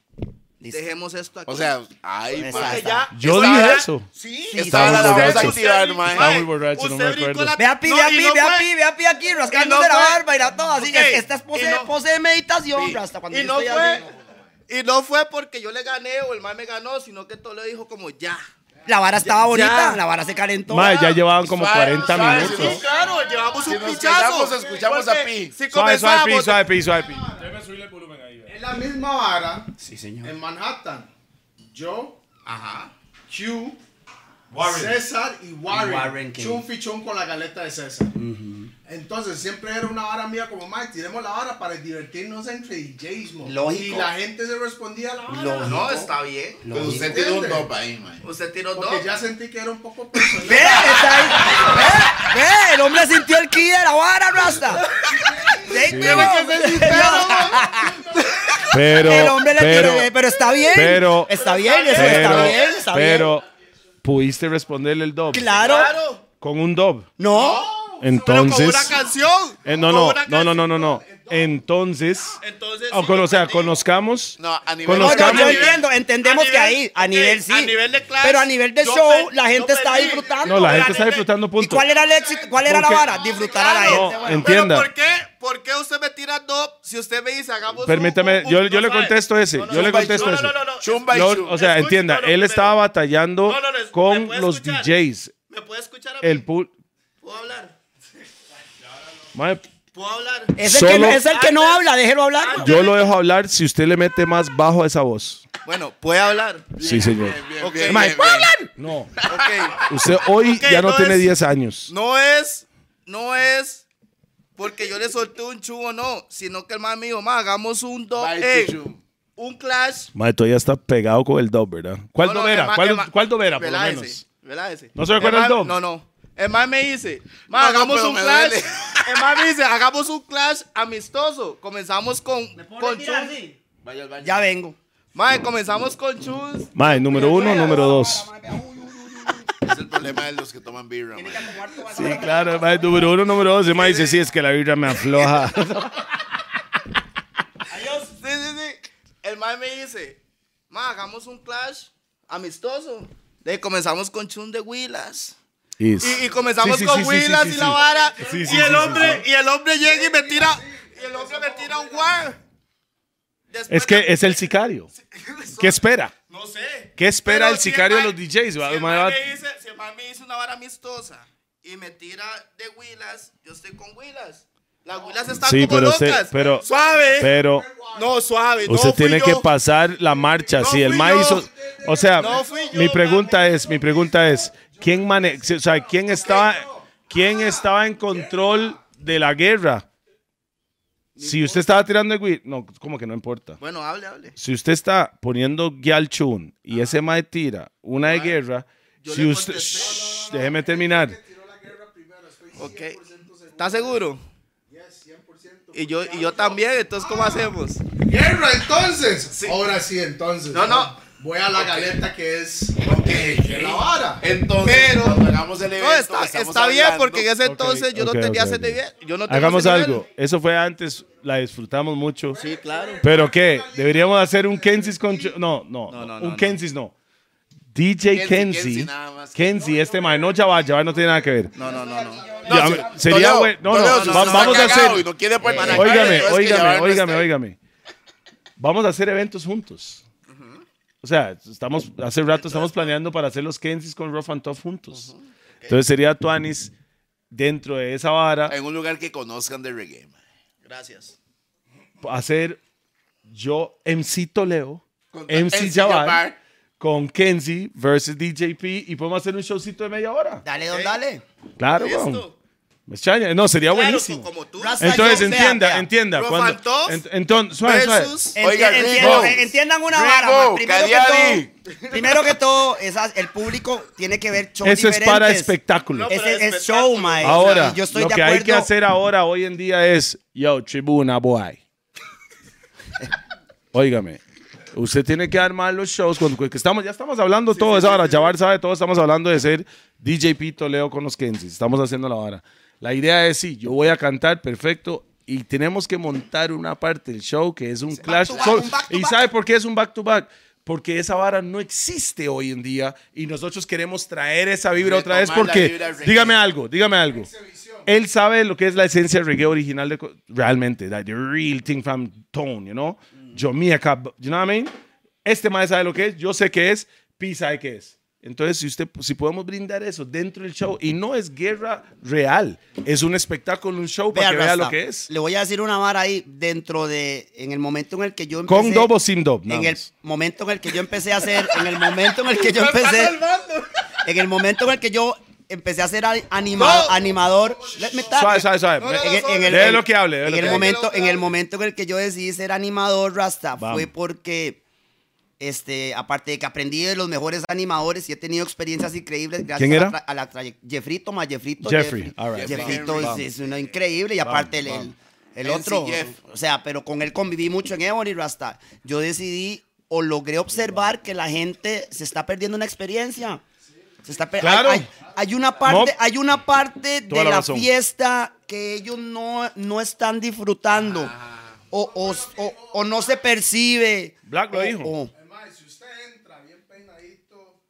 Listo. Dejemos esto aquí. O sea, ay, Esa, mae. Que ya Yo estaba dije la- eso. Sí, Estaba sí, la sí, voz sí. activada, Usted- mae. Estaba muy borracho, no usted me brincó acuerdo. la- Ve a pi, No, ve a y pi, no ve a fue- pi, ve a pi aquí, rascándose no la fue- barba y la todo. Así Ok, que esta es y pose, no- pose de meditación, Sí. Rasta, cuando y yo no estoy fue así, no. y no fue porque yo le gané o el mal me ganó sino que Toledo dijo como ya La vara estaba bonita, ya. la vara se calentó. Mae, ya llevaban como Suave, 40 suave, minutos. sí, sí. claro llevamos Si un nos pichazo quedamos, escuchamos a Porque Pi. Suave, suave, pi, si comenzamos suave, pi, suave, pi. Es la misma vara Sí, señor. en Manhattan. Yo, ajá Q, César y Warren. Warren que- chun fichón con la galeta de César. Entonces siempre era una vara mía como, Mike, tiremos la vara para divertirnos entre DJs. mo". Lógico. Y la gente se respondía a la vara. Lógico. no está bien Pero usted tiene un top ahí, mae. usted tiró dos Porque ya sentí que era un poco Ve, personal. está ahí. Ve, ve, el hombre sintió el ki de la vara, Rasta. Take me home. Pero, el hombre le pero, quiere, pero está bien. pero- está bien, eso pero, está bien, está bien. pero, pudiste responderle el dub Claro. claro con un dub. No. pero con Entonces, una canción eh, no, Con no, una no, no, no, canción. no, no. Entonces, entonces o, sí, con- o sea, entendí. conozcamos, No, a nivel- No, no, conozcamos. yo A entiendo, entendemos a que nivel- ahí, a ok, nivel sí. a nivel de clase, pero a nivel de yo show, per- la yo gente está perdí. disfrutando. No, la a gente está nivel- disfrutando, ¿Y punto. cuál era el éxito? ¿Cuál era Porque- la vara? Disfrutar a la Claro. gente. No, weón. entienda. Pero ¿por qué? ¿Por qué usted me tira dos si usted me dice hagamos un- Permítame, un- yo, un- yo no le sabe? contesto ese, No, no, yo le no, contesto no, ese. No, no, no, no. Chumba y Lo- chum. o sea, Escucha, entienda, no, no, él pero- estaba batallando No, no, les- ¿me con puede los escuchar? DJs. ¿Me puede escuchar a mí? El pool, ¿Puedo hablar? mae, ¿Puedo hablar? Es el, que, Solo- no- es el que no habla, déjelo hablar. Antes- yo lo dejo hablar si usted le mete más bajo a esa voz. Bueno, ¿puede hablar? Sí, señor. Bien, bien, Ok. bien, Mae, bien, No, Ok. usted hoy Ok, ya no no tiene es- 10 años. No es, no es porque yo le solté un chubo, no, sino que el man me dijo, "Ma, hagamos un do, Bye, eh, chuchu. un clash. Mae, todavía está pegado con el dub, ¿verdad? ¿Cuál No, no, dobera? el man- el ¿Cuál, man- cuál dobera, por lo Veláese, menos? veláese. ¿No se recuerda man- el dub? No, no. El man me dice, "Ma, No, no, hagamos pero un me clash. duele. El man me dice, hagamos un clash amistoso. Comenzamos con, con chuns. Vaya al baño. Ya vengo. Mae, comenzamos con chuns. Mae, número uno, número dos. Es el problema de los que toman birra, mae. Sí, claro, mae, número uno, número dos. Y mae dice, sí, es que la vibra me afloja. Adiós. Sí, sí, sí. El man me dice, ma, hagamos un clash amistoso. De, comenzamos con chun de Willas. Y, y comenzamos Sí, sí, con sí, sí, Willas sí, y sí. la vara. Sí, sí, y sí, el sí, hombre, y el hombre llega y me tira. Y el hombre me tira un war. Después Es que de- es el sicario. ¿Qué espera? No sé. ¿Qué espera Pero el sicario de man- los DJs, Si va? el El man man va- me dice, si el man me dice una vara amistosa y me tira de Willas, yo estoy con Willas. Las Willas están Sí, como pero locas. usted- pero- suave. Pero no, suave. usted no fui tiene yo. que pasar la marcha. No si el fui mae yo. hizo... O sea, No fui yo, mi pregunta es, mi pregunta es, ¿quién mane o sea, quién estaba, quién Ah. estaba en control de la guerra? Si usted estaba tirando el güey, no, como que no importa. Bueno, hable, hable. Si usted está poniendo Gyal Chun y ese mae tira una de guerra, Ah. yo si le usted... contesté. Shh, déjeme terminar. Ok. ¿Estás seguro? Y yo, y yo también, entonces, ¿cómo hacemos? Hierro, entonces. Ahora sí, entonces. No, no. Voy a la Ok. galeta que es Ok, que es la vara. Entonces, Pero- cuando hagamos el evento, No, está, estamos está bien, hablando- porque en ese entonces yo ok, no tenía ok, ese ok. nivel. Yo no tengo Hagamos ese nivel. algo. Eso fue antes, la disfrutamos mucho. Sí, claro. ¿Pero qué? ¿Deberíamos hacer un Kensis con... Cho- No, no, No, no, un no, Kensis no. DJ Kenzie. Kenzie, Kenzie nada más. Kenzie, este man, no ya va, ya va, no tiene nada que ver. No, no, no, no. Ya, sería Toledo, bueno. No, no, Toledo, si va- usted vamos a está cagado hacer. y no quiere participar, Óigame, entonces es que óigame, llevarlo óigame, hasta ahí. óigame. Vamos a hacer eventos juntos. O sea, estamos, hace rato estamos planeando para hacer los Kensis con Rough and Tough juntos. Entonces sería Tuanis dentro de esa vara En un lugar que conozcan de reggae. man. Gracias. hacer yo MC Toleo, Con- MC MC Jabbar, Jabbar. con Kenzie versus DJP y podemos hacer un showcito de media hora. Dale, don, dale. Claro, Listo. weón. Me extraña. No, sería Claro, buenísimo. como tú. Ras- Entonces, Vea, entienda, vea. entienda. Rough cuando- and Tough ent- entonces, suave, suave. Versus. Enti- Oiga, entiendo- Rigo. eh, entiendan una Rigo, vara, man. Primero Cadiari. que, todo, primero que todo, esas- el público tiene que ver shows Eso es para diferentes. espectáculo. No, pero Ese es, espectáculo. show, mae. ahora, Y yo estoy lo de que acuerdo. hay que hacer ahora, hoy en día, es, yo, tribuna, boy. Óigame. Usted tiene que armar los shows. Cuando, que estamos, ya estamos hablando todo esa hora. Javar sabe todo. Estamos hablando de ser DJ Pito Leo con los Kensis. Estamos haciendo la vara. La idea es, sí, yo voy a cantar, perfecto. Y tenemos que montar una parte del show que es un clash. to back, Sol- un back to ¿Y back. sabe por qué es un back to back? Porque esa vara no existe hoy en día y nosotros queremos traer esa vibra otra vez Retomar la porque, vibra reggae. dígame algo, dígame algo. Él sabe lo que es la esencia del reggae original de co- realmente, like the real thing from tone, you know? Mm. Yo me acabo, you know what I mean? Este maestro sabe lo que es, yo sé qué es, Pi sabe qué es. Entonces, si usted si podemos brindar eso dentro del show y no es guerra real, es un espectáculo, un show para Vea, que vea Rasta, lo que es. Le voy a decir una vara ahí dentro de en el momento en el que yo empecé Con dobo sin dobo, nada en el más. momento en el que yo empecé a hacer en el momento en el que yo empecé en el momento en el que yo empecé a ser a- anima- animador let me talk. Suave, suave, suave. Eh, En- en- en el- Deje en- lo que hable, deje en lo el que hable. momento en el momento en el que yo decidí ser animador Rasta Vamos. fue porque este, aparte de que aprendí de los mejores animadores y he tenido experiencias increíbles gracias ¿Quién era? a la, tra- a la traye- Jeffrito, más Jeffrito. Jeffrey, Jeffrey. all right. Jeffrito Jeffrey. es, es uno increíble y aparte el- el, el otro, NC Jeff. o sea, pero con él conviví mucho en Ebony Rasta. Yo decidí o logré observar que la gente se está perdiendo una experiencia. Se está per- hay- Claro. hay, hay una parte, No. hay una parte Toda de la la razón. fiesta que ellos no, no están disfrutando. Ah. O, o- o- o no se percibe. Black lo O- dijo. o- Además, si usted entra bien peinadito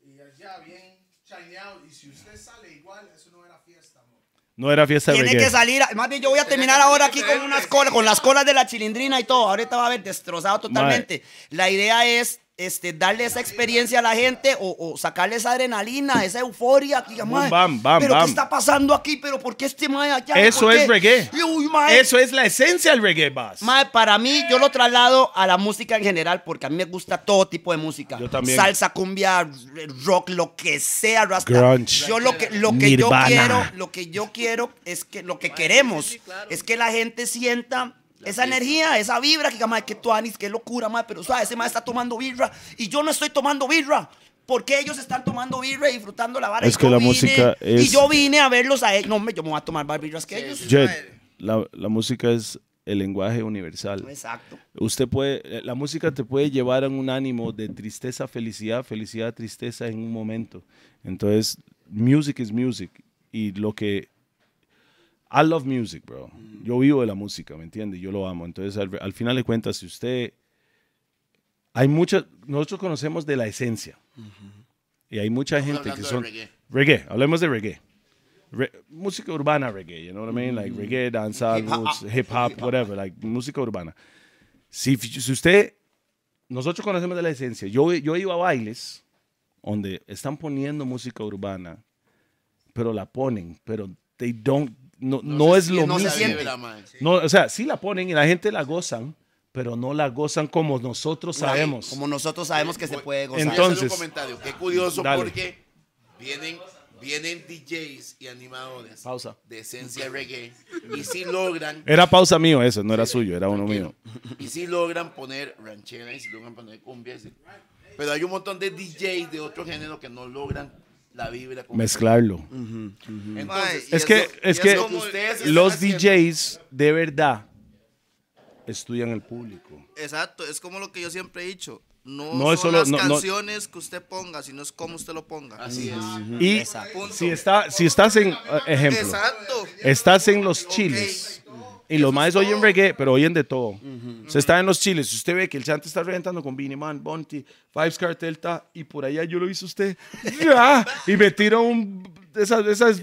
y allá bien chañado, y si usted sale igual, eso no era fiesta, amor. No era fiesta de Tiene reggae. que salir. a- Más bien, yo voy a terminar ahora aquí con unas colas, con las colas de la chilindrina y todo. Ahorita va a haber destrozado totalmente. La idea es este, darle esa experiencia a la gente o, o sacarle esa adrenalina, esa euforia. Que, diga, "Mae, bam, bam, ¿Pero bam". qué está pasando aquí? ¿Pero por qué este mae allá? Eso ¿Por qué? es reggae. Y, uy, mae, Eso es la esencia del reggae, Bass. Mae, para mí, yo lo traslado a la música en general porque a mí me gusta todo tipo de música. Yo también. Salsa, cumbia, r- rock, lo que sea, rasta. Grunge. Yo lo que, lo que yo Nirvana. quiero, lo que yo quiero es que lo que queremos es que la gente sienta esa energía, esa vibra que diga, mae, que tuanis, qué locura, mae, pero suave, ese mae está tomando birra y yo no estoy tomando birra. Porque ellos están tomando birra y disfrutando la vara. Es y que yo la vine- música Y es- yo vine a verlos a ellos. No, hombre, yo me voy a tomar más birras que ellos. Jet, la, la música es el lenguaje universal. Exacto. Usted puede, eh, la música te puede llevar a un ánimo de tristeza, a felicidad, felicidad, a tristeza en un momento. Entonces, music is music. Y lo que... I love music, bro. Mm. Yo vivo de la música, ¿me entiende? Yo lo amo. Entonces, al, al final de cuentas, si usted... Hay muchas... Nosotros conocemos de la esencia. Y hay mucha gente que hablando de son... reggae. Reggae, hablemos de reggae. Re- música urbana reggae, you know what I mean? Like reggae, danza, Mm. hip hop, whatever, like música urbana. Si, si usted, nosotros conocemos de la esencia. Yo, yo he ido a bailes donde están poniendo música urbana, pero la ponen, pero they don't, no, no, es lo no se mismo. siente. Vibra, man. No, o sea, sí la ponen y la gente la gozan, pero no la gozan como nosotros sabemos. Como nosotros sabemos que se puede gozar. Voy a hacer Entonces- un comentario. Qué curioso Dale. porque vienen, vienen DJs y animadores Pausa. de esencia reggae y si logran, Era pausa mío eso, no era suyo, era uno mío. y si logran poner rancheras y si logran poner cumbias. y- Pero hay un montón de DJs de otro género que no logran la vibra. con- mezclarlo. Entonces, y Es que, lo- es y que lo ustedes están los haciendo. DJs de verdad estudian el público. Exacto, es como lo que yo siempre he dicho. No, No es son solo- las no, no. canciones que usted ponga, sino es cómo usted lo ponga. Así es. Y si, está, si estás en, eh, ejemplo, Exacto. estás en los chiles y los más oyen reggae, pero oyen de todo. Se está en los chiles. Si usted ve que el chante está reventando con Beanie Man, Bonty, Fives Cartel, ta, y por allá yo lo hice usted, ¡ra! y me tiro un. de Esas, de esas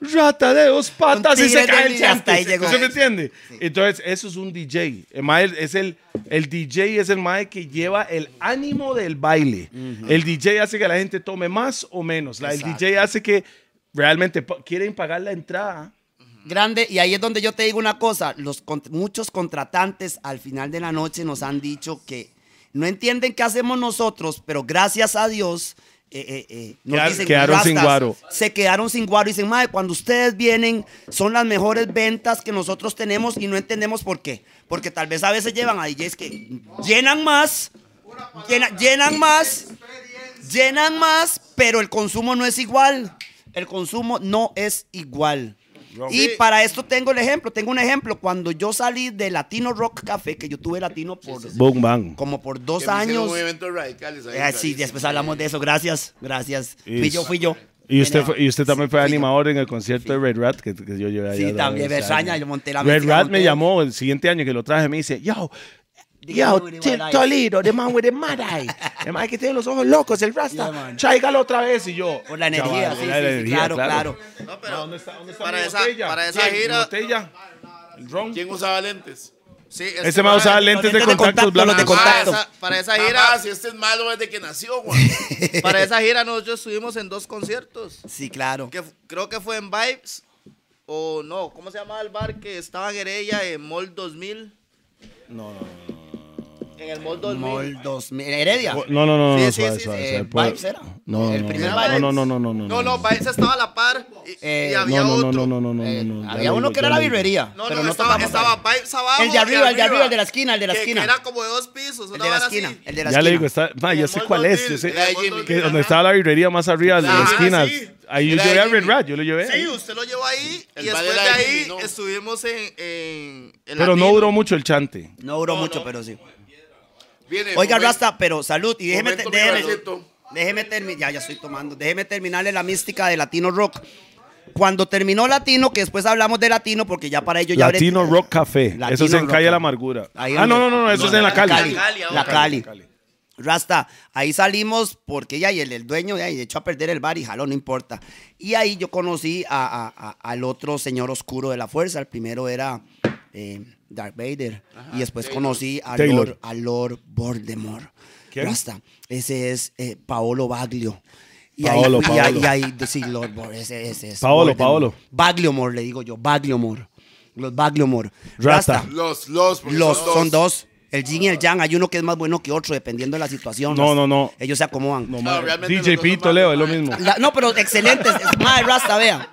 rata de dos patas y se tigre de cae el lidia, hasta chante. ahí llegó. ¿Usted me entiende? Entonces, eso es un DJ. El mae es el, el DJ es el mae que lleva el ánimo del baile. El DJ hace que la gente tome más o menos. La, el DJ hace que realmente pa- quieren pagar la entrada. Grande, y ahí es donde yo te digo una cosa, los con- muchos contratantes al final de la noche nos han dicho que no entienden qué hacemos nosotros, pero gracias a Dios eh, eh, eh, nos Quedar- dicen, quedaron sin "Rastas, guaro". Se quedaron sin guaro y dicen, madre, cuando ustedes vienen son las mejores ventas que nosotros tenemos y no entendemos por qué. Porque tal vez a veces llevan a DJs que llenan más, llena- llenan más, llenan más, pero el consumo no es igual. El consumo no es igual. Y para esto tengo el ejemplo, tengo un ejemplo. Cuando yo salí de Latino Rock Café, que yo tuve Latino por Boom, bang. como por Que dos me hicieron años. movimientos radicales. ahí, Eh, sí, clarísimo. después hablamos de eso. Gracias, gracias. Y- Fui yo, fui yo. Y usted, fue- Tenía- y usted también fue fui yo. animador en el concierto de Red Rat, que, que yo llevé allá. Sí, también, ese Besaña, año. yo monté la Red mezcla, Rat monté. me llamó el siguiente año que lo traje, me dice, yo, yo, Dígame, Tito Uruguay. Toledo, the man with the mad eye, the man que tiene los ojos locos, el Yeah, Rasta, man. tráigalo otra vez, y yo. Por la energía, chaval, sí, sí, la sí, energía, claro, claro. No, pero ¿Dónde está, dónde está para, mi esa, botella? para esa ¿Mi gira. botella? ¿El ron? ¿Quién usaba lentes? Sí, Ese me usaba lentes Este de contacto lentes de contacto, blancos. los de Para contacto. esa, para esa Mira, gira, si este es malo desde que nació, Juan. para esa gira nosotros estuvimos en dos conciertos. Sí, claro. que f- creo que fue en Vibes o no, ¿cómo se llamaba el bar que estaba en Heredia en Mall 2000? No, En el Mall 2000. Mol 2000, Heredia. No, no, no, no, Sí, sí, suave, sí, suave, sí, suave, eh, puede- Vibes era. No, El no, primer no, Vibes. no, no, no, no, no, No, no, Vibes estaba a la par y, y Eh, había no, no, otro. no, no, no, Eh, no, no, había ya uno le- que era ya la le- birrería. No, pero no, estaba, tocamos estaba Vibes. Vibes abajo. El de y arriba, el de arriba, el de la esquina, el de la Que- esquina. Que era como de dos pisos, El una de la vara esquina. así. El de la Ya le digo, esquina. está, ma, yo el sé Mall cuál es, 2000, yo sé- Era de Jimmy. que donde estaba la librería más arriba, en Ah, las esquinas. sí. Ahí yo Era llevé a ahí, Red Jimmy. Rat, yo lo llevé. Sí, usted lo llevó ahí El y después de baile era de ahí Jimmy, ¿no? estuvimos en, en, en pero no Latino. duró mucho el chante. No Eh, duró mucho, pero sí. Viene, Oiga, momento- Rasta, pero salud. Y déjeme, momento, mi déjeme, Racito. déjeme terminar. Ya, ya estoy tomando. Déjeme terminarle la mística de Latino Rock. Cuando terminó Latino, que después hablamos de Latino, porque ya para ello ya habré- Latino Rock Café. Latino eso es en Rock Calle Café. La Amargura. Ahí ah, donde- no, no, no, eso es en la Cali. Cali, ahora. La Cali. Rasta, ahí salimos porque ya y el, el dueño de ahí echó a perder el bar y jaló, no importa. Y ahí yo conocí a- a- a- al otro señor oscuro de la fuerza. El primero era eh, Darth Vader. y después conocí a Taylor. Lord, a Lord Voldemort. ¿Quién? Rasta, ese es eh, Paolo Baglio. Y Paolo, ahí, y ahí- Paolo. y ahí, sí, Lord Vor- ese, ese es. Paolo, Voldemort. Paolo. Bagliomore, le digo yo, Bagliomore. Los Bagliomore. Rasta. Los, los, porque Los son dos. El yin y el yang, hay uno que es más bueno que otro, dependiendo de la situación. No, no, no. Ellos se acomodan. No, La- No, ma, realmente DJ los dos son Pito Leo, es lo malos, mismo. pero excelentes. Es más, Rasta, vea.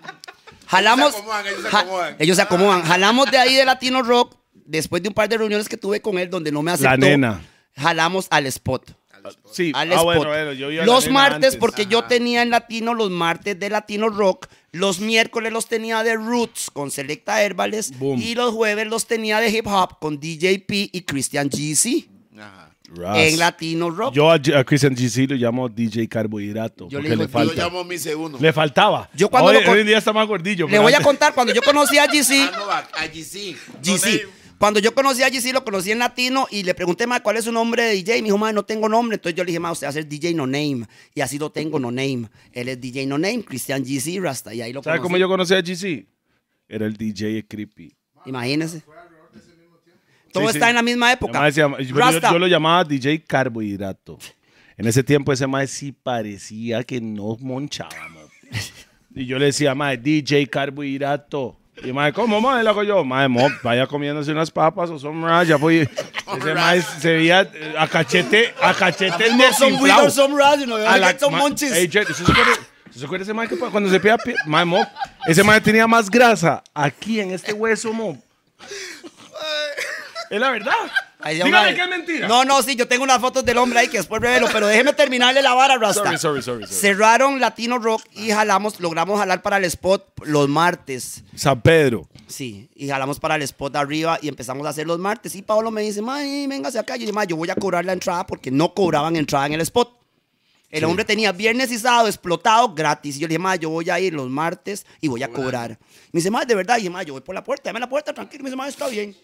Ellos Jalamos. se acomodan, ellos se ja- acomodan. ellos se acomodan. Jalamos de ahí de Latino Rock, después de un par de reuniones que tuve con él donde no me aceptó. nena. Jalamos al spot. Sí, Al ah, spot. bueno, bueno, yo iba a la los nena martes, antes. porque yo tenía en latino los martes de latino rock, los miércoles los tenía de roots con Selecta Herbales Boom. y los jueves los tenía de hip hop con DJ P y Christian GC Ras. en latino rock. Yo, Yo a, G- a Christian GC lo llamo DJ Carbohidrato. Yo le porque le Yo digo, yo lo falta. llamo mi segundo. Le faltaba. Yo cuando hoy, lo con- hoy en día está más gordillo. Le pero voy a antes- contar cuando yo conocí a Ah, GC, no, a- allí sí. GC. Cuando yo conocí a GC, lo conocí en latino y le pregunté, ma, ¿cuál es su nombre de DJ? Y Me dijo, ma, no tengo nombre. Entonces yo le dije, ma, usted va a ser DJ No Name. Y así lo tengo, No Name. Él es DJ No Name, Christian GC, Rasta. Y ahí lo ¿Sabe conocí. cómo yo conocí a GC? Era el DJ Creepy. Imagínense. Todo Sí, sí. está en la misma época. Además, se llama- yo, yo- Rasta, yo lo llamaba DJ Carbohidrato. En ese tiempo ese mae sí parecía que no monchábamos. Y yo le decía, mae, DJ Carbohidrato. Y mae, ¿cómo mae? Lo hago yo. Mae, mo, vaya comiéndose unas papas o son ras, ya fui. Ese mae se veía eh, a cachete, a cachete Some weed or desinflado. some rat, you know, A la- get some ma- munchies. Ey, Jet, ¿usted se acuerda- ¿usted se acuerda ese mae que pa- cuando se pega pie- mae, mo, ese mae tenía más grasa aquí en este hueso, mo. Es la verdad. Ahí ya Dígame una vez. que es mentira. No, no, sí, yo tengo unas fotos del hombre ahí que después revelo, pero déjeme terminarle la vara, Rasta. Sorry, sorry, sorry, sorry. Cerraron Latino Rock y jalamos, logramos jalar para el spot los martes. San Pedro. Sí, y jalamos para el spot de arriba y empezamos a hacer los martes. Y Pablo me dice, May, véngase acá. Yo dije, "Mae, yo voy a cobrar la entrada porque no cobraban entrada en el spot. El hombre tenía viernes y sábado explotado gratis. Y yo le dije, "Mae, yo voy a ir los martes y voy a cobrar. Me dice, "Mae, de verdad. Y dije, "Mae, yo voy por la puerta, dame la puerta, tranquilo. Me dice, "Mae, está bien.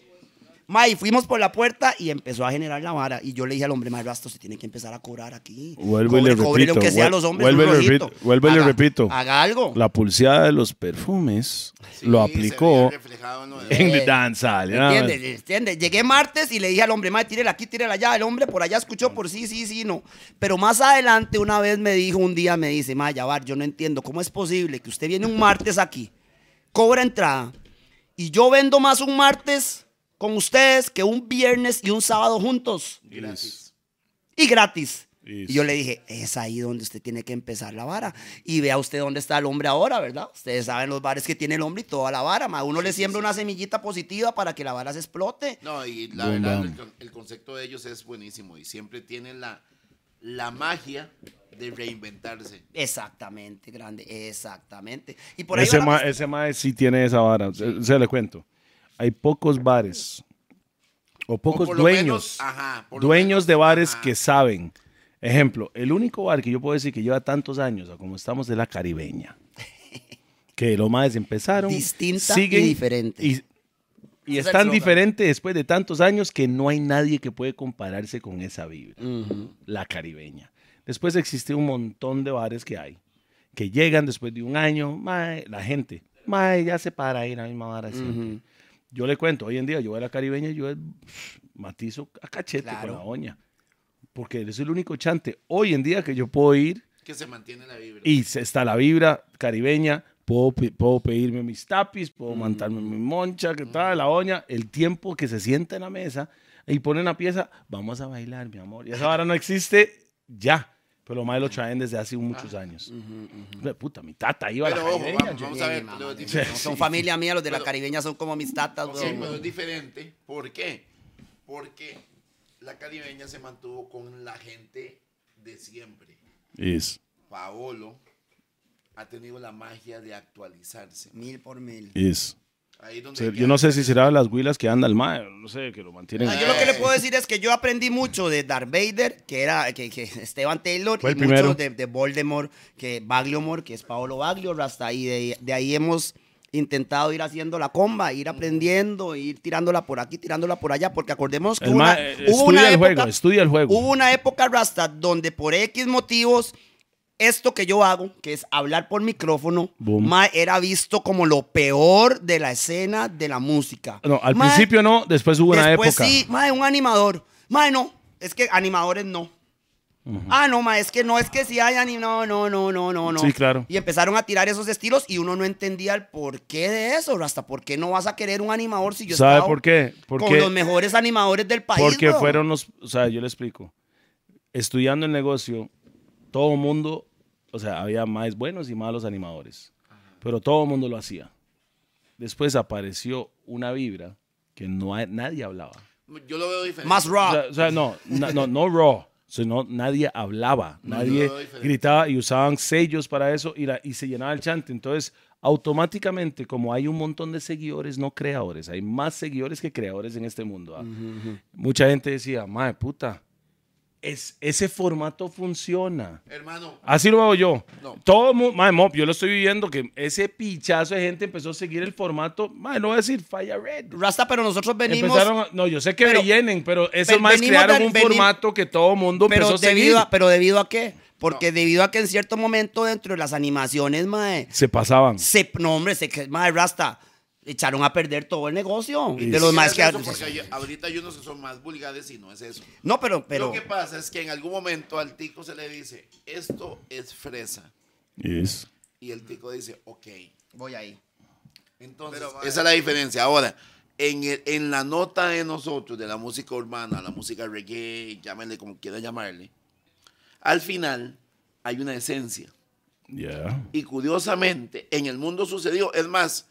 Mae, y fuimos por la puerta y empezó a generar la vara. Y yo le dije al hombre, Mae, Rasto, se tiene que empezar a cobrar aquí. Vuelvo y le Cobre- repito. cóbrele aunque sea a vuel- los hombres. vuelvo y un le rojito. repito, vuelvo y le Haga- repito. Haga algo. La pulseada de los perfumes lo aplicó en Eh, el danza. ¿Entiendes? ¿Entiendes? Llegué martes y le dije al hombre, madre, tírela aquí, tírela allá. El hombre por allá escuchó por sí, sí, sí, no. Pero más adelante una vez me dijo, un día me dice, madre, Yabar, yo no entiendo, ¿cómo es posible que usted viene un martes aquí, cobra entrada, y yo vendo más un martes con ustedes que un viernes y un sábado juntos? y gratis. Y yo le dije, es ahí donde usted tiene que empezar la vara. Y vea usted dónde está el hombre ahora, ¿verdad? Ustedes saben los bares que tiene el hombre y toda la vara. Ma. Uno le siembra una semillita positiva para que la vara se explote. No, y la Boom, verdad, bam. el, con- el concepto de ellos es buenísimo y siempre tienen la, la magia de reinventarse. Exactamente, grande, exactamente. Y por ahí Ese, va la ma, cosa. ese mae sí tiene esa vara. Se, se le cuento. Hay pocos bares o pocos por lo dueños. menos, ajá, por lo dueños menos, de bares Ah. ajá. que saben. Ejemplo, el único bar que yo puedo decir que lleva tantos años, a como estamos, es la caribeña. Que los maes empezaron. Distinta siguen y diferente. Y, y Es es el tan slogan. diferente después de tantos años que no hay nadie que puede compararse con esa vibra. La caribeña. Después existe un montón de bares que hay que llegan después de un año, mae, la gente, mae, ya se para ir a la misma vara de siempre. Yo le cuento, hoy en día yo voy a la caribeña y yo eh, matizo a cachete Claro. con la doña. Porque es el único chante hoy en día que yo puedo ir Que se mantiene la vibra. y se- está la vibra caribeña, puedo, pe- puedo pedirme mis tapis, Mm. puedo montarme mi moncha, que tal, la doña, el tiempo que se sienta en la mesa y pone una pieza, vamos a bailar, mi amor. Y esa vara no existe ya, pero los más lo traen desde hace muchos Ah, años. Ve, Puta, mi tata iba a la Pero ojo, caribeña, vamos, yo- vamos a ver. Mamá, lo no difícil- son familia mía, los de la caribeña son como mis tatas, Ok, weón. pero es diferente. ¿Por qué? Porque la caribeña se mantuvo con la gente de siempre. Is, Paolo ha tenido la magia de actualizarse. Mil por mil. is. Ahí donde Se- Yo queda- no sé si será las huilas que anda el mae, no sé, que lo mantienen. Ah, yo lo que le puedo decir es que yo aprendí mucho de Darth Vader, que era que, que Esteban Taylor, Fue y el primero. mucho de, de Voldemort, que Bagliomor, que es Paolo Baglio, hasta ahí. De, de ahí hemos intentado ir haciendo la comba, ir aprendiendo, ir tirándola por aquí, tirándola por allá, porque acordemos que El una- ma- eh, estudia el juego, estudia el juego. hubo una época Rasta donde por X motivos esto que yo hago, que es hablar por micrófono, Boom. ma, era visto como lo peor de la escena de la música. No, al Ma, principio no, después hubo una Después época. sí, mae, un animador. Mae, no, es que animadores no. Ah, no, mae, es que no, es que si hay anim... No, no, no, no, no, no. Sí, claro. Y empezaron a tirar esos estilos y uno no entendía el porqué de eso, hasta por qué no vas a querer un animador si yo ¿Sabe estaba por qué? Porque- con los mejores animadores del país, Porque weón. fueron los, o sea, yo le explico. Estudiando el negocio, todo mundo, o sea, había más buenos y malos animadores, pero todo el mundo lo hacía. Después apareció una vibra que no hay- nadie hablaba. Yo lo veo diferente. Más O raw. sea, o sea, no, na- no, no raw, sino nadie hablaba, nadie no, diferente. gritaba y usaban sellos para eso y, la- y se llenaba el chante. Entonces, automáticamente, como hay un montón de seguidores, no creadores, hay más seguidores que creadores en este mundo. ¿ah? Mucha gente decía, madre puta, es, ese formato funciona. Hermano, Así lo veo yo. No. Todo mu- mae, mop, yo lo estoy viviendo que ese pichazo de gente empezó a seguir el formato. Mae, no voy a decir Fire Red. Rasta, pero nosotros venimos... Empezaron a- no, yo sé que pero- rellenen, pero esos ven- más venimos crearon de- un venim- formato que todo mundo empezó pero a seguir. debido a, pero debido a qué? Porque debido a que en cierto momento dentro de las animaciones, mae, Se pasaban. se, no, hombre, se, que- mae, Rasta, echaron a perder todo el negocio. Sí. De los más que... es eso porque hay- ahorita hay unos que son más vulgares y no es eso. No, pero, pero. Lo que pasa es que en algún momento al tico se le dice, esto es fresa. Y el tico dice, ok. Voy ahí. Entonces, esa es la diferencia. Ahora, en, el- en la nota de nosotros, de la música urbana, la música reggae, llámenle como quiera llamarle, al final hay una esencia. Y curiosamente, en el mundo sucedió. Es más,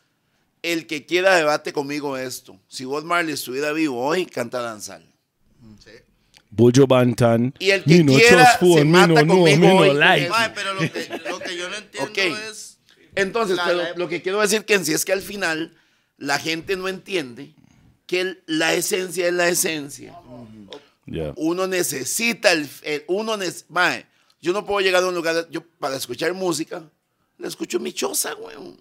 el que quiera debate conmigo esto. Si Bob Marley estuviera vivo hoy, canta danzal. Bullo Bantan. Y el que quiera se mata conmigo hoy. like. Mae, pero lo que, lo que yo no entiendo Ok. es. Entonces, La- pero la- lo que quiero decir que en sí es que al final la gente no entiende que el- la esencia es la esencia. Yeah. Uno necesita el, el- uno nece- mae, yo no puedo llegar a un lugar yo para escuchar música, la escucho en mi choza, weón.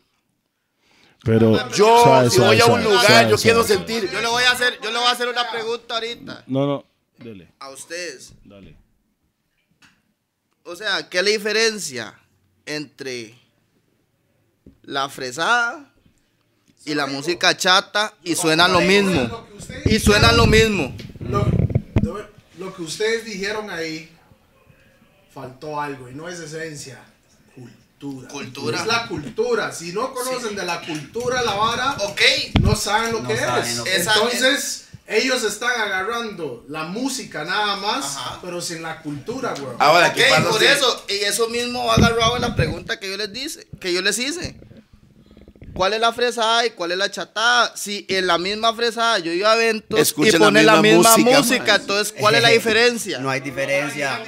Pero Yo suave, si voy suave, a un suave, lugar, suave, yo suave. quiero sentir. Yo le voy a hacer, yo le voy a hacer una pregunta ahorita No, no. Dale, a ustedes. dale. O sea, ¿qué es la diferencia entre la fresada y la música chata y suenan lo mismo? Y suenan lo mismo. Lo, lo- lo que ustedes dijeron ahí, faltó algo y no es esencia, cultura. Cultura. Es la cultura. Si no conocen de la cultura, la vara, Ok, no saben lo No que saben es. lo que es. Entonces, ellos están agarrando la música nada más, Ajá. pero sin la cultura, güey. Ah, Ahora, ¿qué ok, pasa por si- eso. Y eso mismo va agarrado en la pregunta que yo les dice, que yo les hice. ¿Cuál es la fresada y cuál es la chatada? Si en la misma fresada yo iba a eventos Escuchan y la ponen la misma misma, música, música, man. entonces ¿cuál es la diferencia? No hay diferencia.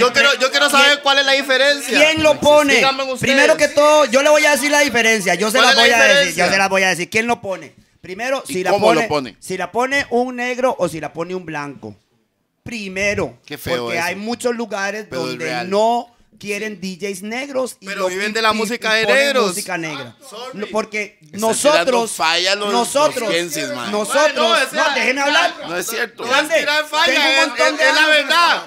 yo, quiero, yo quiero saber cuál es la diferencia. ¿Quién lo pone? Díganme ustedes. Primero que todo, yo le voy a decir la diferencia. Yo se ¿Cuál la es la voy a decir. diferencia? Yo se la voy a decir. ¿Quién lo pone? Primero, ¿Y si la cómo lo pone, pone? si la pone un negro o si la pone un blanco. Primero, Qué feo porque eso. hay muchos lugares Pero es donde real. no quieren DJs negros y Pero lo- viven y- de la y- música y de ponen negros. música negra. sorry. No, porque Están tirando nosotros falla los- los nosotros pienses, man. nosotros Bueno, no, o sea, déjeme ya- hablar. No es cierto. No es tirar falla, Tengo un es- montón es- de es la años. verdad.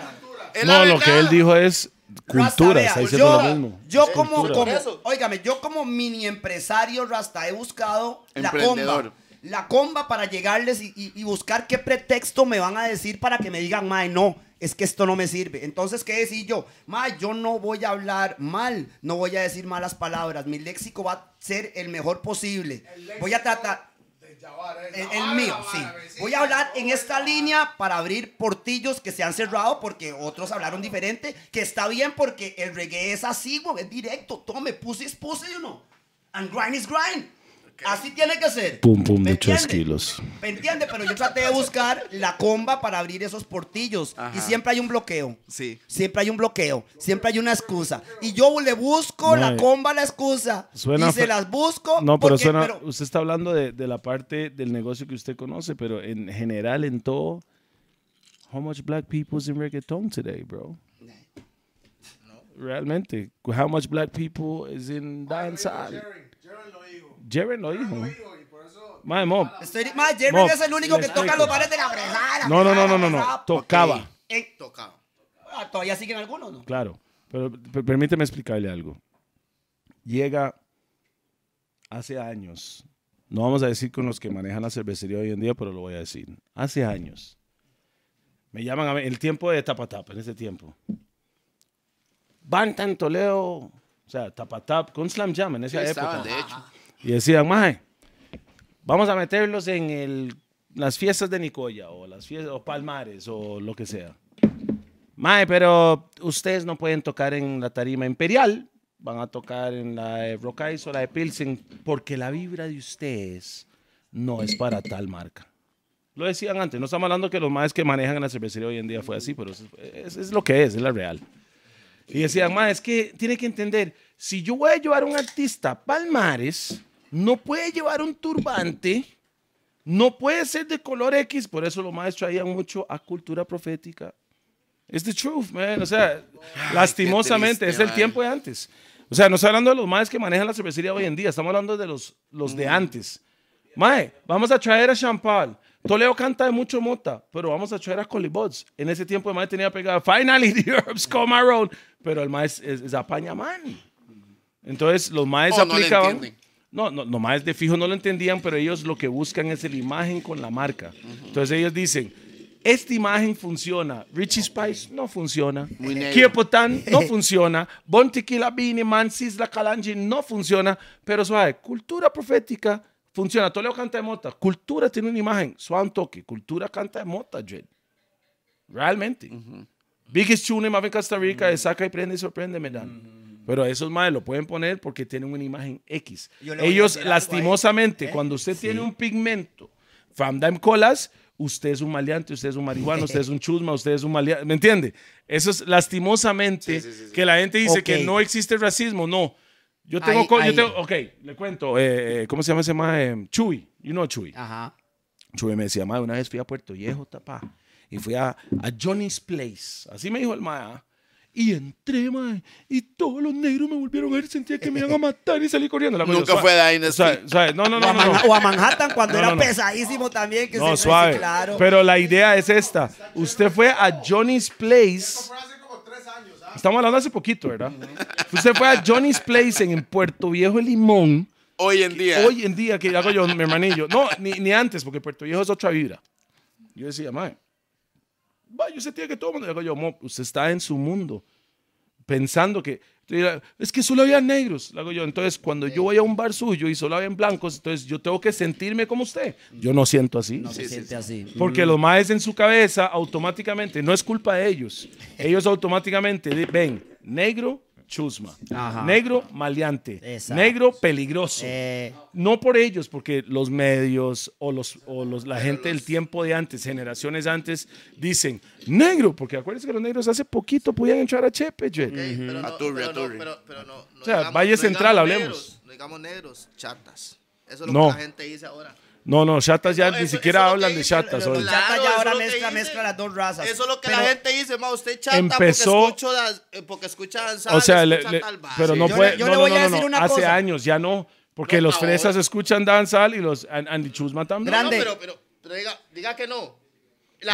Es la No, lo que verdad. él dijo es cultura. Rasta, Está vea, diciendo yo, lo mismo. yo Es como, cultura. como, Eso. óigame, yo como mini empresario Rasta he buscado la Emprendedor. comba. La comba para llegarles y, y- y buscar qué pretexto me van a decir para que me digan, mae, no, es que esto no me sirve. Entonces, ¿qué decir yo? Mae, yo no voy a hablar mal, no voy a decir malas palabras. Mi léxico va a ser el mejor posible. Voy a tratar... El, Eh, el mío, sí. Voy a hablar en esta línea para abrir portillos que se han cerrado porque otros hablaron diferente, que está bien porque el reggae es así, güey, es directo. Tome, puse es puse, you know. And grind is grind. Así tiene que ser. Pum, pum, ¿Me muchos entiende? kilos. ¿Me entiende? Pero yo traté de buscar la comba para abrir esos portillos. Y siempre hay un bloqueo. Sí. Siempre hay un bloqueo. Siempre hay una excusa. Y yo le busco la Mae. comba a la excusa. eh, Suena y se fe- las busco. No, pero porque- suena, pero- usted está hablando de, de la parte del negocio que usted conoce, pero en general, en todo, how much black people's in reggaeton today, bro? Realmente, how much black people is in dancehall? Jaren lo dijo. Mae, mo, Estoy, ma, Jerry Mob, es el único le que toca explico. los bares de la fregada. Ah, No, no, no, no, no, no. Tocaba, Todavía siguen algunos, ¿no? claro. Pero per- permíteme explicarle algo. Llega hace años, no vamos a decir con los que manejan la cervecería hoy en día, pero lo voy a decir. Hace años. Me llaman a mí, el tiempo de Tapatap, en ese tiempo. Bantan Toledo, o sea, Tapatap con Slam Jam en esa Sí, época. estaban, de hecho. Y decían, maje, vamos a meterlos en el- las fiestas de Nicoya o las fiestas o Palmares o lo que sea. Mae, pero ustedes no pueden tocar en la tarima imperial, van a tocar en la de Rockais o la de Pilsen, porque la vibra de ustedes no es para tal marca. Lo decían antes, no estamos hablando que los maes que manejan la cervecería hoy en día fue así, pero eso es, es- es lo que es, es la real. Y decían, ma, es que tiene que entender, si yo voy a llevar a un artista a Palmares, no puede llevar un turbante, no puede ser de color X, por eso los maestros traían mucho a cultura profética. Es the truth, man. O sea, lastimosamente, triste, es el man. tiempo de antes. O sea, no estoy hablando de los maes que manejan la cervecería hoy en día, estamos hablando de los, los de antes. Mae, vamos a traer a Champal. Toledo canta de mucho mota, pero vamos a traer a Colibots. En ese tiempo el mae tenía pegada Finally the Herbs Come Around, pero el mae es, es- es apaña man. Entonces los maes O no le aplicaban. entienden. No, no, los maes de fijo no lo entendían, pero ellos lo que buscan es la imagen con la marca. Entonces ellos dicen, esta imagen funciona, Richie Spice no funciona, Muy negro. Kiepotan no funciona, Bon Tequila Beanie Man, Sisla Calangi no funciona, pero suave, cultura profética funciona, Toledo canta de mota, cultura tiene una imagen, suave un toque, cultura canta de mota, Jed. Realmente. Biggest Tune más en Costa Rica Mm. es saca y prende y sorprende, me dan. Pero esos madres lo pueden poner porque tienen una imagen X. Yo le voy a Ellos, decir algo ahí. ¿eh? lastimosamente, cuando usted tiene un pigmento, Famdam Colas, usted es un maleante, usted es un marihuano, usted es un chusma, usted es un maleante. ¿Me entiende? Eso es lastimosamente que la gente dice que Ok. no existe racismo. No. Yo tengo. Ahí- co- yo ahí. tengo- ok, le cuento. eh, eh, ¿Cómo se llama ese más? Chuy. You know Chuy. Ajá. Chuy me decía, madre, una vez fui a Puerto Viejo, tapá. Y fui a, a Johnny's Place. Así me dijo el mae. Y entré, mae. Y todos los negros me volvieron a ver. Sentía que me iban a matar y salí corriendo. La cosa, Nunca fue suave, Diners suave, Club. suave. No, no, o, no. a no, no. Manha- o a Manhattan cuando No, era no, no. pesadísimo también. Que No, se- suave. Claro. Pero la idea es esta. Usted fue a Johnny's Place. Fue hace como tres años, ¿ah? Estamos hablando hace poquito, ¿verdad? Usted fue a Johnny's Place en en Puerto Viejo de Limón. Hoy en día. Hoy en día, que hago yo, mi hermanillo? No, ni, ni antes, porque Puerto Viejo es otra vibra. Yo decía, mae, va, yo sentía que todo el mundo. Digo yo, "Mo, usted está en su mundo, pensando que. Entonces, Es que solo había negros, le hago yo. Entonces, cuando yo voy a un bar suyo y solo había blancos, entonces yo tengo que sentirme como usted. Yo no siento así. No se siente así. Porque los maes en su cabeza automáticamente, no es culpa de ellos, ellos automáticamente di- ven negro chusma, Ajá. negro maleante, Exacto. negro peligroso. Eh, No por ellos, porque los medios o, los, o los, la gente del tiempo de antes, generaciones antes, dicen negro, porque acuérdense que los negros hace poquito podían entrar a Chepe. ye. Pero no, Aturri, pero no, aturri. pero- pero no- no O sea, digamos- Valle no Central, digamos hablemos. negros, no digamos negros, chatas. Eso es lo No. que la gente dice ahora. No, no, chatas Pues ya No, ni eso- siquiera eso es lo hablan que de dice, chatas lo- hoy. lo- Chata Claro, ya eso ahora es lo que mezcla, dice. mezcla las dos razas. Eso es lo que la Pues, Pero- gente dice, ma, usted chata Empezó- porque escucha, das- eh, porque escucha danzar, O sea, le- escucha le- tal vara. pero Sí. no Yo puede. le- yo no, le no, voy no, a no, decir no. una Hace cosa. años ya no, porque No, los fresas ahora- escuchan danzal y los and- Andy Chusma también. Grande. No, pero, pero, pero diga, diga que no. La,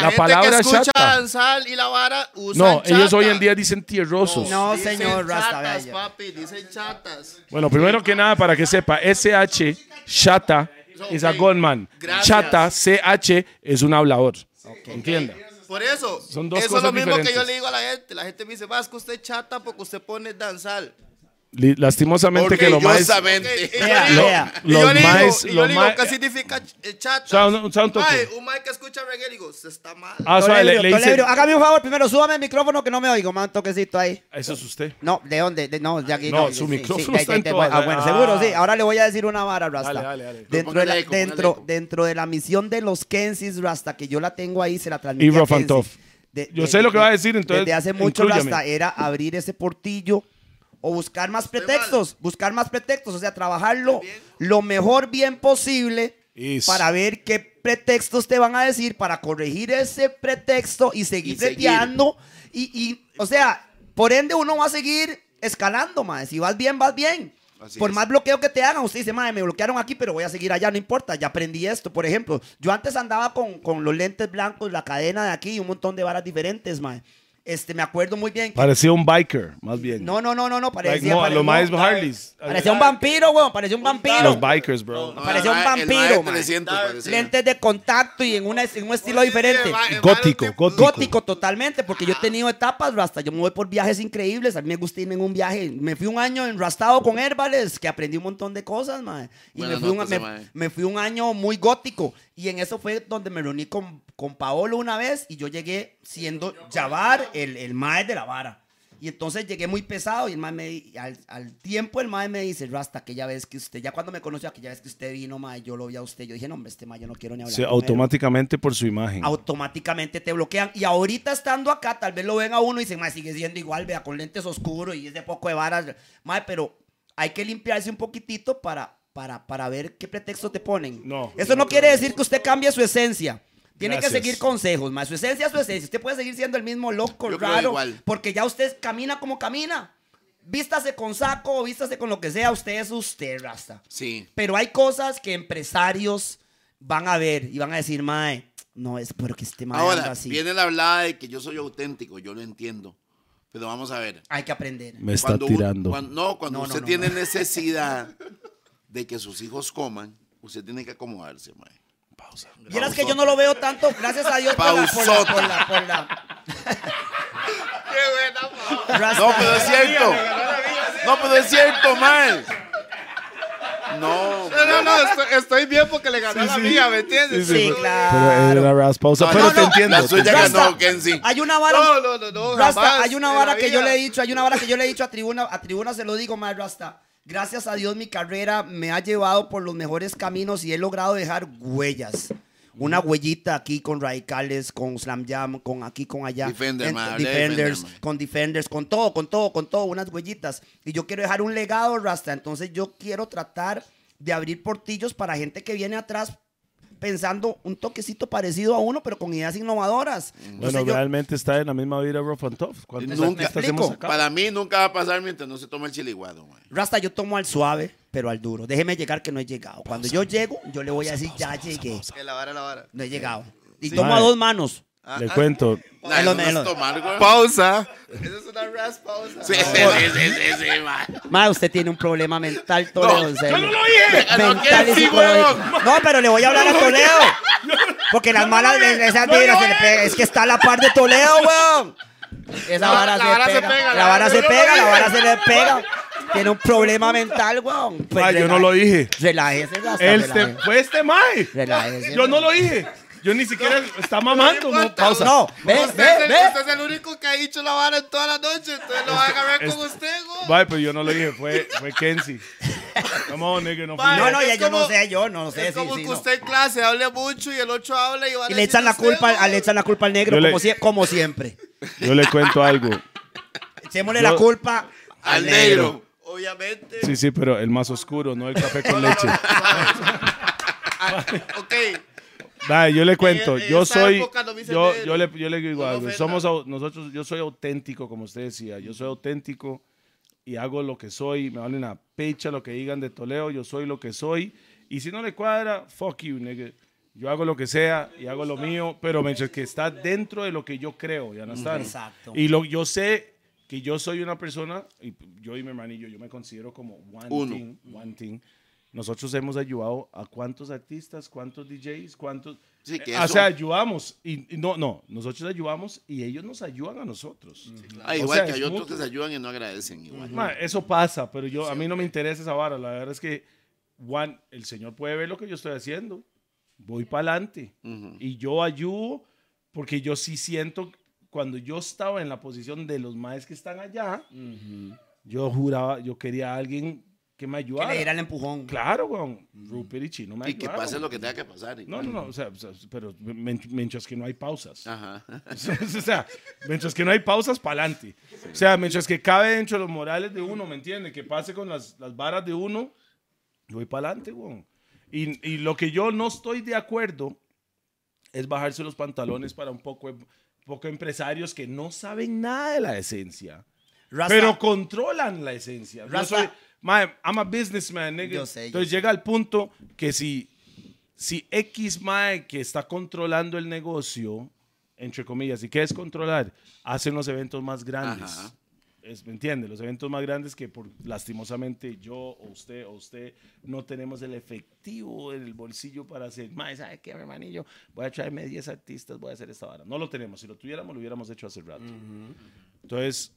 La gente palabra que escucha chata. danzar y la vara usan No, ellos chata. hoy en día dicen tierrosos. No, dicen señor Rasta, vea chatas, ya. papi, dicen chatas. Bueno, primero que nada, para que sepa, SH, chata, es a Ok, gunman. gracias. Chata, CH, es un hablador. Entienda. Por eso, Son dos eso es cosas lo mismo que yo diferentes. le digo a la gente. La gente me dice, vas que usted es chata porque usted pone danzar. Li- Lastimosamente que lo más... Ok, Orgullosamente. y yo Vea, digo- vea. y yo Los digo- maes- y yo los digo, maes- ¿qué significa ch- eh, chata? O sea, un- un- sea, un toque. Mae, un mae que escucha reggae, digo, se está mal. Ah, suave, le, Tolebrio, le dice... Tolebrio, hágame un favor primero, súbame el micrófono que no me oigo, man, un toquecito ahí. Eso es usted. No, ¿de dónde? De- no, de aquí No, no. su sí, micrófono sí, de- está de- en de- todas. ah, bueno, Ah. seguro, sí. Ahora le voy a decir una vara, Rasta. Dale, dale, dale. Dentro, de la- Póngale eco, dentro, póngale eco. dentro de la misión de los Kensis, Rasta, que yo la tengo ahí, se la transmití. Y a Rough and Kensis. Tough. Yo sé lo que va a decir, entonces, Desde hace mucho, inclúyame. Rasta, era abrir ese portillo o buscar más pretextos. Buscar más pretextos, o sea, trabajarlo lo mejor bien posible Is. para ver qué pretextos te van a decir, para corregir ese pretexto y seguir Y seguir. breteando. Y, y, o sea, por ende uno va a seguir escalando, madre. Si vas bien, vas bien. Así por es. más bloqueo que te hagan, usted dice, madre, me bloquearon aquí, pero voy a seguir allá, no importa, ya aprendí esto. Por ejemplo, yo antes andaba con, con los lentes blancos, la cadena de aquí y un montón de varas diferentes, madre. Este, me acuerdo muy bien. que- Parecía un biker, más bien. No, no, no, no, no, parecía... Like, no, a pare- los no, más Harleys. Parecía un vampiro, weón, parecía un vampiro. Los bikers, bro. No, parecía un Ah, el mae- el mae vampiro, mae. 300 parecía. Lentes de contacto y en, una, en un estilo diferente. Gótico, gótico. Gótico totalmente, porque yo he tenido etapas, Rasta. Yo me voy por viajes increíbles. A mí me gusta irme en un viaje. Me fui un año enrastado con Herbales, que aprendí un montón de cosas, mae. Y Buenas me, fui un, notas, me- mae. me fui un año muy gótico. Y en eso fue donde me reuní con, con Paolo una vez y yo llegué siendo Yavar, el, el mae de la vara. Y entonces llegué muy pesado y el mae me, di- al, al tiempo el mae me dice, Rasta, aquella vez que usted, ya cuando me conoció, aquella vez que usted vino, mae, yo lo vi a usted. Yo dije, no, hombre, este mae yo no quiero ni hablar. Sí, con él, automáticamente por su imagen. automáticamente te bloquean. Y ahorita estando acá, tal vez lo ven a uno y dicen, "Mae, sigue siendo igual, vea, con lentes oscuros y es de poco de varas. Mae, pero hay que limpiarse un poquitito para, para, para ver qué pretexto te ponen. No. Eso no quiere decir que usted cambie su esencia. Tiene que Gracias. seguir consejos, mae. Su esencia es su esencia. Usted puede seguir siendo el mismo loco, Yo creo raro, igual. porque ya usted camina como camina. Vístase con saco, vístase con lo que sea, usted es usted, Rasta. Sí. Pero hay cosas que empresarios van a ver y van a decir, mae, no es porque este mae anda Ahora, así. viene la hablada de que yo soy auténtico, yo lo entiendo. Pero vamos a ver. Hay que aprender. Me está Cuando un- tirando. cuan- no, cuando No, no, usted no, tiene no. necesidad de que sus hijos coman, usted tiene que acomodarse, mae. Vieras que yo no lo veo tanto, gracias a Dios, por la, por la, por la, por la- Rasta. No, pero es cierto. No, pero es cierto, mae. No, No, no, no, estoy, estoy bien porque le ganó a la mía, ¿me entiendes? Sí, eh, Pero claro. era raspausa. No, pero no, te no, entiendo. la te suya entiendo. ganó. Kenzie. Hay una vara. No, no, no, no, Rasta, jamás hay una en vara la que yo vida. le he dicho, hay una vara que yo le he dicho a tribuna, a tribuna se lo digo más, Rasta. Gracias a Dios mi carrera me ha llevado por los mejores caminos y he logrado dejar huellas. Una huellita aquí con radicales, con slam jam, con aquí, con allá. Defender, Ent- ma, hablé de defenders, Defender, ma. con defenders, con todo, con todo, con todo, unas huellitas. Y yo quiero dejar un legado, Rasta. Entonces yo quiero tratar de abrir portillos para gente que viene atrás pensando un toquecito parecido a uno, pero con ideas innovadoras. Mm. Bueno, Entonces, yo- realmente está en la misma vida Rough and Tough. ¿Cuántos Nunca. artistas hemos sacado? Para mí nunca va a pasar mientras no se toma el chiliguado, mae. Rasta, yo tomo al suave, pero al duro. Déjeme llegar que no he llegado. Cuando yo llego, yo le voy a decir, ya llegué. Que la vara, la vara. No he llegado. Y tomo a Mae. dos manos. Le cuento. Nah, Melo, eso no es melo. tomar, güey. Pausa. Esa es una ras pausa. Sí, sí, sí, sí, sí, sí, mae. Mae, usted tiene un problema mental, Toledo. en serio. yo no lo dije. Ah, No, Mental ¿qué y sí, psicológico. huevón? No, pero le voy a hablar a Toledo. Porque las malas, esas vibras se le pega. Es que está a la par de Toledo, weón. Esa La- vara, la vara se, se pega. pega, La la vara vara- se yo no pega, la lo dije. vara se le pega. Tiene un problema mental, weón. Pues Mae, yo rela- no lo dije. Relájese, Rasta, Este, relájese. fue este Mae. Relájese. Yo no lo dije. Yo ni siquiera está mamando. No, pausa. No, ve, Usted, ve, es el, ve. Este- usted es el único que ha dicho la vara en toda la noche. Entonces lo va a agarrar con usted, güey. Mae, pero yo no lo dije. Fue, fue Kenzie. Come on, nigga. No fui Mae, yo. No, no, ya es yo no como- sé, yo no sé. Es sí, como sí, que no. usted en clase hable mucho y el otro habla y van Y le a decir echan la usted, culpa, al- güey. le echan la culpa al negro, Yo le- como, sie- como siempre. Yo le cuento algo. Echémosle Yo- la culpa Al negro. Obviamente. Sí, sí, pero el más oscuro, no el café con leche. Ah, ok. Mae, yo le cuento. En- en yo esa soy. época no me hice Yo, ver. yo, le, yo le digo No me algo. ofenda. Somos, au- nosotros, yo soy auténtico, como usted decía. Yo soy auténtico y hago lo que soy. Me vale una pecha lo que digan de Toledo. Yo soy lo que soy. Y si no le cuadra, fuck you, nigga. Yo hago lo que sea y hago lo mío, pero mientras que está dentro de lo que yo creo, ya no está. Exacto. Y lo, yo sé que yo soy una persona, y yo y mi hermanillo, yo me considero como one Uno. thing, one thing. Nosotros hemos ayudado a cuántos artistas, cuántos DJs, cuántos... Sí, que Eh, O eso- sea, ayudamos. Y, y no, no, nosotros ayudamos y ellos nos ayudan a nosotros. Ah, O igual sea, que hay es otros mutuo. que se ayudan y no agradecen igual. Ma, eso pasa, pero yo a mí no me interesa esa vara. La verdad es que, Juan, el Señor puede ver lo que yo estoy haciendo. Voy para adelante. Y yo ayudo porque yo sí siento, cuando yo estaba en la posición de los maes que están allá, yo juraba, yo quería a alguien que me que ayudara. le diera el empujón. Claro, weón. Rupert y Chino me Y que ayudaron. pase lo que tenga que pasar. pues, No, igual. no, no, o sea, o sea, pero men- mientras que no hay pausas. Ajá. o sea, mientras que no hay pausas, pa'lante. O sea, mientras que cabe dentro de los morales de uno, ¿me entiende? Que pase con las, las varas de uno, yo voy pa'lante, weón. Y, y lo que yo no estoy de acuerdo es bajarse los pantalones para un poco, un poco empresarios que no saben nada de la esencia, Rasta, pero controlan la esencia. Yo Rasta- soy, mae, I'm a businessman, nigga. Yo sé, yo Entonces llega al punto que si si X Mae que está controlando el negocio, entre comillas, ¿y qué es controlar? Hacen los eventos más grandes. Ajá. Es, ¿Me entiendes? Los eventos más grandes que por, lastimosamente yo o usted o usted no tenemos el efectivo en el bolsillo para hacer. Mae, ¿sabe qué, hermanillo? Voy a traerme 10 artistas, voy a hacer esta vara. No lo tenemos. Si lo tuviéramos, lo hubiéramos hecho hace rato. Entonces,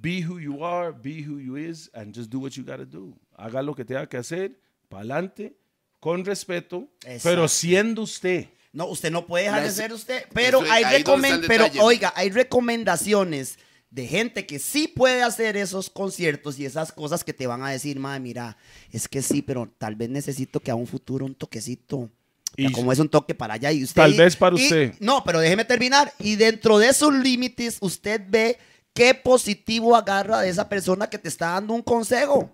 be who you are, be who you is, and just do what you gotta do. Haga lo que tenga que hacer, pa'lante, con respeto, Exacto. pero siendo usted. No, usted no puede dejar de Las- ser usted. Pero Eso- hay ahí donde está recomen- el pero detalle. oiga, hay recomendaciones de gente que sí puede hacer esos conciertos y esas cosas que te van a decir, madre, mira, es que sí, pero tal vez necesito que a un futuro un toquecito. Ya Y- como es un toque para allá y usted Tal y- vez para y- usted. No, pero déjeme terminar. Y dentro de esos límites, usted ve qué positivo agarra de esa persona que te está dando un consejo.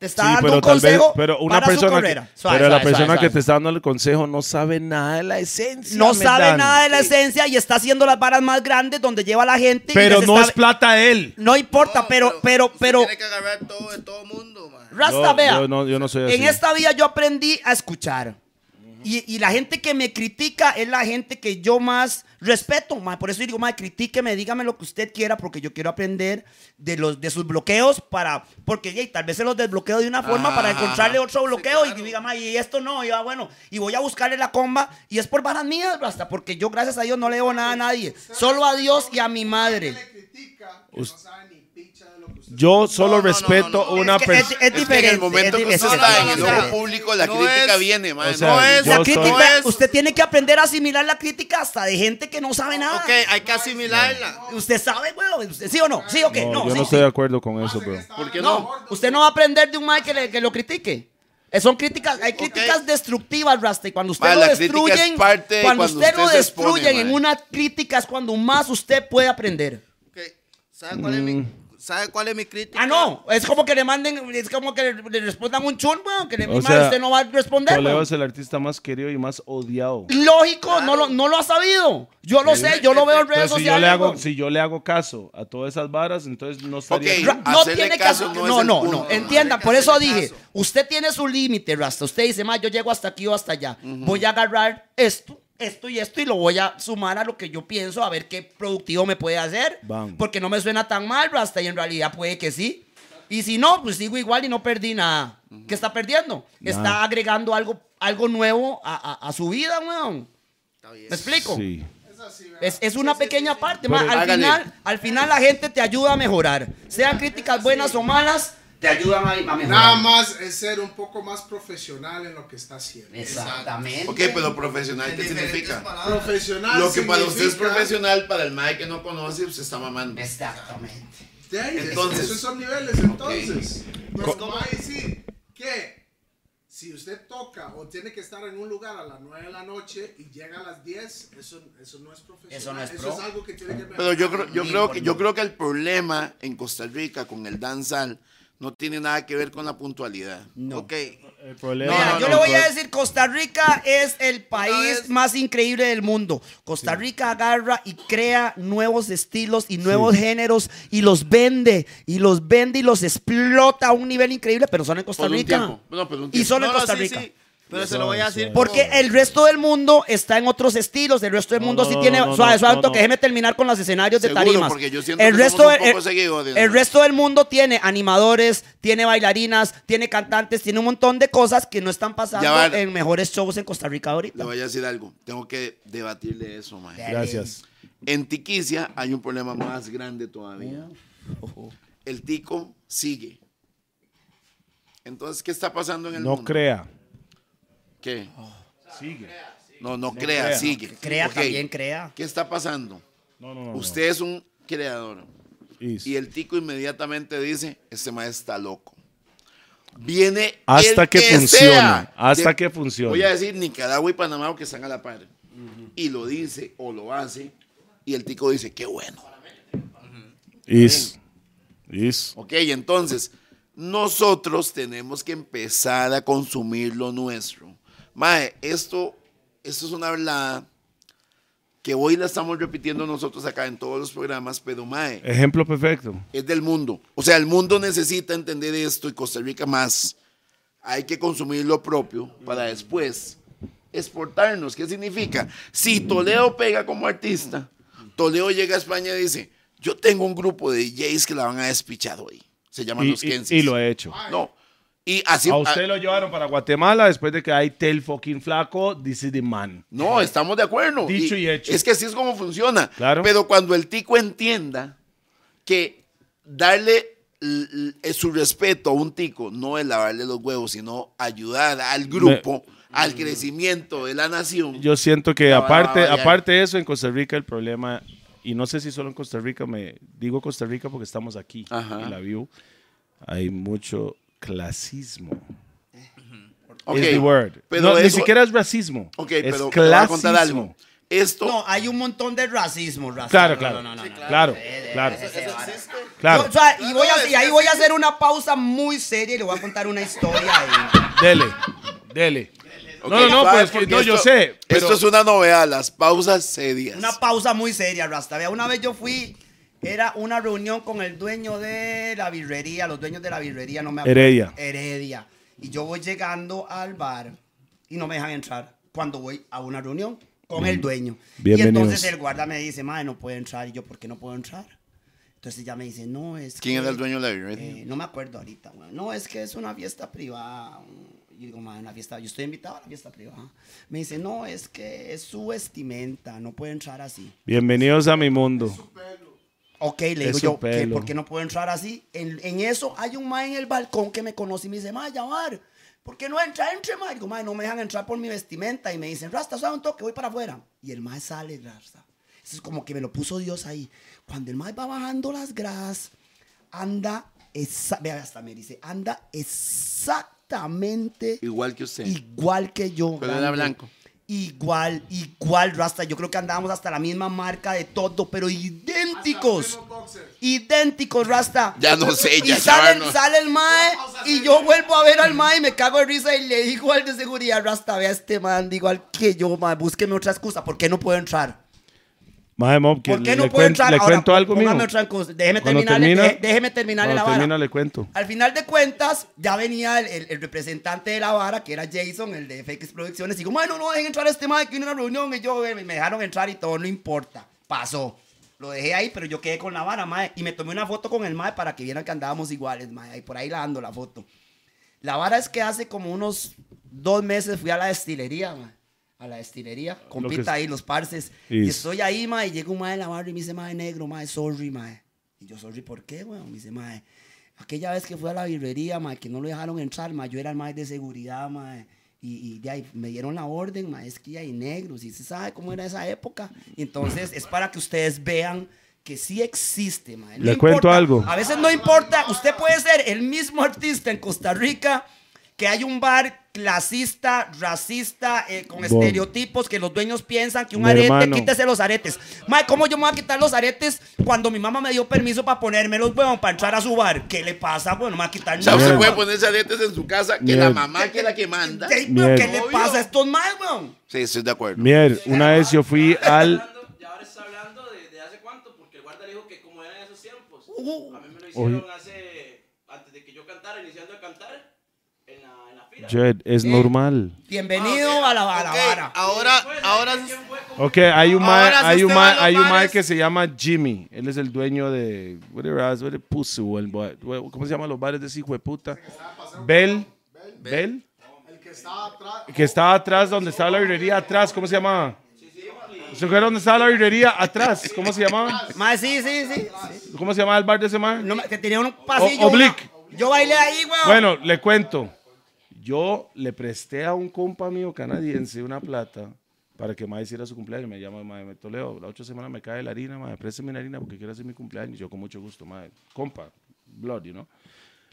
Te está Sí, dando pero un tal vez, consejo pero una para su persona, que, carrera. Suave, pero la suave, persona suave, que suave. te está dando el consejo no sabe nada de la esencia. no me sabe dan. nada de la esencia y está haciendo las varas más grandes donde lleva a la gente. y Pero les no está- es plata de él. No importa, No, pero, pero, usted pero, Tiene que agarrar todo de todo mundo, man. Rasta, Yo- vea, yo no- yo no soy en así. esta vida yo aprendí a escuchar. Y, y la gente que me critica es la gente que yo más respeto, ma. Por eso yo digo, ma, critíqueme, dígame lo que usted quiera, porque yo quiero aprender de los de sus bloqueos para. Porque hey, tal vez se los desbloqueo de una forma para Ajá, encontrarle otro sí, bloqueo y claro. diga, ma, y esto no, y va bueno. Y voy a buscarle la comba y es por varas mías, hasta porque yo, gracias a Dios, no le debo nada a nadie. Solo a Dios y a mi madre. Que le critica que no sabe ni picha de lo que usted Yo solo No, no, no, respeto no, no. una Es que persona. es- es pues, Es que en diferente, el momento es que usted diferente. está en No, el no, no, ojo no. público, la No crítica es- viene, mae. o sea, no es. pues, yo La crítica, soy- es- usted tiene que aprender a asimilar la crítica hasta de gente que no sabe nada. Ok, hay que asimilarla. Usted sabe, güey, usted- ¿sí o no? Sí o qué? No, No, yo sí, no sí. estoy de acuerdo con eso, hace que bro. está ¿Por qué hablando no? gordo, Usted no va a aprender de un mal que, le- que lo critique. Eh, Son críticas, hay críticas Ok. destructivas, Rasta. Y cuando usted Ma, lo la crítica es destruyen, parte de cuando, cuando usted, lo usted se expone, destruyen en ma. una crítica es cuando más usted puede aprender. Ok, ¿Sabe cuál, es mi, Mm. ¿Sabe cuál es mi crítica? Ah, no, es como que le manden, es como que le, le respondan un chun, weón, que le, O madre, sea, usted no va a responder. Toledo weón. es el artista más querido y más odiado. Lógico, no, lo, no lo ha sabido. Yo lo sé, yo lo veo en redes Entonces, si sociales. yo, le hago, weón. si yo le hago caso a todas esas varas, entonces no estaría... Ok, aquí. Ra- no Hacerle tiene caso caso. no No, es no, el no. punto, Entiendan, madre, por que eso hacerle dije, caso. usted tiene su límite, Rasta. Usted dice, ma, yo llego hasta aquí o hasta allá. Voy a agarrar esto, esto y esto y lo voy a sumar a lo que yo pienso, a ver qué productivo me puede hacer. Bam. Porque no me suena tan mal, Rasta, y en realidad puede que sí. Y si no, pues sigo igual y no perdí nada. ¿Qué está perdiendo? Está agregando algo, algo nuevo a, a- a su vida, weón. Está ¿Me bien. explico? Sí. Es, es una pequeña parte, ma. Pero- Al Hágale. final, al final la gente te ayuda a mejorar. Sean críticas buenas o malas, te ayudan a, a mejorar. Nada más es ser un poco más profesional en lo que está haciendo. Exactamente. Ok, pues, pero profesional, ¿qué significa? Profesional. Lo que para usted es significa- profesional, para el mae que no conoce, usted está mamando. Exactamente. De ahí, Entonces. esos son niveles, entonces. Nos va a decir que si usted toca o tiene que estar en un lugar a las 9 de la noche y llega a las 10, eso, eso no es profesional. Eso no es pro. algo que tiene que ver. Pero yo creo, yo creo que yo creo que el problema en Costa Rica con el danzal no tiene nada que ver con la puntualidad. No. Ok. El problema... Mira, no, yo no, le voy pero- a decir, Costa Rica es el país vez- más increíble del mundo. Costa Rica agarra y crea nuevos estilos y nuevos géneros y los vende, y los vende y los explota a un nivel increíble, pero son en Costa Por un Rica. tiempo. No, por un Y tiempo. solo No, en no, Costa sí, Rica. sí, Pero se lo voy a Suave, decir. suave. Porque el resto del mundo está en otros estilos. El resto del No, mundo no, sí no, tiene. no, no, suave, suave, no, toque, no. déjeme terminar con las escenarios de Seguro, tarimas. porque yo siento el que resto, somos un el- poco el- seguidores, el ¿no? resto del mundo tiene animadores, tiene bailarinas, tiene cantantes, tiene un montón de cosas que no están pasando Ya van. en mejores shows en Costa Rica Le ahorita. voy a decir algo. Tengo que debatirle eso, mae. Gracias. En Tiquicia hay un problema más grande todavía. Oh, El tico sigue. Entonces, ¿qué está pasando en el No mundo? crea. ¿Qué? Sigue. No, no, crea, crea. sigue. Oh. Crea Ok. también, crea. ¿Qué está pasando? No, no, no. Usted es un creador. Y el tico inmediatamente dice, este maestro está loco. Viene Hasta el que funcione, sea hasta de- que funcione. Voy a decir Nicaragua y Panamá que están a la par. Y lo dice o lo hace. Y el tico dice, qué bueno. Is. Is. Ok, entonces, nosotros tenemos que empezar a consumir lo nuestro. Mae, esto, esto es una verdad que hoy la estamos repitiendo nosotros acá en todos los programas, pero Mae, Ejemplo perfecto. es del mundo. O sea, el mundo necesita entender esto y Costa Rica más. Hay que consumir lo propio para después exportarnos. ¿Qué significa? Si Toledo pega como artista, Toledo llega a España y dice, yo tengo un grupo de DJs que la van a despichar hoy. Se llaman Y, los y- Kensis. y lo he hecho. No. Y así... A ah. usted a- lo llevaron para Guatemala después de que hay tel fucking flaco, this is the man. no, estamos de acuerdo. Dicho y hecho. Es que así es como funciona. Claro. Pero cuando el tico entienda que darle l- l- su respeto a un tico no es lavarle los huevos, sino ayudar al grupo, al crecimiento de la nación. Mm. Yo siento que La vara va a aparte, variar. aparte de eso, en Costa Rica el problema, y no sé si solo en Costa Rica, me digo Costa Rica porque estamos aquí Ajá. y la vivo, hay mucho clasismo. Ok, Is the word. Pero No, ni eso- siquiera es racismo. Ok, es pero te voy a clasismo. contar algo. Esto, No, hay un montón de racismo, Rasta. Claro, No, claro. no, no, no, no. Claro, Eh, eh, claro, eh, eh, eh, claro. Yo, o sea, y, voy a- y ahí voy a hacer una pausa muy seria y le voy a contar una historia. ahí. Dele, dele. ok, no, no, no, va, pues, porque no, yo esto- sé. pero- Esto es una novedad, las pausas serias. Una pausa muy seria, Rasta. Vea, una vez yo fui, era una reunión con el dueño de la birrería, los dueños de la birrería, no me acuerdo. Heredia. Heredia. Y yo voy llegando al bar y no me dejan entrar cuando voy a una reunión con el dueño. Y Mm. Bienvenidos. entonces el guarda me dice, madre, no puede entrar. Y yo, ¿por qué no puedo entrar? Entonces ya me dice, no, es ¿Quién que- era el dueño de la birrería? eh, no me acuerdo ahorita, weón. No, es que es una fiesta privada. Y digo, madre, una fiesta. Yo estoy invitado a la fiesta privada. Me dice, no, es que es su vestimenta. No puede entrar así. Bienvenidos a mi mundo. Ok, le Es digo su yo, ¿qué, pelo. ¿por qué no puedo entrar así? En, en eso hay un mae en el balcón que me conoce y me dice, mae, llamar. ¿Por qué no entra? Entre, mae. Digo, mae, no me dejan entrar por mi vestimenta. Y me dicen, Rasta, suave un toque, voy para afuera. Y el mae sale, Rasta. Eso es como que me lo puso Dios ahí. Cuando el mae va bajando las gradas, anda, exa- vea, hasta me dice, anda exactamente exactamente Igual que usted. igual que yo. Pero era blanco. Igual, igual, Rasta. Yo creo que andábamos hasta la misma marca de todo, pero idénticos. Idénticos, Rasta. Ya no sé, ya y sale, chaval, no. sale el mae y yo vuelvo a ver al mae y me cago de risa y le digo al de seguridad, Rasta, vea este man, igual que yo, mae, búsqueme otra excusa, ¿por qué no puedo entrar? Mae, Mob, que ¿Por qué le, no le puedo cuen- entrar? le Ahora, cuento algo, mijo. póngame otra cosa, déjeme Cuando terminar, termina- deje- déjeme terminar la Cuando vara. termina, le cuento. Al final de cuentas, ya venía el, el- el representante de la vara, que era Jason, el de FX Producciones, y digo, bueno, no dejen entrar a este mae, que viene a una reunión, y yo, eh, me dejaron entrar y todo, no importa, pasó. Lo dejé ahí, pero yo quedé con la vara, mae, y me tomé una foto con el mae para que vieran que andábamos iguales, mae, y por ahí la ando la foto. La vara es que hace como unos dos meses fui a la destilería, mae, a la destilería, compita que- ahí, los parces, Y- y, estoy ahí, mae, y llega un mae de la barra y me dice, mae, negro, mae, sorry, mae. Y yo, sorry, ¿por qué, weón? Me dice, mae, aquella vez que fui a la birrería, mae, que no lo dejaron entrar, mae, yo era el mae de seguridad, mae. Y, y de ahí me dieron la orden, mae, es que hay negros, y se sabe cómo era esa época. Y entonces es para que ustedes vean que sí existe, mae. Le cuento algo. A veces no importa, usted puede ser el mismo artista en Costa Rica, que hay un bar clasista, racista, eh, con Bon. estereotipos, que los dueños piensan que un Mi arete, hermano. quítese los aretes. Mae, ¿cómo yo me voy a quitar los aretes cuando mi mamá me dio permiso para ponérmelos, weón, para entrar a su bar? ¿Qué le pasa, weón? No me va a quitar O sea, usted Mierda. puede ponerse aretes en su casa, que Mierda. la mamá que es la que manda. Ey, weón, ¿Qué Mierda. le pasa a estos mal, weón? Sí, estoy de acuerdo. Mier, una vez yo fui al... Ya ahora está hablando de, de hace cuánto, porque el guarda le dijo que como eran esos tiempos. Uh, A mí me lo hicieron hace, antes de que yo cantara, iniciando a cantar, en la, en la fila. Jed, es Eh. normal. bienvenido a la, a la Ah, Ok, Ah. vara. Ahora, Después, ahora. ¿quién fue? ¿Cómo Ok, hay un mae, Ahora sí hay un usted mae, va a hay los un mae bares. que se llama Jimmy. Él es el dueño de whatever else, whatever pussy, o el bo- o- ¿cómo se llaman los bares de ese hijo de puta? Bell, Bell, El que estaba atrás. que estaba atrás donde estaba la librería atrás, ¿cómo se llamaba? ¿Se acuerdan dónde estaba la librería atrás? ¿Cómo se llamaba? Mae, sí, sí, sí. sí. ¿Cómo se llamaba el bar de ese mae? No me- que tenía un pasillo. oblique. una- yo bailé ahí, weón. Bueno, le cuento. Yo le presté a un compa mío canadiense una plata para que me hiciera su cumpleaños. Me llama, mae, me toleo. La ocho semanas me cae la harina, mae, préstame la harina porque quiero hacer mi cumpleaños. Yo con mucho gusto, mae. Compa, blood, you know.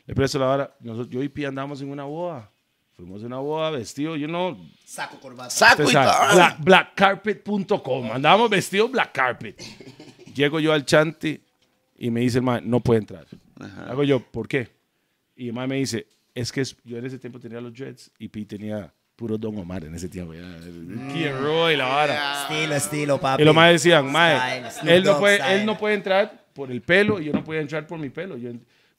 Le presto la vara. Nosotros, yo y Pi andamos en una boda. Fuimos a una boda vestido, you know, Saco corbata. Saco usted y sabe, todo. black- blackcarpet.com. Andábamos vestidos black carpet. Llego yo al chante y me dice el man, no puede entrar. Hago yo, ¿por qué? Y el man me dice, es que es- yo en ese tiempo tenía los dreads y Pi tenía puro Don Omar en ese tiempo. era el Kid Roy, la vara. Estilo, estilo, papi. Y los más decían, mae, Style, Snoop él no, Dogg puede, style. él no puede entrar por el pelo y yo no puedo entrar por mi pelo. Yo,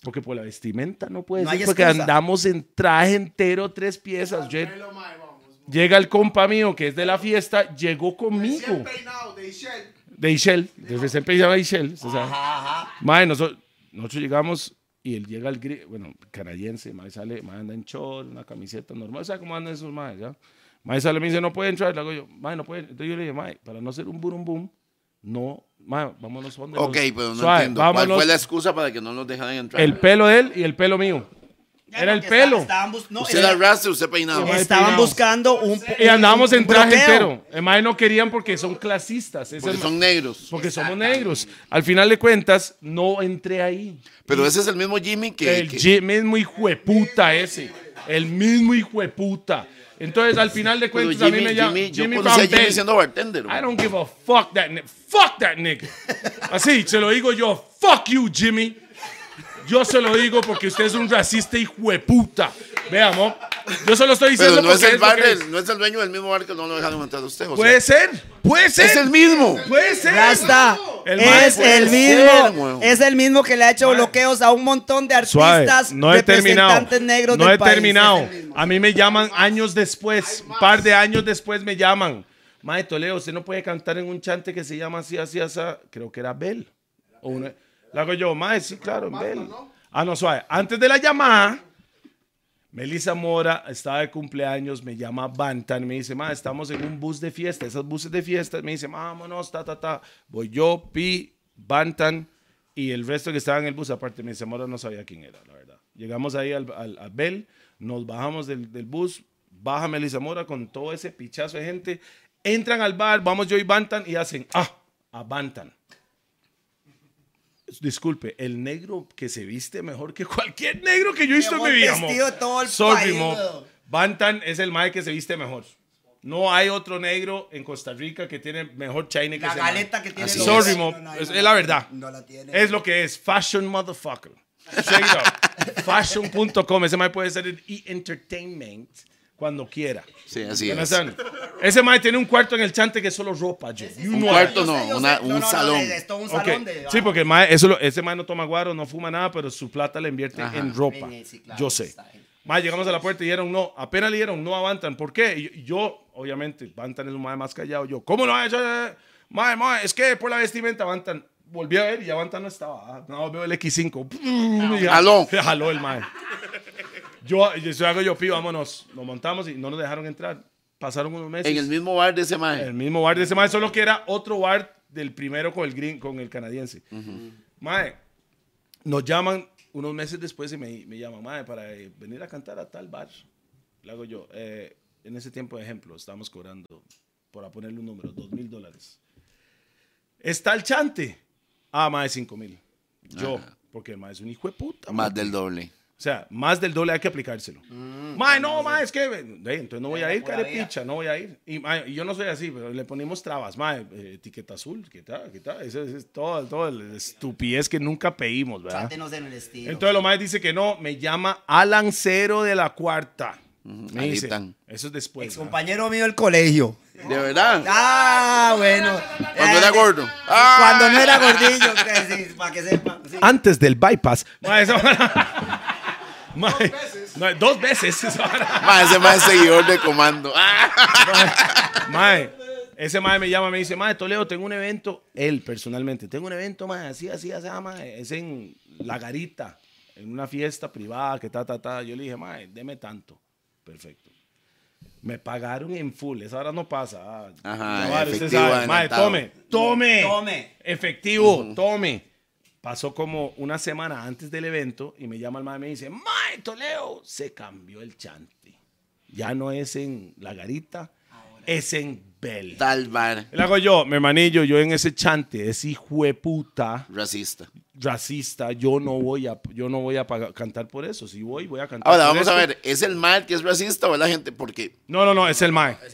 porque por la vestimenta no puede No ser, hay porque excusa. andamos en traje entero, tres piezas. Yo- llega el compa mío, que es de la fiesta, llegó conmigo. Recién peinado de Ishel. De Ishel, de recién peinaba Ishel. usted sabe. Mae, nosotros, nosotros llegamos y él llega al gri- bueno, canadiense, mae sale, mae anda en short, una camiseta normal, ¿sabes cómo andan esos maes? ya? Mae sale y me dice, no puede entrar, le hago yo, mae, no puede. Entonces yo le dije, mae, para no ser un burum boom, no, mae, vámonos donde Ok, nos- pero no suave, entiendo. ¿Cuál vámonos". fue la excusa para que no nos dejaran entrar? El pelo de él y el pelo mío. Ya, Era el porque está- pelo. Estaban, bus- no, Usted era- la raste, usted peinado. Mae, estaban peinados. buscando un. Y andábamos en un traje bloqueo. entero. El mae no querían porque son clasistas. ese Porque es- son negros. porque somos negros. Al final de cuentas, no entré ahí. Pero ese es el mismo Jimmy que. el que- Jim mismo hijo de puta ese. El mismo hijo de puta. Entonces, al final de pero cuentas, pues, a mí Jimmy, me llama Jimmy, yo Jimmy conocí a Van Jimmy Bell. siendo bartender. I güey. don't give a fuck that nigga. Fuck that nigga. Así, se lo digo yo. Fuck you, Jimmy. Yo se lo digo porque usted es un racista hijo de puta. Veamos. Yo se lo estoy diciendo Pero no es porque el bar, lo que del- no es el dueño del mismo bar que no lo dejaron entrar a usted. o sea, Puede ser. Puede ser. es el mismo. Puede ser. Rasta, El mae es puede el ser, mismo. weón. es el mismo que le ha hecho bloqueos a un montón de Suave, artistas, no he terminado. representantes negros No del he país. terminado. A mí me llaman años después, un par de años después me llaman. Mae Toledo, usted no puede cantar en un chante que se llama así, así, así. Creo que era Bell. O una- La hago yo, Mae, sí, claro, Bell. Ah, no, suave. Antes de la llamada, Melissa Mora estaba de cumpleaños, me llama Bantan, me dice, ma, estamos en un bus de fiesta, esos buses de fiesta, me dice, vámonos, ta, ta, ta. Voy yo, Pi, Bantan y el resto que estaban en el bus, aparte Melissa Mora no sabía quién era, la verdad. Llegamos ahí al, al- a Bell, nos bajamos del, del bus, baja Melissa Mora con todo ese pichazo de gente, entran al bar, vamos yo y Bantan y hacen, ah, a Bantan. Disculpe, el negro que se viste mejor que cualquier negro que yo he visto en mi Mejor vida, mo. vestido de todo el Sorry, país, mo. weón. Bantan es el mae que se viste mejor. No hay otro negro en Costa Rica que tiene mejor chaine que La ese mae. galeta que tiene. Así los- es. Ah, Sorry, mo. No, no, es, no, es la verdad. No la tiene. Es lo que es. Fashion motherfucker. Check it out. Fashion.com. Ese mae puede ser el e-entertainment cuando quiera. Sí, así es. ¿Understand? Ese mae tiene un cuarto en el chante que es solo ropa, yo. You Un know it. cuarto Yo sé, no, yo una- sé. un salón. de- Es todo un Ok, salón de. Sí, porque el mae- eso lo- ese mae no toma guaro, no fuma nada, pero su plata la invierte en ropa. Sí, sí, claro, yo sé. está bien. Mae, llegamos a la puerta y dieron no. Apenas le dieron no a Bantan. ¿Por qué? Y Yo, yo, obviamente, Bantan es un mae más callado. Yo, ¿cómo lo ha hecho? Mae, mae, es que por la vestimenta, Bantan. Volví a ver y ya Bantan no estaba. Ah, No, veo el X5. Y ya- Jaló. Jaló el mae. Yo, yo yo hago yo, pío, vámonos. Nos montamos y no nos dejaron entrar. Pasaron unos meses. En el mismo bar de ese El maje. mismo bar de ese mae, solo que era otro bar del primero con el green, con el canadiense. Mae, nos llaman unos meses después y me, me llaman, mae, para eh, venir a cantar a tal bar. Le hago yo, eh, en ese tiempo, ejemplo, estamos cobrando, por ponerle un número, dos mil dólares. Está el chante. Ah, mae, cinco mil. Yo, porque el mae es un hijo de puta. mae. Más del doble. O sea, más del doble hay que aplicárselo. mae, no, mae, Mm, es que. eh, entonces no voy a ir, pura carepicha, no voy a ir. Y, mae, y yo no soy así, pero le ponemos trabas, mae, eh, etiqueta azul, ¿qué tal? ¿Qué tal? Eso, eso es todo, todo el estupidez que nunca pedimos, ¿verdad? Sátenos en el estilo. Entonces lo más dice que no, me llama Alan Cero de la Cuarta. Me ahí dice, están. eso es después. Ex ¿verdad? compañero mío del colegio. De verdad. Ah, bueno. Cuando Eh, era gordo. Ah, Cuando no era gordillo, que sí, para que sepa. sí. Antes del bypass. Mae, esa vara- Mae, no, dos veces. dos veces. esa vara. maje, ese maje es seguidor de comando. Ah. Mae, ese mae me llama, me dice, mae, Toledo, tengo un evento, él personalmente, tengo un evento, mae, así, así, así, ah, mae, es en La Garita, en una fiesta privada, que ta, ta, ta. Yo le dije, mae, deme tanto. Perfecto. Me pagaron en full, esa hora no pasa. ah, Ajá, chaval, usted efectivo sabe. Mae, adelantado. tome, tome, Tome. efectivo, tome. Pasó como una semana antes del evento y me llama el mae y me dice, mae, Toledo, se cambió el chante. Ya no es en La Garita, es en Bell. Tal bar. El hago yo, mi hermanillo, yo en ese chante, ese hijo de puta Racista. racista, yo no voy a, yo no voy a pagar- cantar por eso. Si voy, voy a cantar Ahora, por vamos a esto. ver. ¿Es el mal que es racista o es la gente? Porque No, no, no, es el mae. No,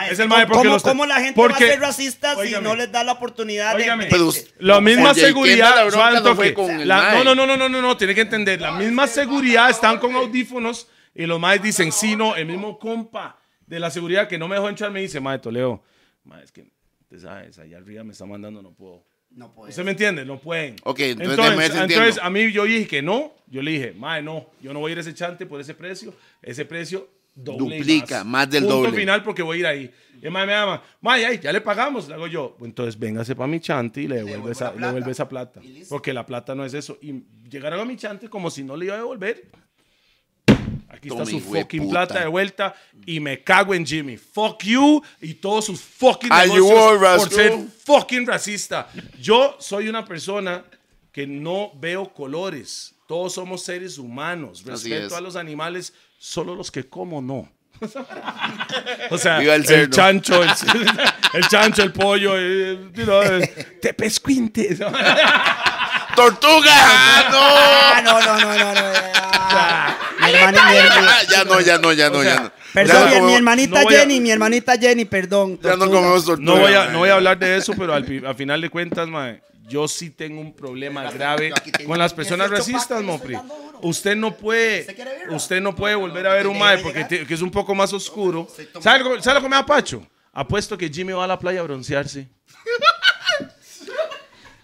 Es que el mae, porque ¿cómo, los- cómo la gente porque- va a ser racista Óigame. si no les da la oportunidad Óigame. de... Pero us- La misma Oye, entienda, seguridad, suave la bronca al no fue toque. con el La- mae. no, no, no, no, no, no, no, tiene que entender. La misma seguridad están con audífonos y los maes dicen, sí, no, el mismo compa de la seguridad que no me dejó entrar me dice, mae, Toledo, mae, es que, te sabes, allá arriba me está mandando, no puedo. No puede ¿Usted me entiende? No pueden. Ok, entonces, déjame ver si entonces, entiendo. entonces, a mí yo dije que no. Yo le dije, mae, no, yo no voy a ir a ese chante por ese precio. Ese precio doble y Duplica, más del Punto doble. final porque voy a ir ahí. Y el mae me llama, mae, ay, ya le pagamos. Le hago yo, "Pues entonces véngase para mi chante y le devuelve, devuelvo esa, la le plata. devuelve esa plata. Y listo. Porque la plata no es eso. Y llegaron a mi chante como si no le iba a devolver. Aquí Tome, está su hijo de fucking puta. plata de vuelta y me cago en Jimmy. Fuck you y todos sus fucking Are you negocios all por rascal? ser fucking racista. Yo soy una persona que no veo colores. Todos somos seres humanos. Así es. Respeto a los animales, solo los que como no. o sea, Viva el el, cerdo. chancho, el, el chancho, el pollo, el, you know, el- te pescuinte. ¡Tortuga! Ah, ¡Ah, no, no, no, no, no. ah. Mi hermana- mi no! hermana- Ah, Ya no, ya no, ya no, ya no. Perdón, Ya no mi- mi comemos- no hermanita voy a- Jenny, mi hermanita Jenny, perdón. Ya no tortuga. comemos tortuga. No voy, a, mae. no voy a hablar de eso, pero al, pi- al final de cuentas, mae, yo sí tengo un problema grave con las personas racistas, Mopri. Usted no puede, usted no puede volver a ver un mae porque te- que es un poco más oscuro. ¿Sabe lo, sabe lo que me da Pacho? Apuesto que Jimmy va a la playa a broncearse.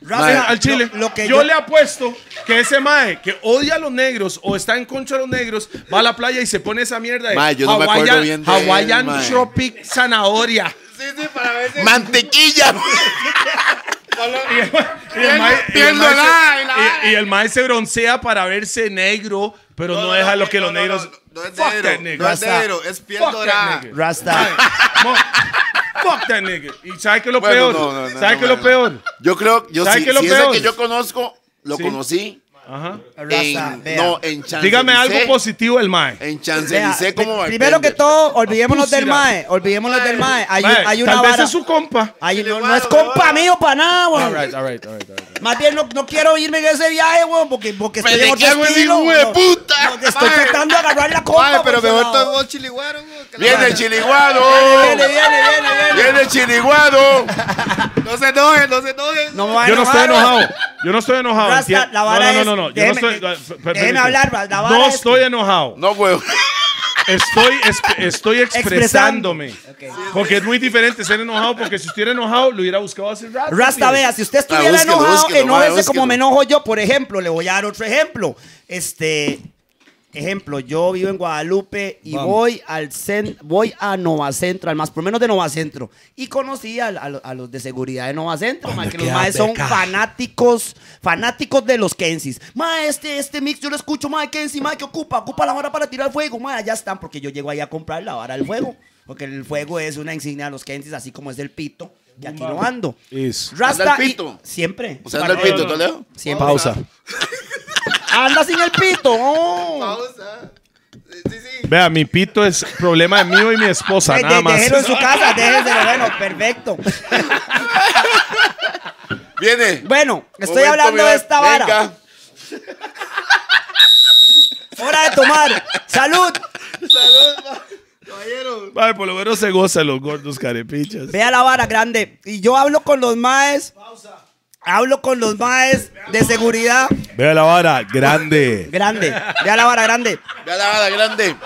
Rafa, Mae, al chile. Lo, lo que yo, yo, le apuesto que ese mae que odia a los negros o está en contra de los negros va a la playa y se pone esa mierda de Mae, yo no me acuerdo Hawaiian, bien de él, Hawaiian mae. Tropic Zanahoria. ¡Mantequilla! Y el mae- y el mae Viéndola, se- y- y el mae se broncea para verse negro, pero no, deja lo que los negros. No, es Fuck that negro, nigga. no es Rasta. negro, es piel Fuck dorada. that nigga. Rasta. Mo- Fuck that nigga. ¿Y sabe qué es lo Bueno, peor? no, no, no, ¿Sabe no, qué es lo bueno. peor? Yo creo, yo ¿Sabe sí, qué es lo si es el peor? que yo conozco, lo Sí. conocí Ajá. Raza, en- vea. no, en Champs Dígame algo positivo el Mae. En Vea, Champs-Élysées como pri- primero que bartender. todo, olvidémonos del Pusira. mae, olvidémonos del mae. Hay, un- Mae, hay una tal vez vara. es su compa. Hay- no, no es compa mío para nada, weón. Más bien no, no quiero irme en ese viaje, weón, porque, porque estoy en Pero otro qué güey, estilo. hijo de No, puta. no, estoy Mae. tratando de agarrar la compa. Mae, pero por ese mejor lado. todo chiliguaro, güey, que la Viene madre. el chiriguado. Viene, viene, viene, viene. Viene el chiriguado. No se enojen, no se enojen. No me va a Yo no estoy enojar, weón. enojado. Yo no estoy enojado. Rasta, enti- la no, no, vara no, es- no, no. Yo no déjeme- estoy. déjeme eh, per- permíteme. hablar, la vara No es- estoy enojado. No, güey. Estoy, esp- estoy Expresando. expresándome. Porque es muy diferente ser enojado. Porque si estuviera enojado, lo hubiera buscado hace rato. Rasta, tío. vea, si usted estuviera Ah, búsquelo, enojado, búsquelo, enójese mae, búsquelo. como me enojo yo. Por ejemplo, le voy a dar otro ejemplo. Este, ejemplo, yo vivo en Guadalupe y voy al cen- voy a Nova Centro, al más por menos de Nova Centro. Y conocí al- a, lo- a los de seguridad de Nova Centro, mae, que los maes son fanáticos, fanáticos de los Kensis. Mae, este, este mix yo lo escucho, mae, Kensi, mae, que ocupa, ocupa la vara para tirar fuego, mae, allá están, porque yo llego ahí a comprar la vara del fuego. Porque el fuego es una insignia de los Kensis, así como es el pito. Y aquí lo ando. Is. Rasta Anda el y- pito. siempre. O sea, anda el pito, ¿tú leo? Siempre. Pausa. Anda sin el pito. oh. no. Pausa. Sí, sí, sí. Vea, mi pito es problema mío y mi esposa, Eh, De- nada de- más. déjelo en su casa, déjenselo. Bueno, perfecto. Viene. Bueno, estoy Momento, hablando mira, de esta vara. venga. Hora de tomar. Salud. Vale, por lo menos se gozan los gordos carepichas. Vea la vara grande. Y yo hablo con los maes. Hablo con los maes de seguridad. Vea la vara, grande. Grande. Vea la vara grande. Vea la vara grande.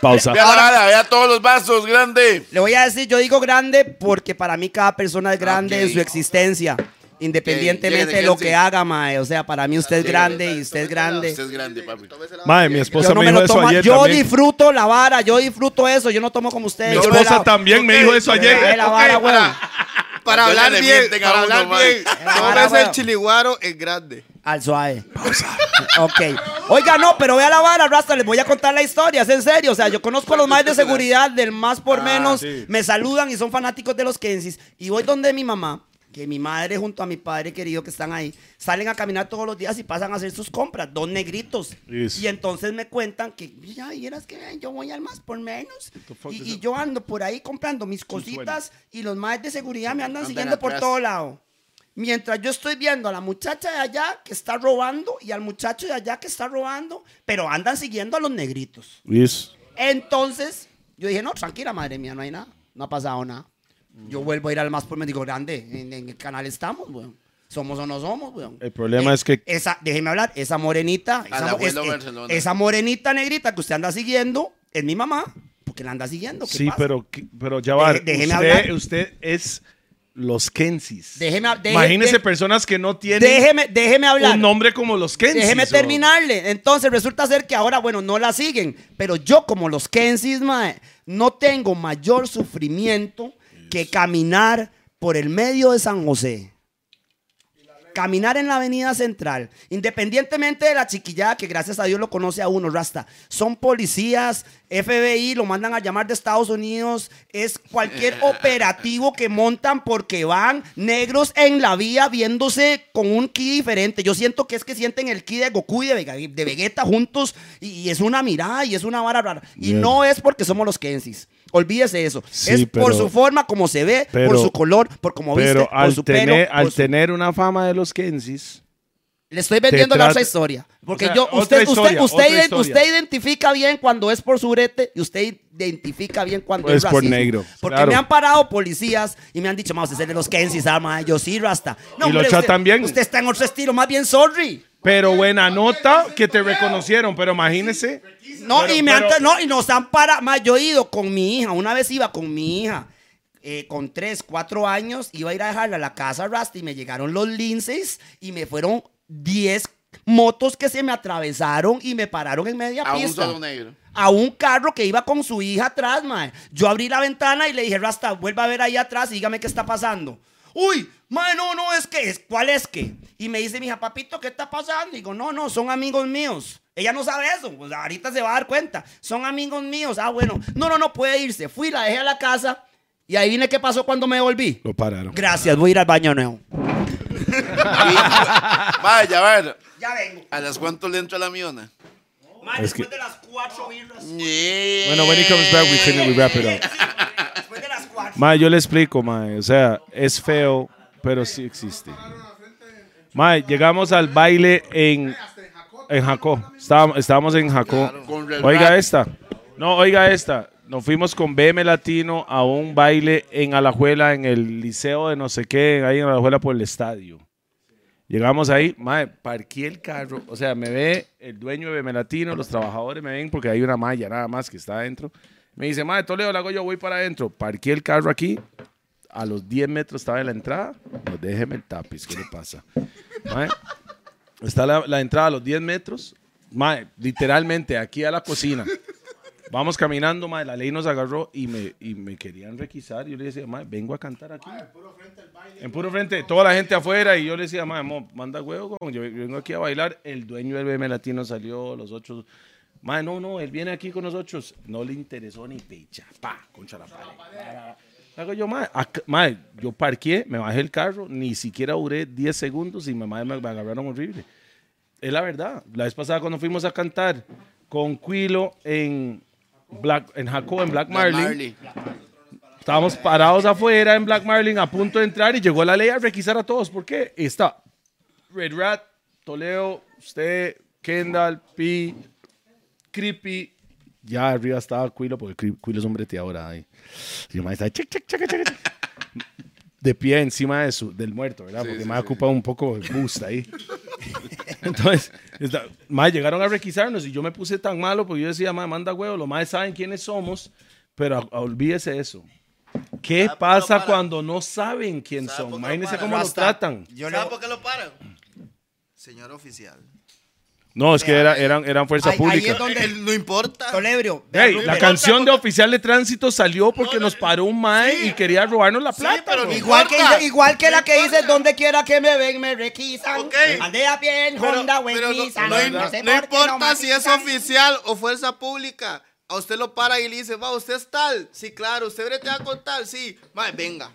Pausa. Vea la vara, vea todos los vasos, grande. Le voy a decir, yo digo grande porque para mí cada persona es grande Ok. en su existencia. Independientemente Lléguenle, de lo Kenzie. que haga, mae. O sea, para mí usted es grande y usted es grande. Usted es grande, papi. Mae, mi esposa yo no me me dijo lo eso tomo. ayer Yo también. disfruto la vara, yo disfruto eso. Yo no tomo como ustedes. Mi yo me esposa la- también me dijo eso yo me la- ayer. la vara, Ok, weón. Para Entonces hablar le bien, mienten a para uno, hablar mae. bien. la No vara, ves weón. el chiliguaro es grande. Al suave. Ok. Oiga, no, pero vea la vara, Rasta. Les voy a contar la historia, es en serio. O sea, yo conozco a los más de seguridad, del más por menos. Me saludan y son fanáticos de los Kensis. Y voy donde mi mamá, que mi madre junto a mi padre querido que están ahí, salen a caminar todos los días y pasan a hacer sus compras, dos negritos. Yes. Y entonces me cuentan que, ya vieras que yo voy al más por menos. Y, y yo ando por ahí comprando mis cositas y los más de seguridad me andan Andan siguiendo por atrás. todo lado. Mientras yo estoy viendo a la muchacha de allá que está robando y al muchacho de allá que está robando, pero andan siguiendo a los negritos. Luis, Entonces, yo dije, no, tranquila, madre mía, no hay nada, no ha pasado nada. Yo Mm. vuelvo a ir al más por me digo, grande, en, en el canal estamos, weón. Somos o no somos, weón. Eh, El problema es que- Esa, déjeme hablar, esa morenita, esa, Al mo- abuelo es- Barcelona. esa morenita negrita que usted anda siguiendo es mi mamá, porque la anda siguiendo. ¿qué sí, pasa? pero, qui- pero ya va. Deje- déjeme usted, hablar. usted es los Kensis. Déjeme, hab- deje- Imagínese de- personas que no tienen déjeme, déjeme hablar. un nombre como los Kensis. Déjeme o- terminarle. Entonces resulta ser que ahora, bueno, no la siguen. Pero yo, como los Kensis, mae, no tengo mayor sufrimiento que caminar por el medio de San José. Caminar en la avenida central, independientemente de la chiquillada que gracias a Dios lo conoce a uno, Rasta. Son policías, FBI, lo mandan a llamar de Estados Unidos. Es cualquier operativo que montan porque van negros en la vía viéndose con un ki diferente. Yo siento que es que sienten el ki de Goku y de, Vega- de Vegeta juntos y, y es una mirada y es una vara rara. Y Bien. no es porque somos los Kensis. Olvídese eso. Sí, es por pero- su forma, como se ve, pero- por su color, por cómo viste, Pero por al, su tener, pelo. por al su- tener una fama de los Kensis, le estoy vendiendo la trata- otra historia. Porque O sea, yo, otra usted, historia, usted, otra usted, ide- historia. usted identifica bien cuando es por su brete y usted identifica bien cuando Pues es por racismo. negro, Porque claro. me han parado policías y me han dicho, vamos a hacerle los Kensis, ah, mae". yo sí, Rasta. Y lo usted- tratan bien. Usted está en otro estilo, más bien sorry. pero buena nota que te reconocieron. Pero imagínese. No, Pero- y me pero- han, no, y nos han parado. Más yo he ido con mi hija. Una vez iba con mi hija, eh, con tres, cuatro años, iba a ir a dejarla a la casa Rasta y me llegaron los linces y me fueron 10 motos que se me atravesaron y me pararon en media A un pista. solo negro. A un carro que iba con su hija atrás, mae. Yo abrí la ventana y le dije, Rasta, vuelva a ver ahí atrás y dígame qué está pasando. Uy, mae, no, no, es que, es, ¿cuál es que? Y me dice mi hija, papito, ¿qué está pasando? Y digo, no, no, son amigos míos. Ella no sabe eso, pues ahorita se va a dar cuenta. Son amigos míos. Ah, bueno, no, no, no puede irse. Fui, la dejé a la casa y ahí vine qué pasó cuando me volví. Lo pararon. Gracias, voy a ir al baño de nuevo. Vaya, vaya. Ya vengo. ¿A las cuánto le entra la miona? Mae, Es después que- de las cuatro birras. Bueno, when he comes back, we finish, we wrap it up. Después de las cuatro. Mae, yo le explico, mae. O sea, es feo, pero sí existe. Mae, llegamos al baile en, en Jacó. Estábamos, estábamos en Jacó. Con el Oiga rap. esta. No, oiga esta. Nos fuimos con BM Latino a un baile en Alajuela, en el liceo de no sé qué, ahí en Alajuela por el estadio. Llegamos ahí, mae, parqué el carro. O sea, me ve el dueño de BM Latino, los trabajadores me ven porque hay una malla nada más que está adentro. Me dice, mae, Toledo, la hago yo, voy para adentro. Parqué el carro aquí, a los 10 metros estaba en la entrada. No, déjeme el tapiz, ¿qué le pasa? Mae, está la, la entrada a los 10 metros. Mae, literalmente, aquí a la cocina. Vamos caminando, mae, la ley nos agarró y me, y me querían requisar. Yo le decía, mae, vengo a cantar aquí. En puro frente, toda la gente afuera. Y yo le decía, mae, mo, manda huevo, con- yo vengo aquí a bailar. El dueño del BM Latino salió, los otros... Mae, no, no, él viene aquí con nosotros. No le interesó ni pecha. Pa, concha la pared. Hago yo, mae, ac- mae, yo parqué, me bajé el carro, ni siquiera duré 10 segundos y me, mae, me agarraron horrible. Es la verdad. La vez pasada cuando fuimos a cantar con Quilo en Black, en Jacob, en Black Marlin, Marley. estábamos parados afuera en Black Marlin a punto de entrar y llegó la ley a requisar a todos. ¿Por qué? Está Red Rat, Toledo, usted, Kendall, P, Creepy. Ya arriba estaba Quilo, porque Cri- Quilo es hombre ahora. ahí. Y el mae está chic, chic, chic, chic, chic. de pie encima de su, del muerto, ¿verdad? Porque me ocupa un poco de boost ahí. Entonces, está- mae, llegaron a requisarnos y yo me puse tan malo porque yo decía, mae, manda huevo, los maes saben quiénes somos, pero a- a- olvídese eso. ¿Qué Ah, pasa pero para. cuando no saben quién ¿Sabe son? por qué no Imagínense para? cómo los Rasta. tratan. Yo le- ¿Sabe por qué lo paran? Señor oficial. No, es que era, eran, eran fuerza Ahí- ahí pública. es donde- Él Eh, no importa. Tolebrio. Ey, la canción de oficial de tránsito salió porque nos paró un mae y quería robarnos la plata. pero bro. ni- Igual que, Importa. igual que la que dice donde quiera que me ven, me requisan. Ok. Andé a pie en Pero- Honda o en pero no- Nissan. no, no sé no por qué importa no si es manejan. oficial o fuerza pública. A usted lo para y le dice, va, usted es tal. Sí, claro, usted te va a contar. Sí, mae, venga.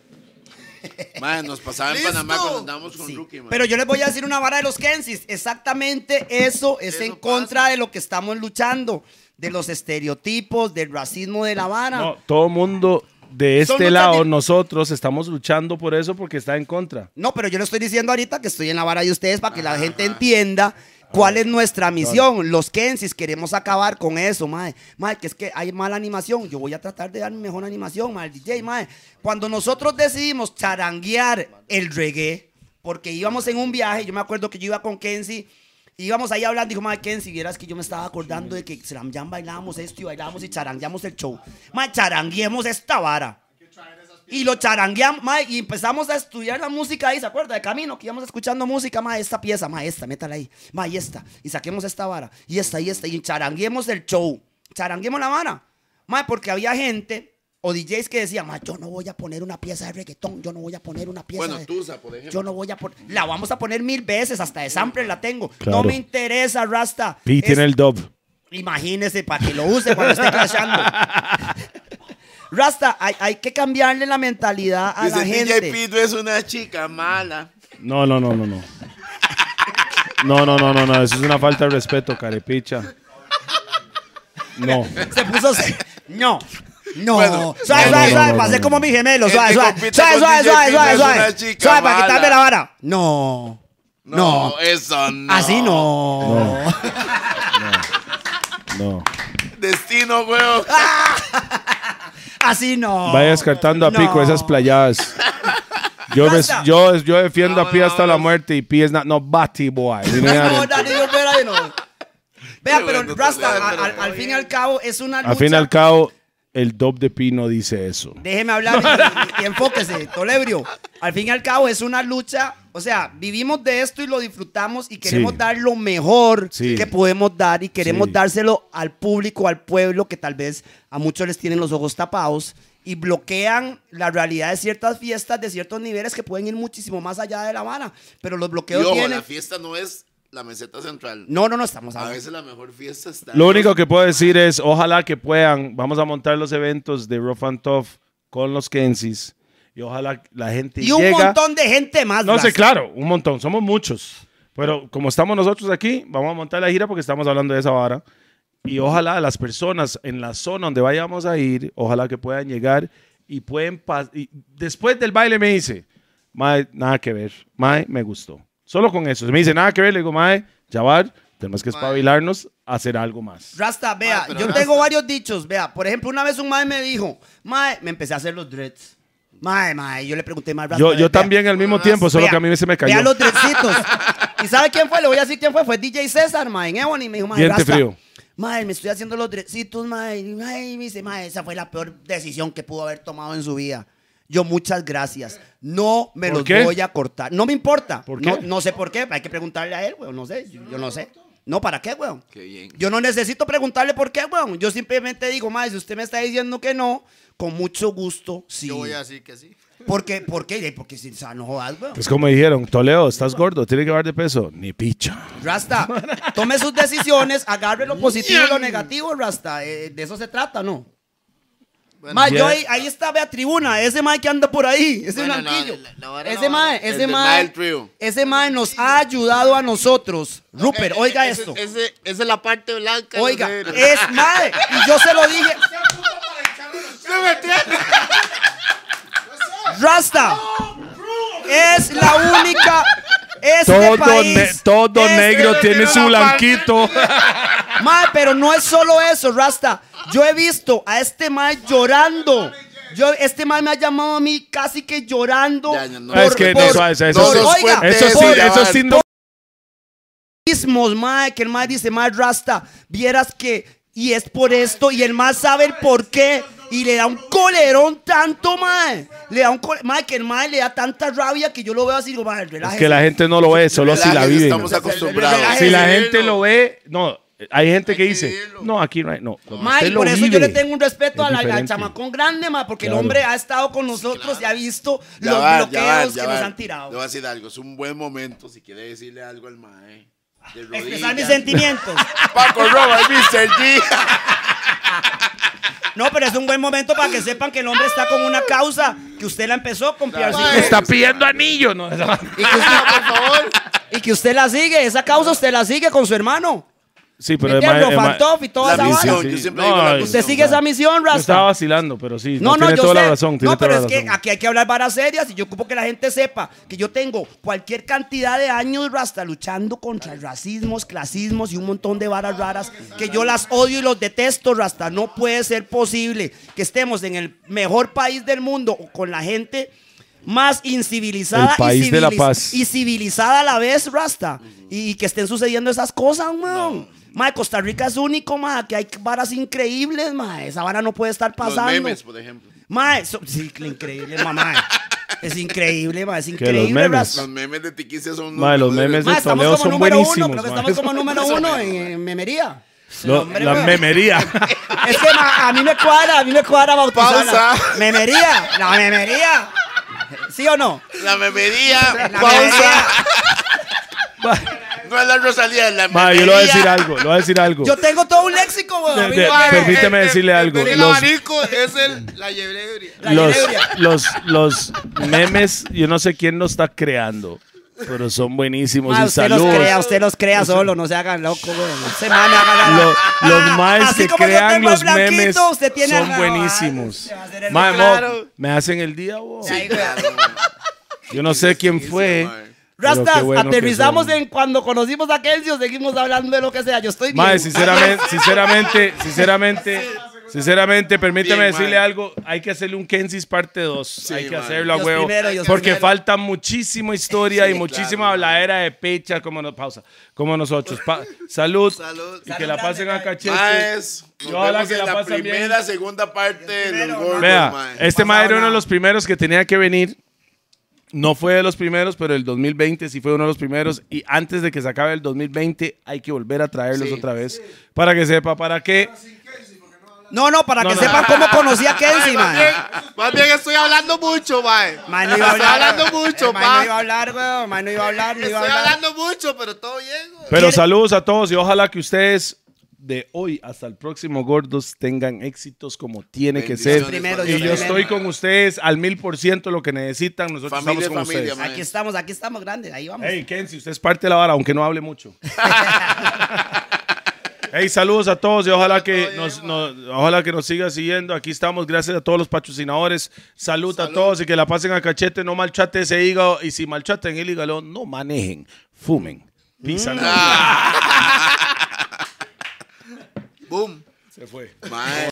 Mae, nos pasaba en Listo. Panamá cuando andábamos con Sí, Rookie, mae. Pero yo les voy a decir una vara de los Kensis. Exactamente eso es Eso en pasa. contra de lo que estamos luchando. De los estereotipos, del racismo de la vara. No, todo mundo de Son este muchas lado, di- nosotros estamos luchando por eso porque está en contra. No, pero yo le estoy diciendo ahorita que estoy en la vara de ustedes para que la gente entienda cuál es nuestra misión. Los Kensis queremos acabar con eso, mae. Mae, que es que hay mala animación. Yo voy a tratar de dar mi mejor animación, mae, el DJ, mae. Cuando nosotros decidimos charanguear el reggae, porque íbamos en un viaje, yo me acuerdo que yo iba con Kenzie. Íbamos ahí hablando, dijo, Mae Kenzie, vieras que yo me estaba acordando de que Sramjan bailábamos esto y bailábamos y charangueamos el show. Mae, charangueemos esta vara. Y lo charangueamos, mae, y empezamos a estudiar la música ahí, ¿se acuerda? De camino, que íbamos escuchando música, mae, esta pieza, mae, esta, métala ahí, mae, esta. Y saquemos esta vara, y esta, y esta, y charangueemos el show. Charanguemos la vara. Mae, porque había gente, o DJs que decían, mae, yo no voy a poner una pieza de reggaetón, yo no voy a poner una pieza Bueno, de... Tusa, por ejemplo. Yo no voy a poner... La vamos a poner mil veces, hasta de sample la tengo. Claro. No me interesa, Rasta. Pi Es- tiene el dub. Imagínese para que lo use cuando esté crashando. Rasta, hay, hay que cambiarle la mentalidad a Dice la gente. DJ Pito es una chica mala. No, no, no, no, no. No, no, no, no, no. Eso es una falta de respeto, carepicha. No. Se puso. se- No. No, Bueno, suave, no, suave, no, suave, no, pasé no, como no. mi gemelo, suave, que suave, compite suave, con suave, DJ suave, suave, es una suave, chica suave, para quitarme mala. la vara. No, no, eso no. así no. No. Destino, weón. Ah, así no. Vaya descartando a Pi con No. esas playadas. Yo, res- Basta. yo, yo defiendo a Pi No, hasta no, la no. muerte y Pi es not, no batty boy. You know No, what I mean? Dani Rivera, you know. Vea, Qué pero bueno, Rasta, Toledo, al- pero al, al fin y al cabo es una lucha. Al fin y al cabo, el dub de Pi no dice eso. Déjeme hablar y, y- y enfóquese, Tolebrio. Al fin y al cabo es una lucha, o sea, vivimos de esto y lo disfrutamos y queremos Sí. dar lo mejor Sí. que podemos dar y queremos Sí. dárselo al público, al pueblo que tal vez a muchos les tienen los ojos tapados y bloquean la realidad de ciertas fiestas, de ciertos niveles que pueden ir muchísimo más allá de La Habana, pero los Y bloqueos ojo, tienen... la fiesta no es la meseta central. No, no, no estamos A hablando. veces la mejor fiesta está. Lo único que puedo decir es, ojalá que puedan, vamos a montar los eventos de Rough and Tough con los Kensis. y ojalá la gente Y un llega. montón de gente más. No sé, Rasta. claro, un montón, somos muchos. Pero como estamos nosotros aquí, vamos a montar la gira porque estamos hablando de esa vara. Y ojalá las personas en la zona donde vayamos a ir, ojalá que puedan llegar y pueden pas- y después del baile me dice, "Mae, nada que ver. Mae, me gustó." Solo con eso. Si me dice, "Nada que ver." Le digo, "Mae, Jabbar, tenemos que espabilarnos a hacer algo más." Rasta, vea, Mae, pero yo Rasta- tengo varios dichos, vea. Por ejemplo, una vez un mae me dijo, mae, me empecé a hacer los dreads. Mae, mae, yo le pregunté, mae, Rasta, Yo, vea, yo también al mismo tiempo, solo vea, que a mí se me cayó. Vea los dreadcitos. ¿Y sabe quién fue? Le voy a decir quién fue. Fue DJ César, mae, en Ebony. Me dijo, mae, Diente Rasta, frío. Mae, me estoy haciendo los dreadcitos, mae. Y, Ay, me dice, mae, esa fue la peor decisión que pudo haber tomado en su vida. Yo, muchas gracias. No me ¿Por los qué? voy a cortar. No me importa. ¿Por No, qué? no sé por qué. Hay que preguntarle a él, weón. No sé. Yo, yo no sé. No, ¿para qué, weón? Qué bien. Yo no necesito preguntarle por qué, weón. Yo simplemente digo, mae, si usted me está diciendo que no, con mucho gusto, sí. Yo voy a decir que sí. Porque, ¿Por qué? Eh, Porque si o sea, no jodas, weón. Pues como dijeron, Toledo, estás gordo, tienes que bajar de peso. Ni picha. Rasta, tome sus decisiones, agarre lo positivo y lo negativo, Rasta. Eh, de eso se trata, ¿no? Bueno, Mae, yo Yeah. ahí, ahí está, vea, tribuna. Ese mae que anda por ahí, ese Bueno, blanquillo. la- la- la vara ese no- mae, el ese del mae. Nile Trio. Ese mae nos ha ayudado a nosotros. Rupert, Eh, oiga eh, ese- esto. ese- esa es la parte blanca. Oiga, no sé, es mae. Y yo se lo dije. Rasta. Es la única. Este Todo, país. ne- todo es- negro tiene su blanquito. Mae, pero no es solo eso, Rasta. Yo he visto a este mae llorando. Yo, este mae me ha llamado a mí casi que llorando. Ya, ya, no. Ah, es que no, suave, suave, por- eso- oiga, Eso sí, por eso sí no. mismos, mae, que el mae dice, mae, Rasta, vieras que, y es por esto, y el mae sabe el por qué, y le da un colerón tanto, mae. Le da un col- mae, que el mae le da tanta rabia que yo lo veo así, digo, mae, Es relájese. que la gente no lo ve, solo si la Relajes, vive. Estamos acostumbrados. Relajes. Si la Hay que gente vivirlo. lo ve, no. Hay gente que Hay que dice, vivirlo. no, aquí no hay. No, cuando Mae, usted y por lo eso yo vive, le tengo un respeto es a la- al diferente. chamacón grande, mae, porque Claro. el hombre ha estado con nosotros y ha visto Ya los va, ya bloqueos va, ya que nos va. han Le tirado. voy a decir algo. Es un buen momento si quiere decirle algo al mae. De Expresar mis rodillas. sentimientos. Paco Roba, Mr. G. No, pero es un buen momento para que sepan que el hombre está con una causa que usted la empezó con Piarcito. Está pidiendo anillo, ¿no? Y que, usted, y que usted la sigue, esa causa usted la sigue con su hermano. Sí, pero Pero el mae- el mae- y toda La esa misión, vara. yo siempre No, digo la yo- misión. Usted sigue esa misión, Yo estaba Rasta. vacilando, pero sí. No, no, tiene yo toda sé. la razón. tiene toda no, pero la es que razón. aquí hay que hablar varas serias y yo ocupo que la gente sepa que yo tengo cualquier cantidad de años, Rasta, luchando contra racismos, clasismos y un montón de varas raras que yo las odio y los detesto, Rasta. No puede ser posible que estemos en el mejor país del mundo con la gente más incivilizada El país y, de la civiliz- paz. y civilizada a la vez, Rasta. Y que estén sucediendo esas cosas, man. Mae, Costa Rica es único, mae, que hay varas increíbles, mae. Esa vara no puede estar Los pasando. memes, por ejemplo. Mae, so- sí, que increíble, mamá. Es increíble, mae, es los increíble, memes. Ras- Los memes de Tiquicia son Mae, los mejores. memes de Mae, estamos Toledo como son número uno, buenísimos. creo que mae. estamos como número uno en, en memería. Lo- Hombre, La mae. memería. Es que ma, a mí me cuadra, a mí me cuadra bautizarla. Pausa. Memería, la memería. ¿Sí o no? La memería, La pausa. memería. No es la Rosalía, es la Mae, memería. yo le voy a decir algo, le voy a decir algo. Yo tengo todo un léxico, weón. De- a mí de- no vale. permite- Permíteme decirle algo. El Los- abanico es el, la yebrebria. La los, Yelebria. los, los memes, yo no sé quién los está creando, pero son buenísimos. Ma, y Ah, usted los saludos. crea, usted los crea solo, no se hagan loco, weón. Se mame, hagan Lo- los maes Ah, Así que como yo crean tengo el los blanquito, memes usted tiene son al- buenísimos. Ay, se va a hacer el- Mae, mo, Claro. me hacen el día, bo. Ahí, weón. Yo no sé quién fue. pero qué Rastas, bueno que aterrizamos son. en cuando conocimos a Kenzie, seguimos hablando de lo que sea. Yo estoy bien. Mae, sinceramente, sinceramente, sinceramente, sinceramente, permíteme Bien, decirle mae. algo. Hay que hacerle un Kensis parte 2. Hay que mae. hacerlo a Dios huevo. primero, Dios porque primero. falta muchísima historia y muchísima habladera de pecha como nos pausa. Como nosotros. Pa- salud. Salud. Y que la pasen a cachete. Maes, nos Yo ojalá vemos que en la la pasen bien. primera, segunda parte de los gordos, Vea, mae. este Pasado mae era uno de nada. los primeros que tenía que venir. No fue de los primeros, pero el 2020 sí fue uno de los primeros. Y antes de que se acabe el 2020, hay que volver a traerlos Sí. otra vez. Para que sepa, para qué. No, no, para No, que no. sepan cómo conocí a Kenzie, Más man. bien, más bien estoy hablando mucho, mae. Man, no Estoy iba a hablar. hablando mucho, El man no pa. iba a hablar, weón. Man, no iba a hablar, no Estoy iba a hablar. hablando mucho, pero todo bien, güey. Pero saludos a todos y ojalá que ustedes de hoy hasta el próximo Gordos tengan éxitos como tiene que Bendiciones, ser. Primero, Y Dios yo familia. estoy con ustedes al mil por ciento lo que necesitan. Nosotros Familia, estamos con familia, ustedes. man. Aquí estamos, aquí estamos grandes, ahí vamos. Hey, Kenzie, usted es parte de la vara, aunque no hable mucho. Hey, saludos a todos y ojalá que nos, nos- ojalá que nos siga siguiendo. Aquí estamos, gracias a todos los patrocinadores. Salud, a todos y que la pasen a cachete, no maltrate ese hígado y si maltraten el hígado, no manejen, fumen. Pisan. Mm. Boom. Se fue. Mae.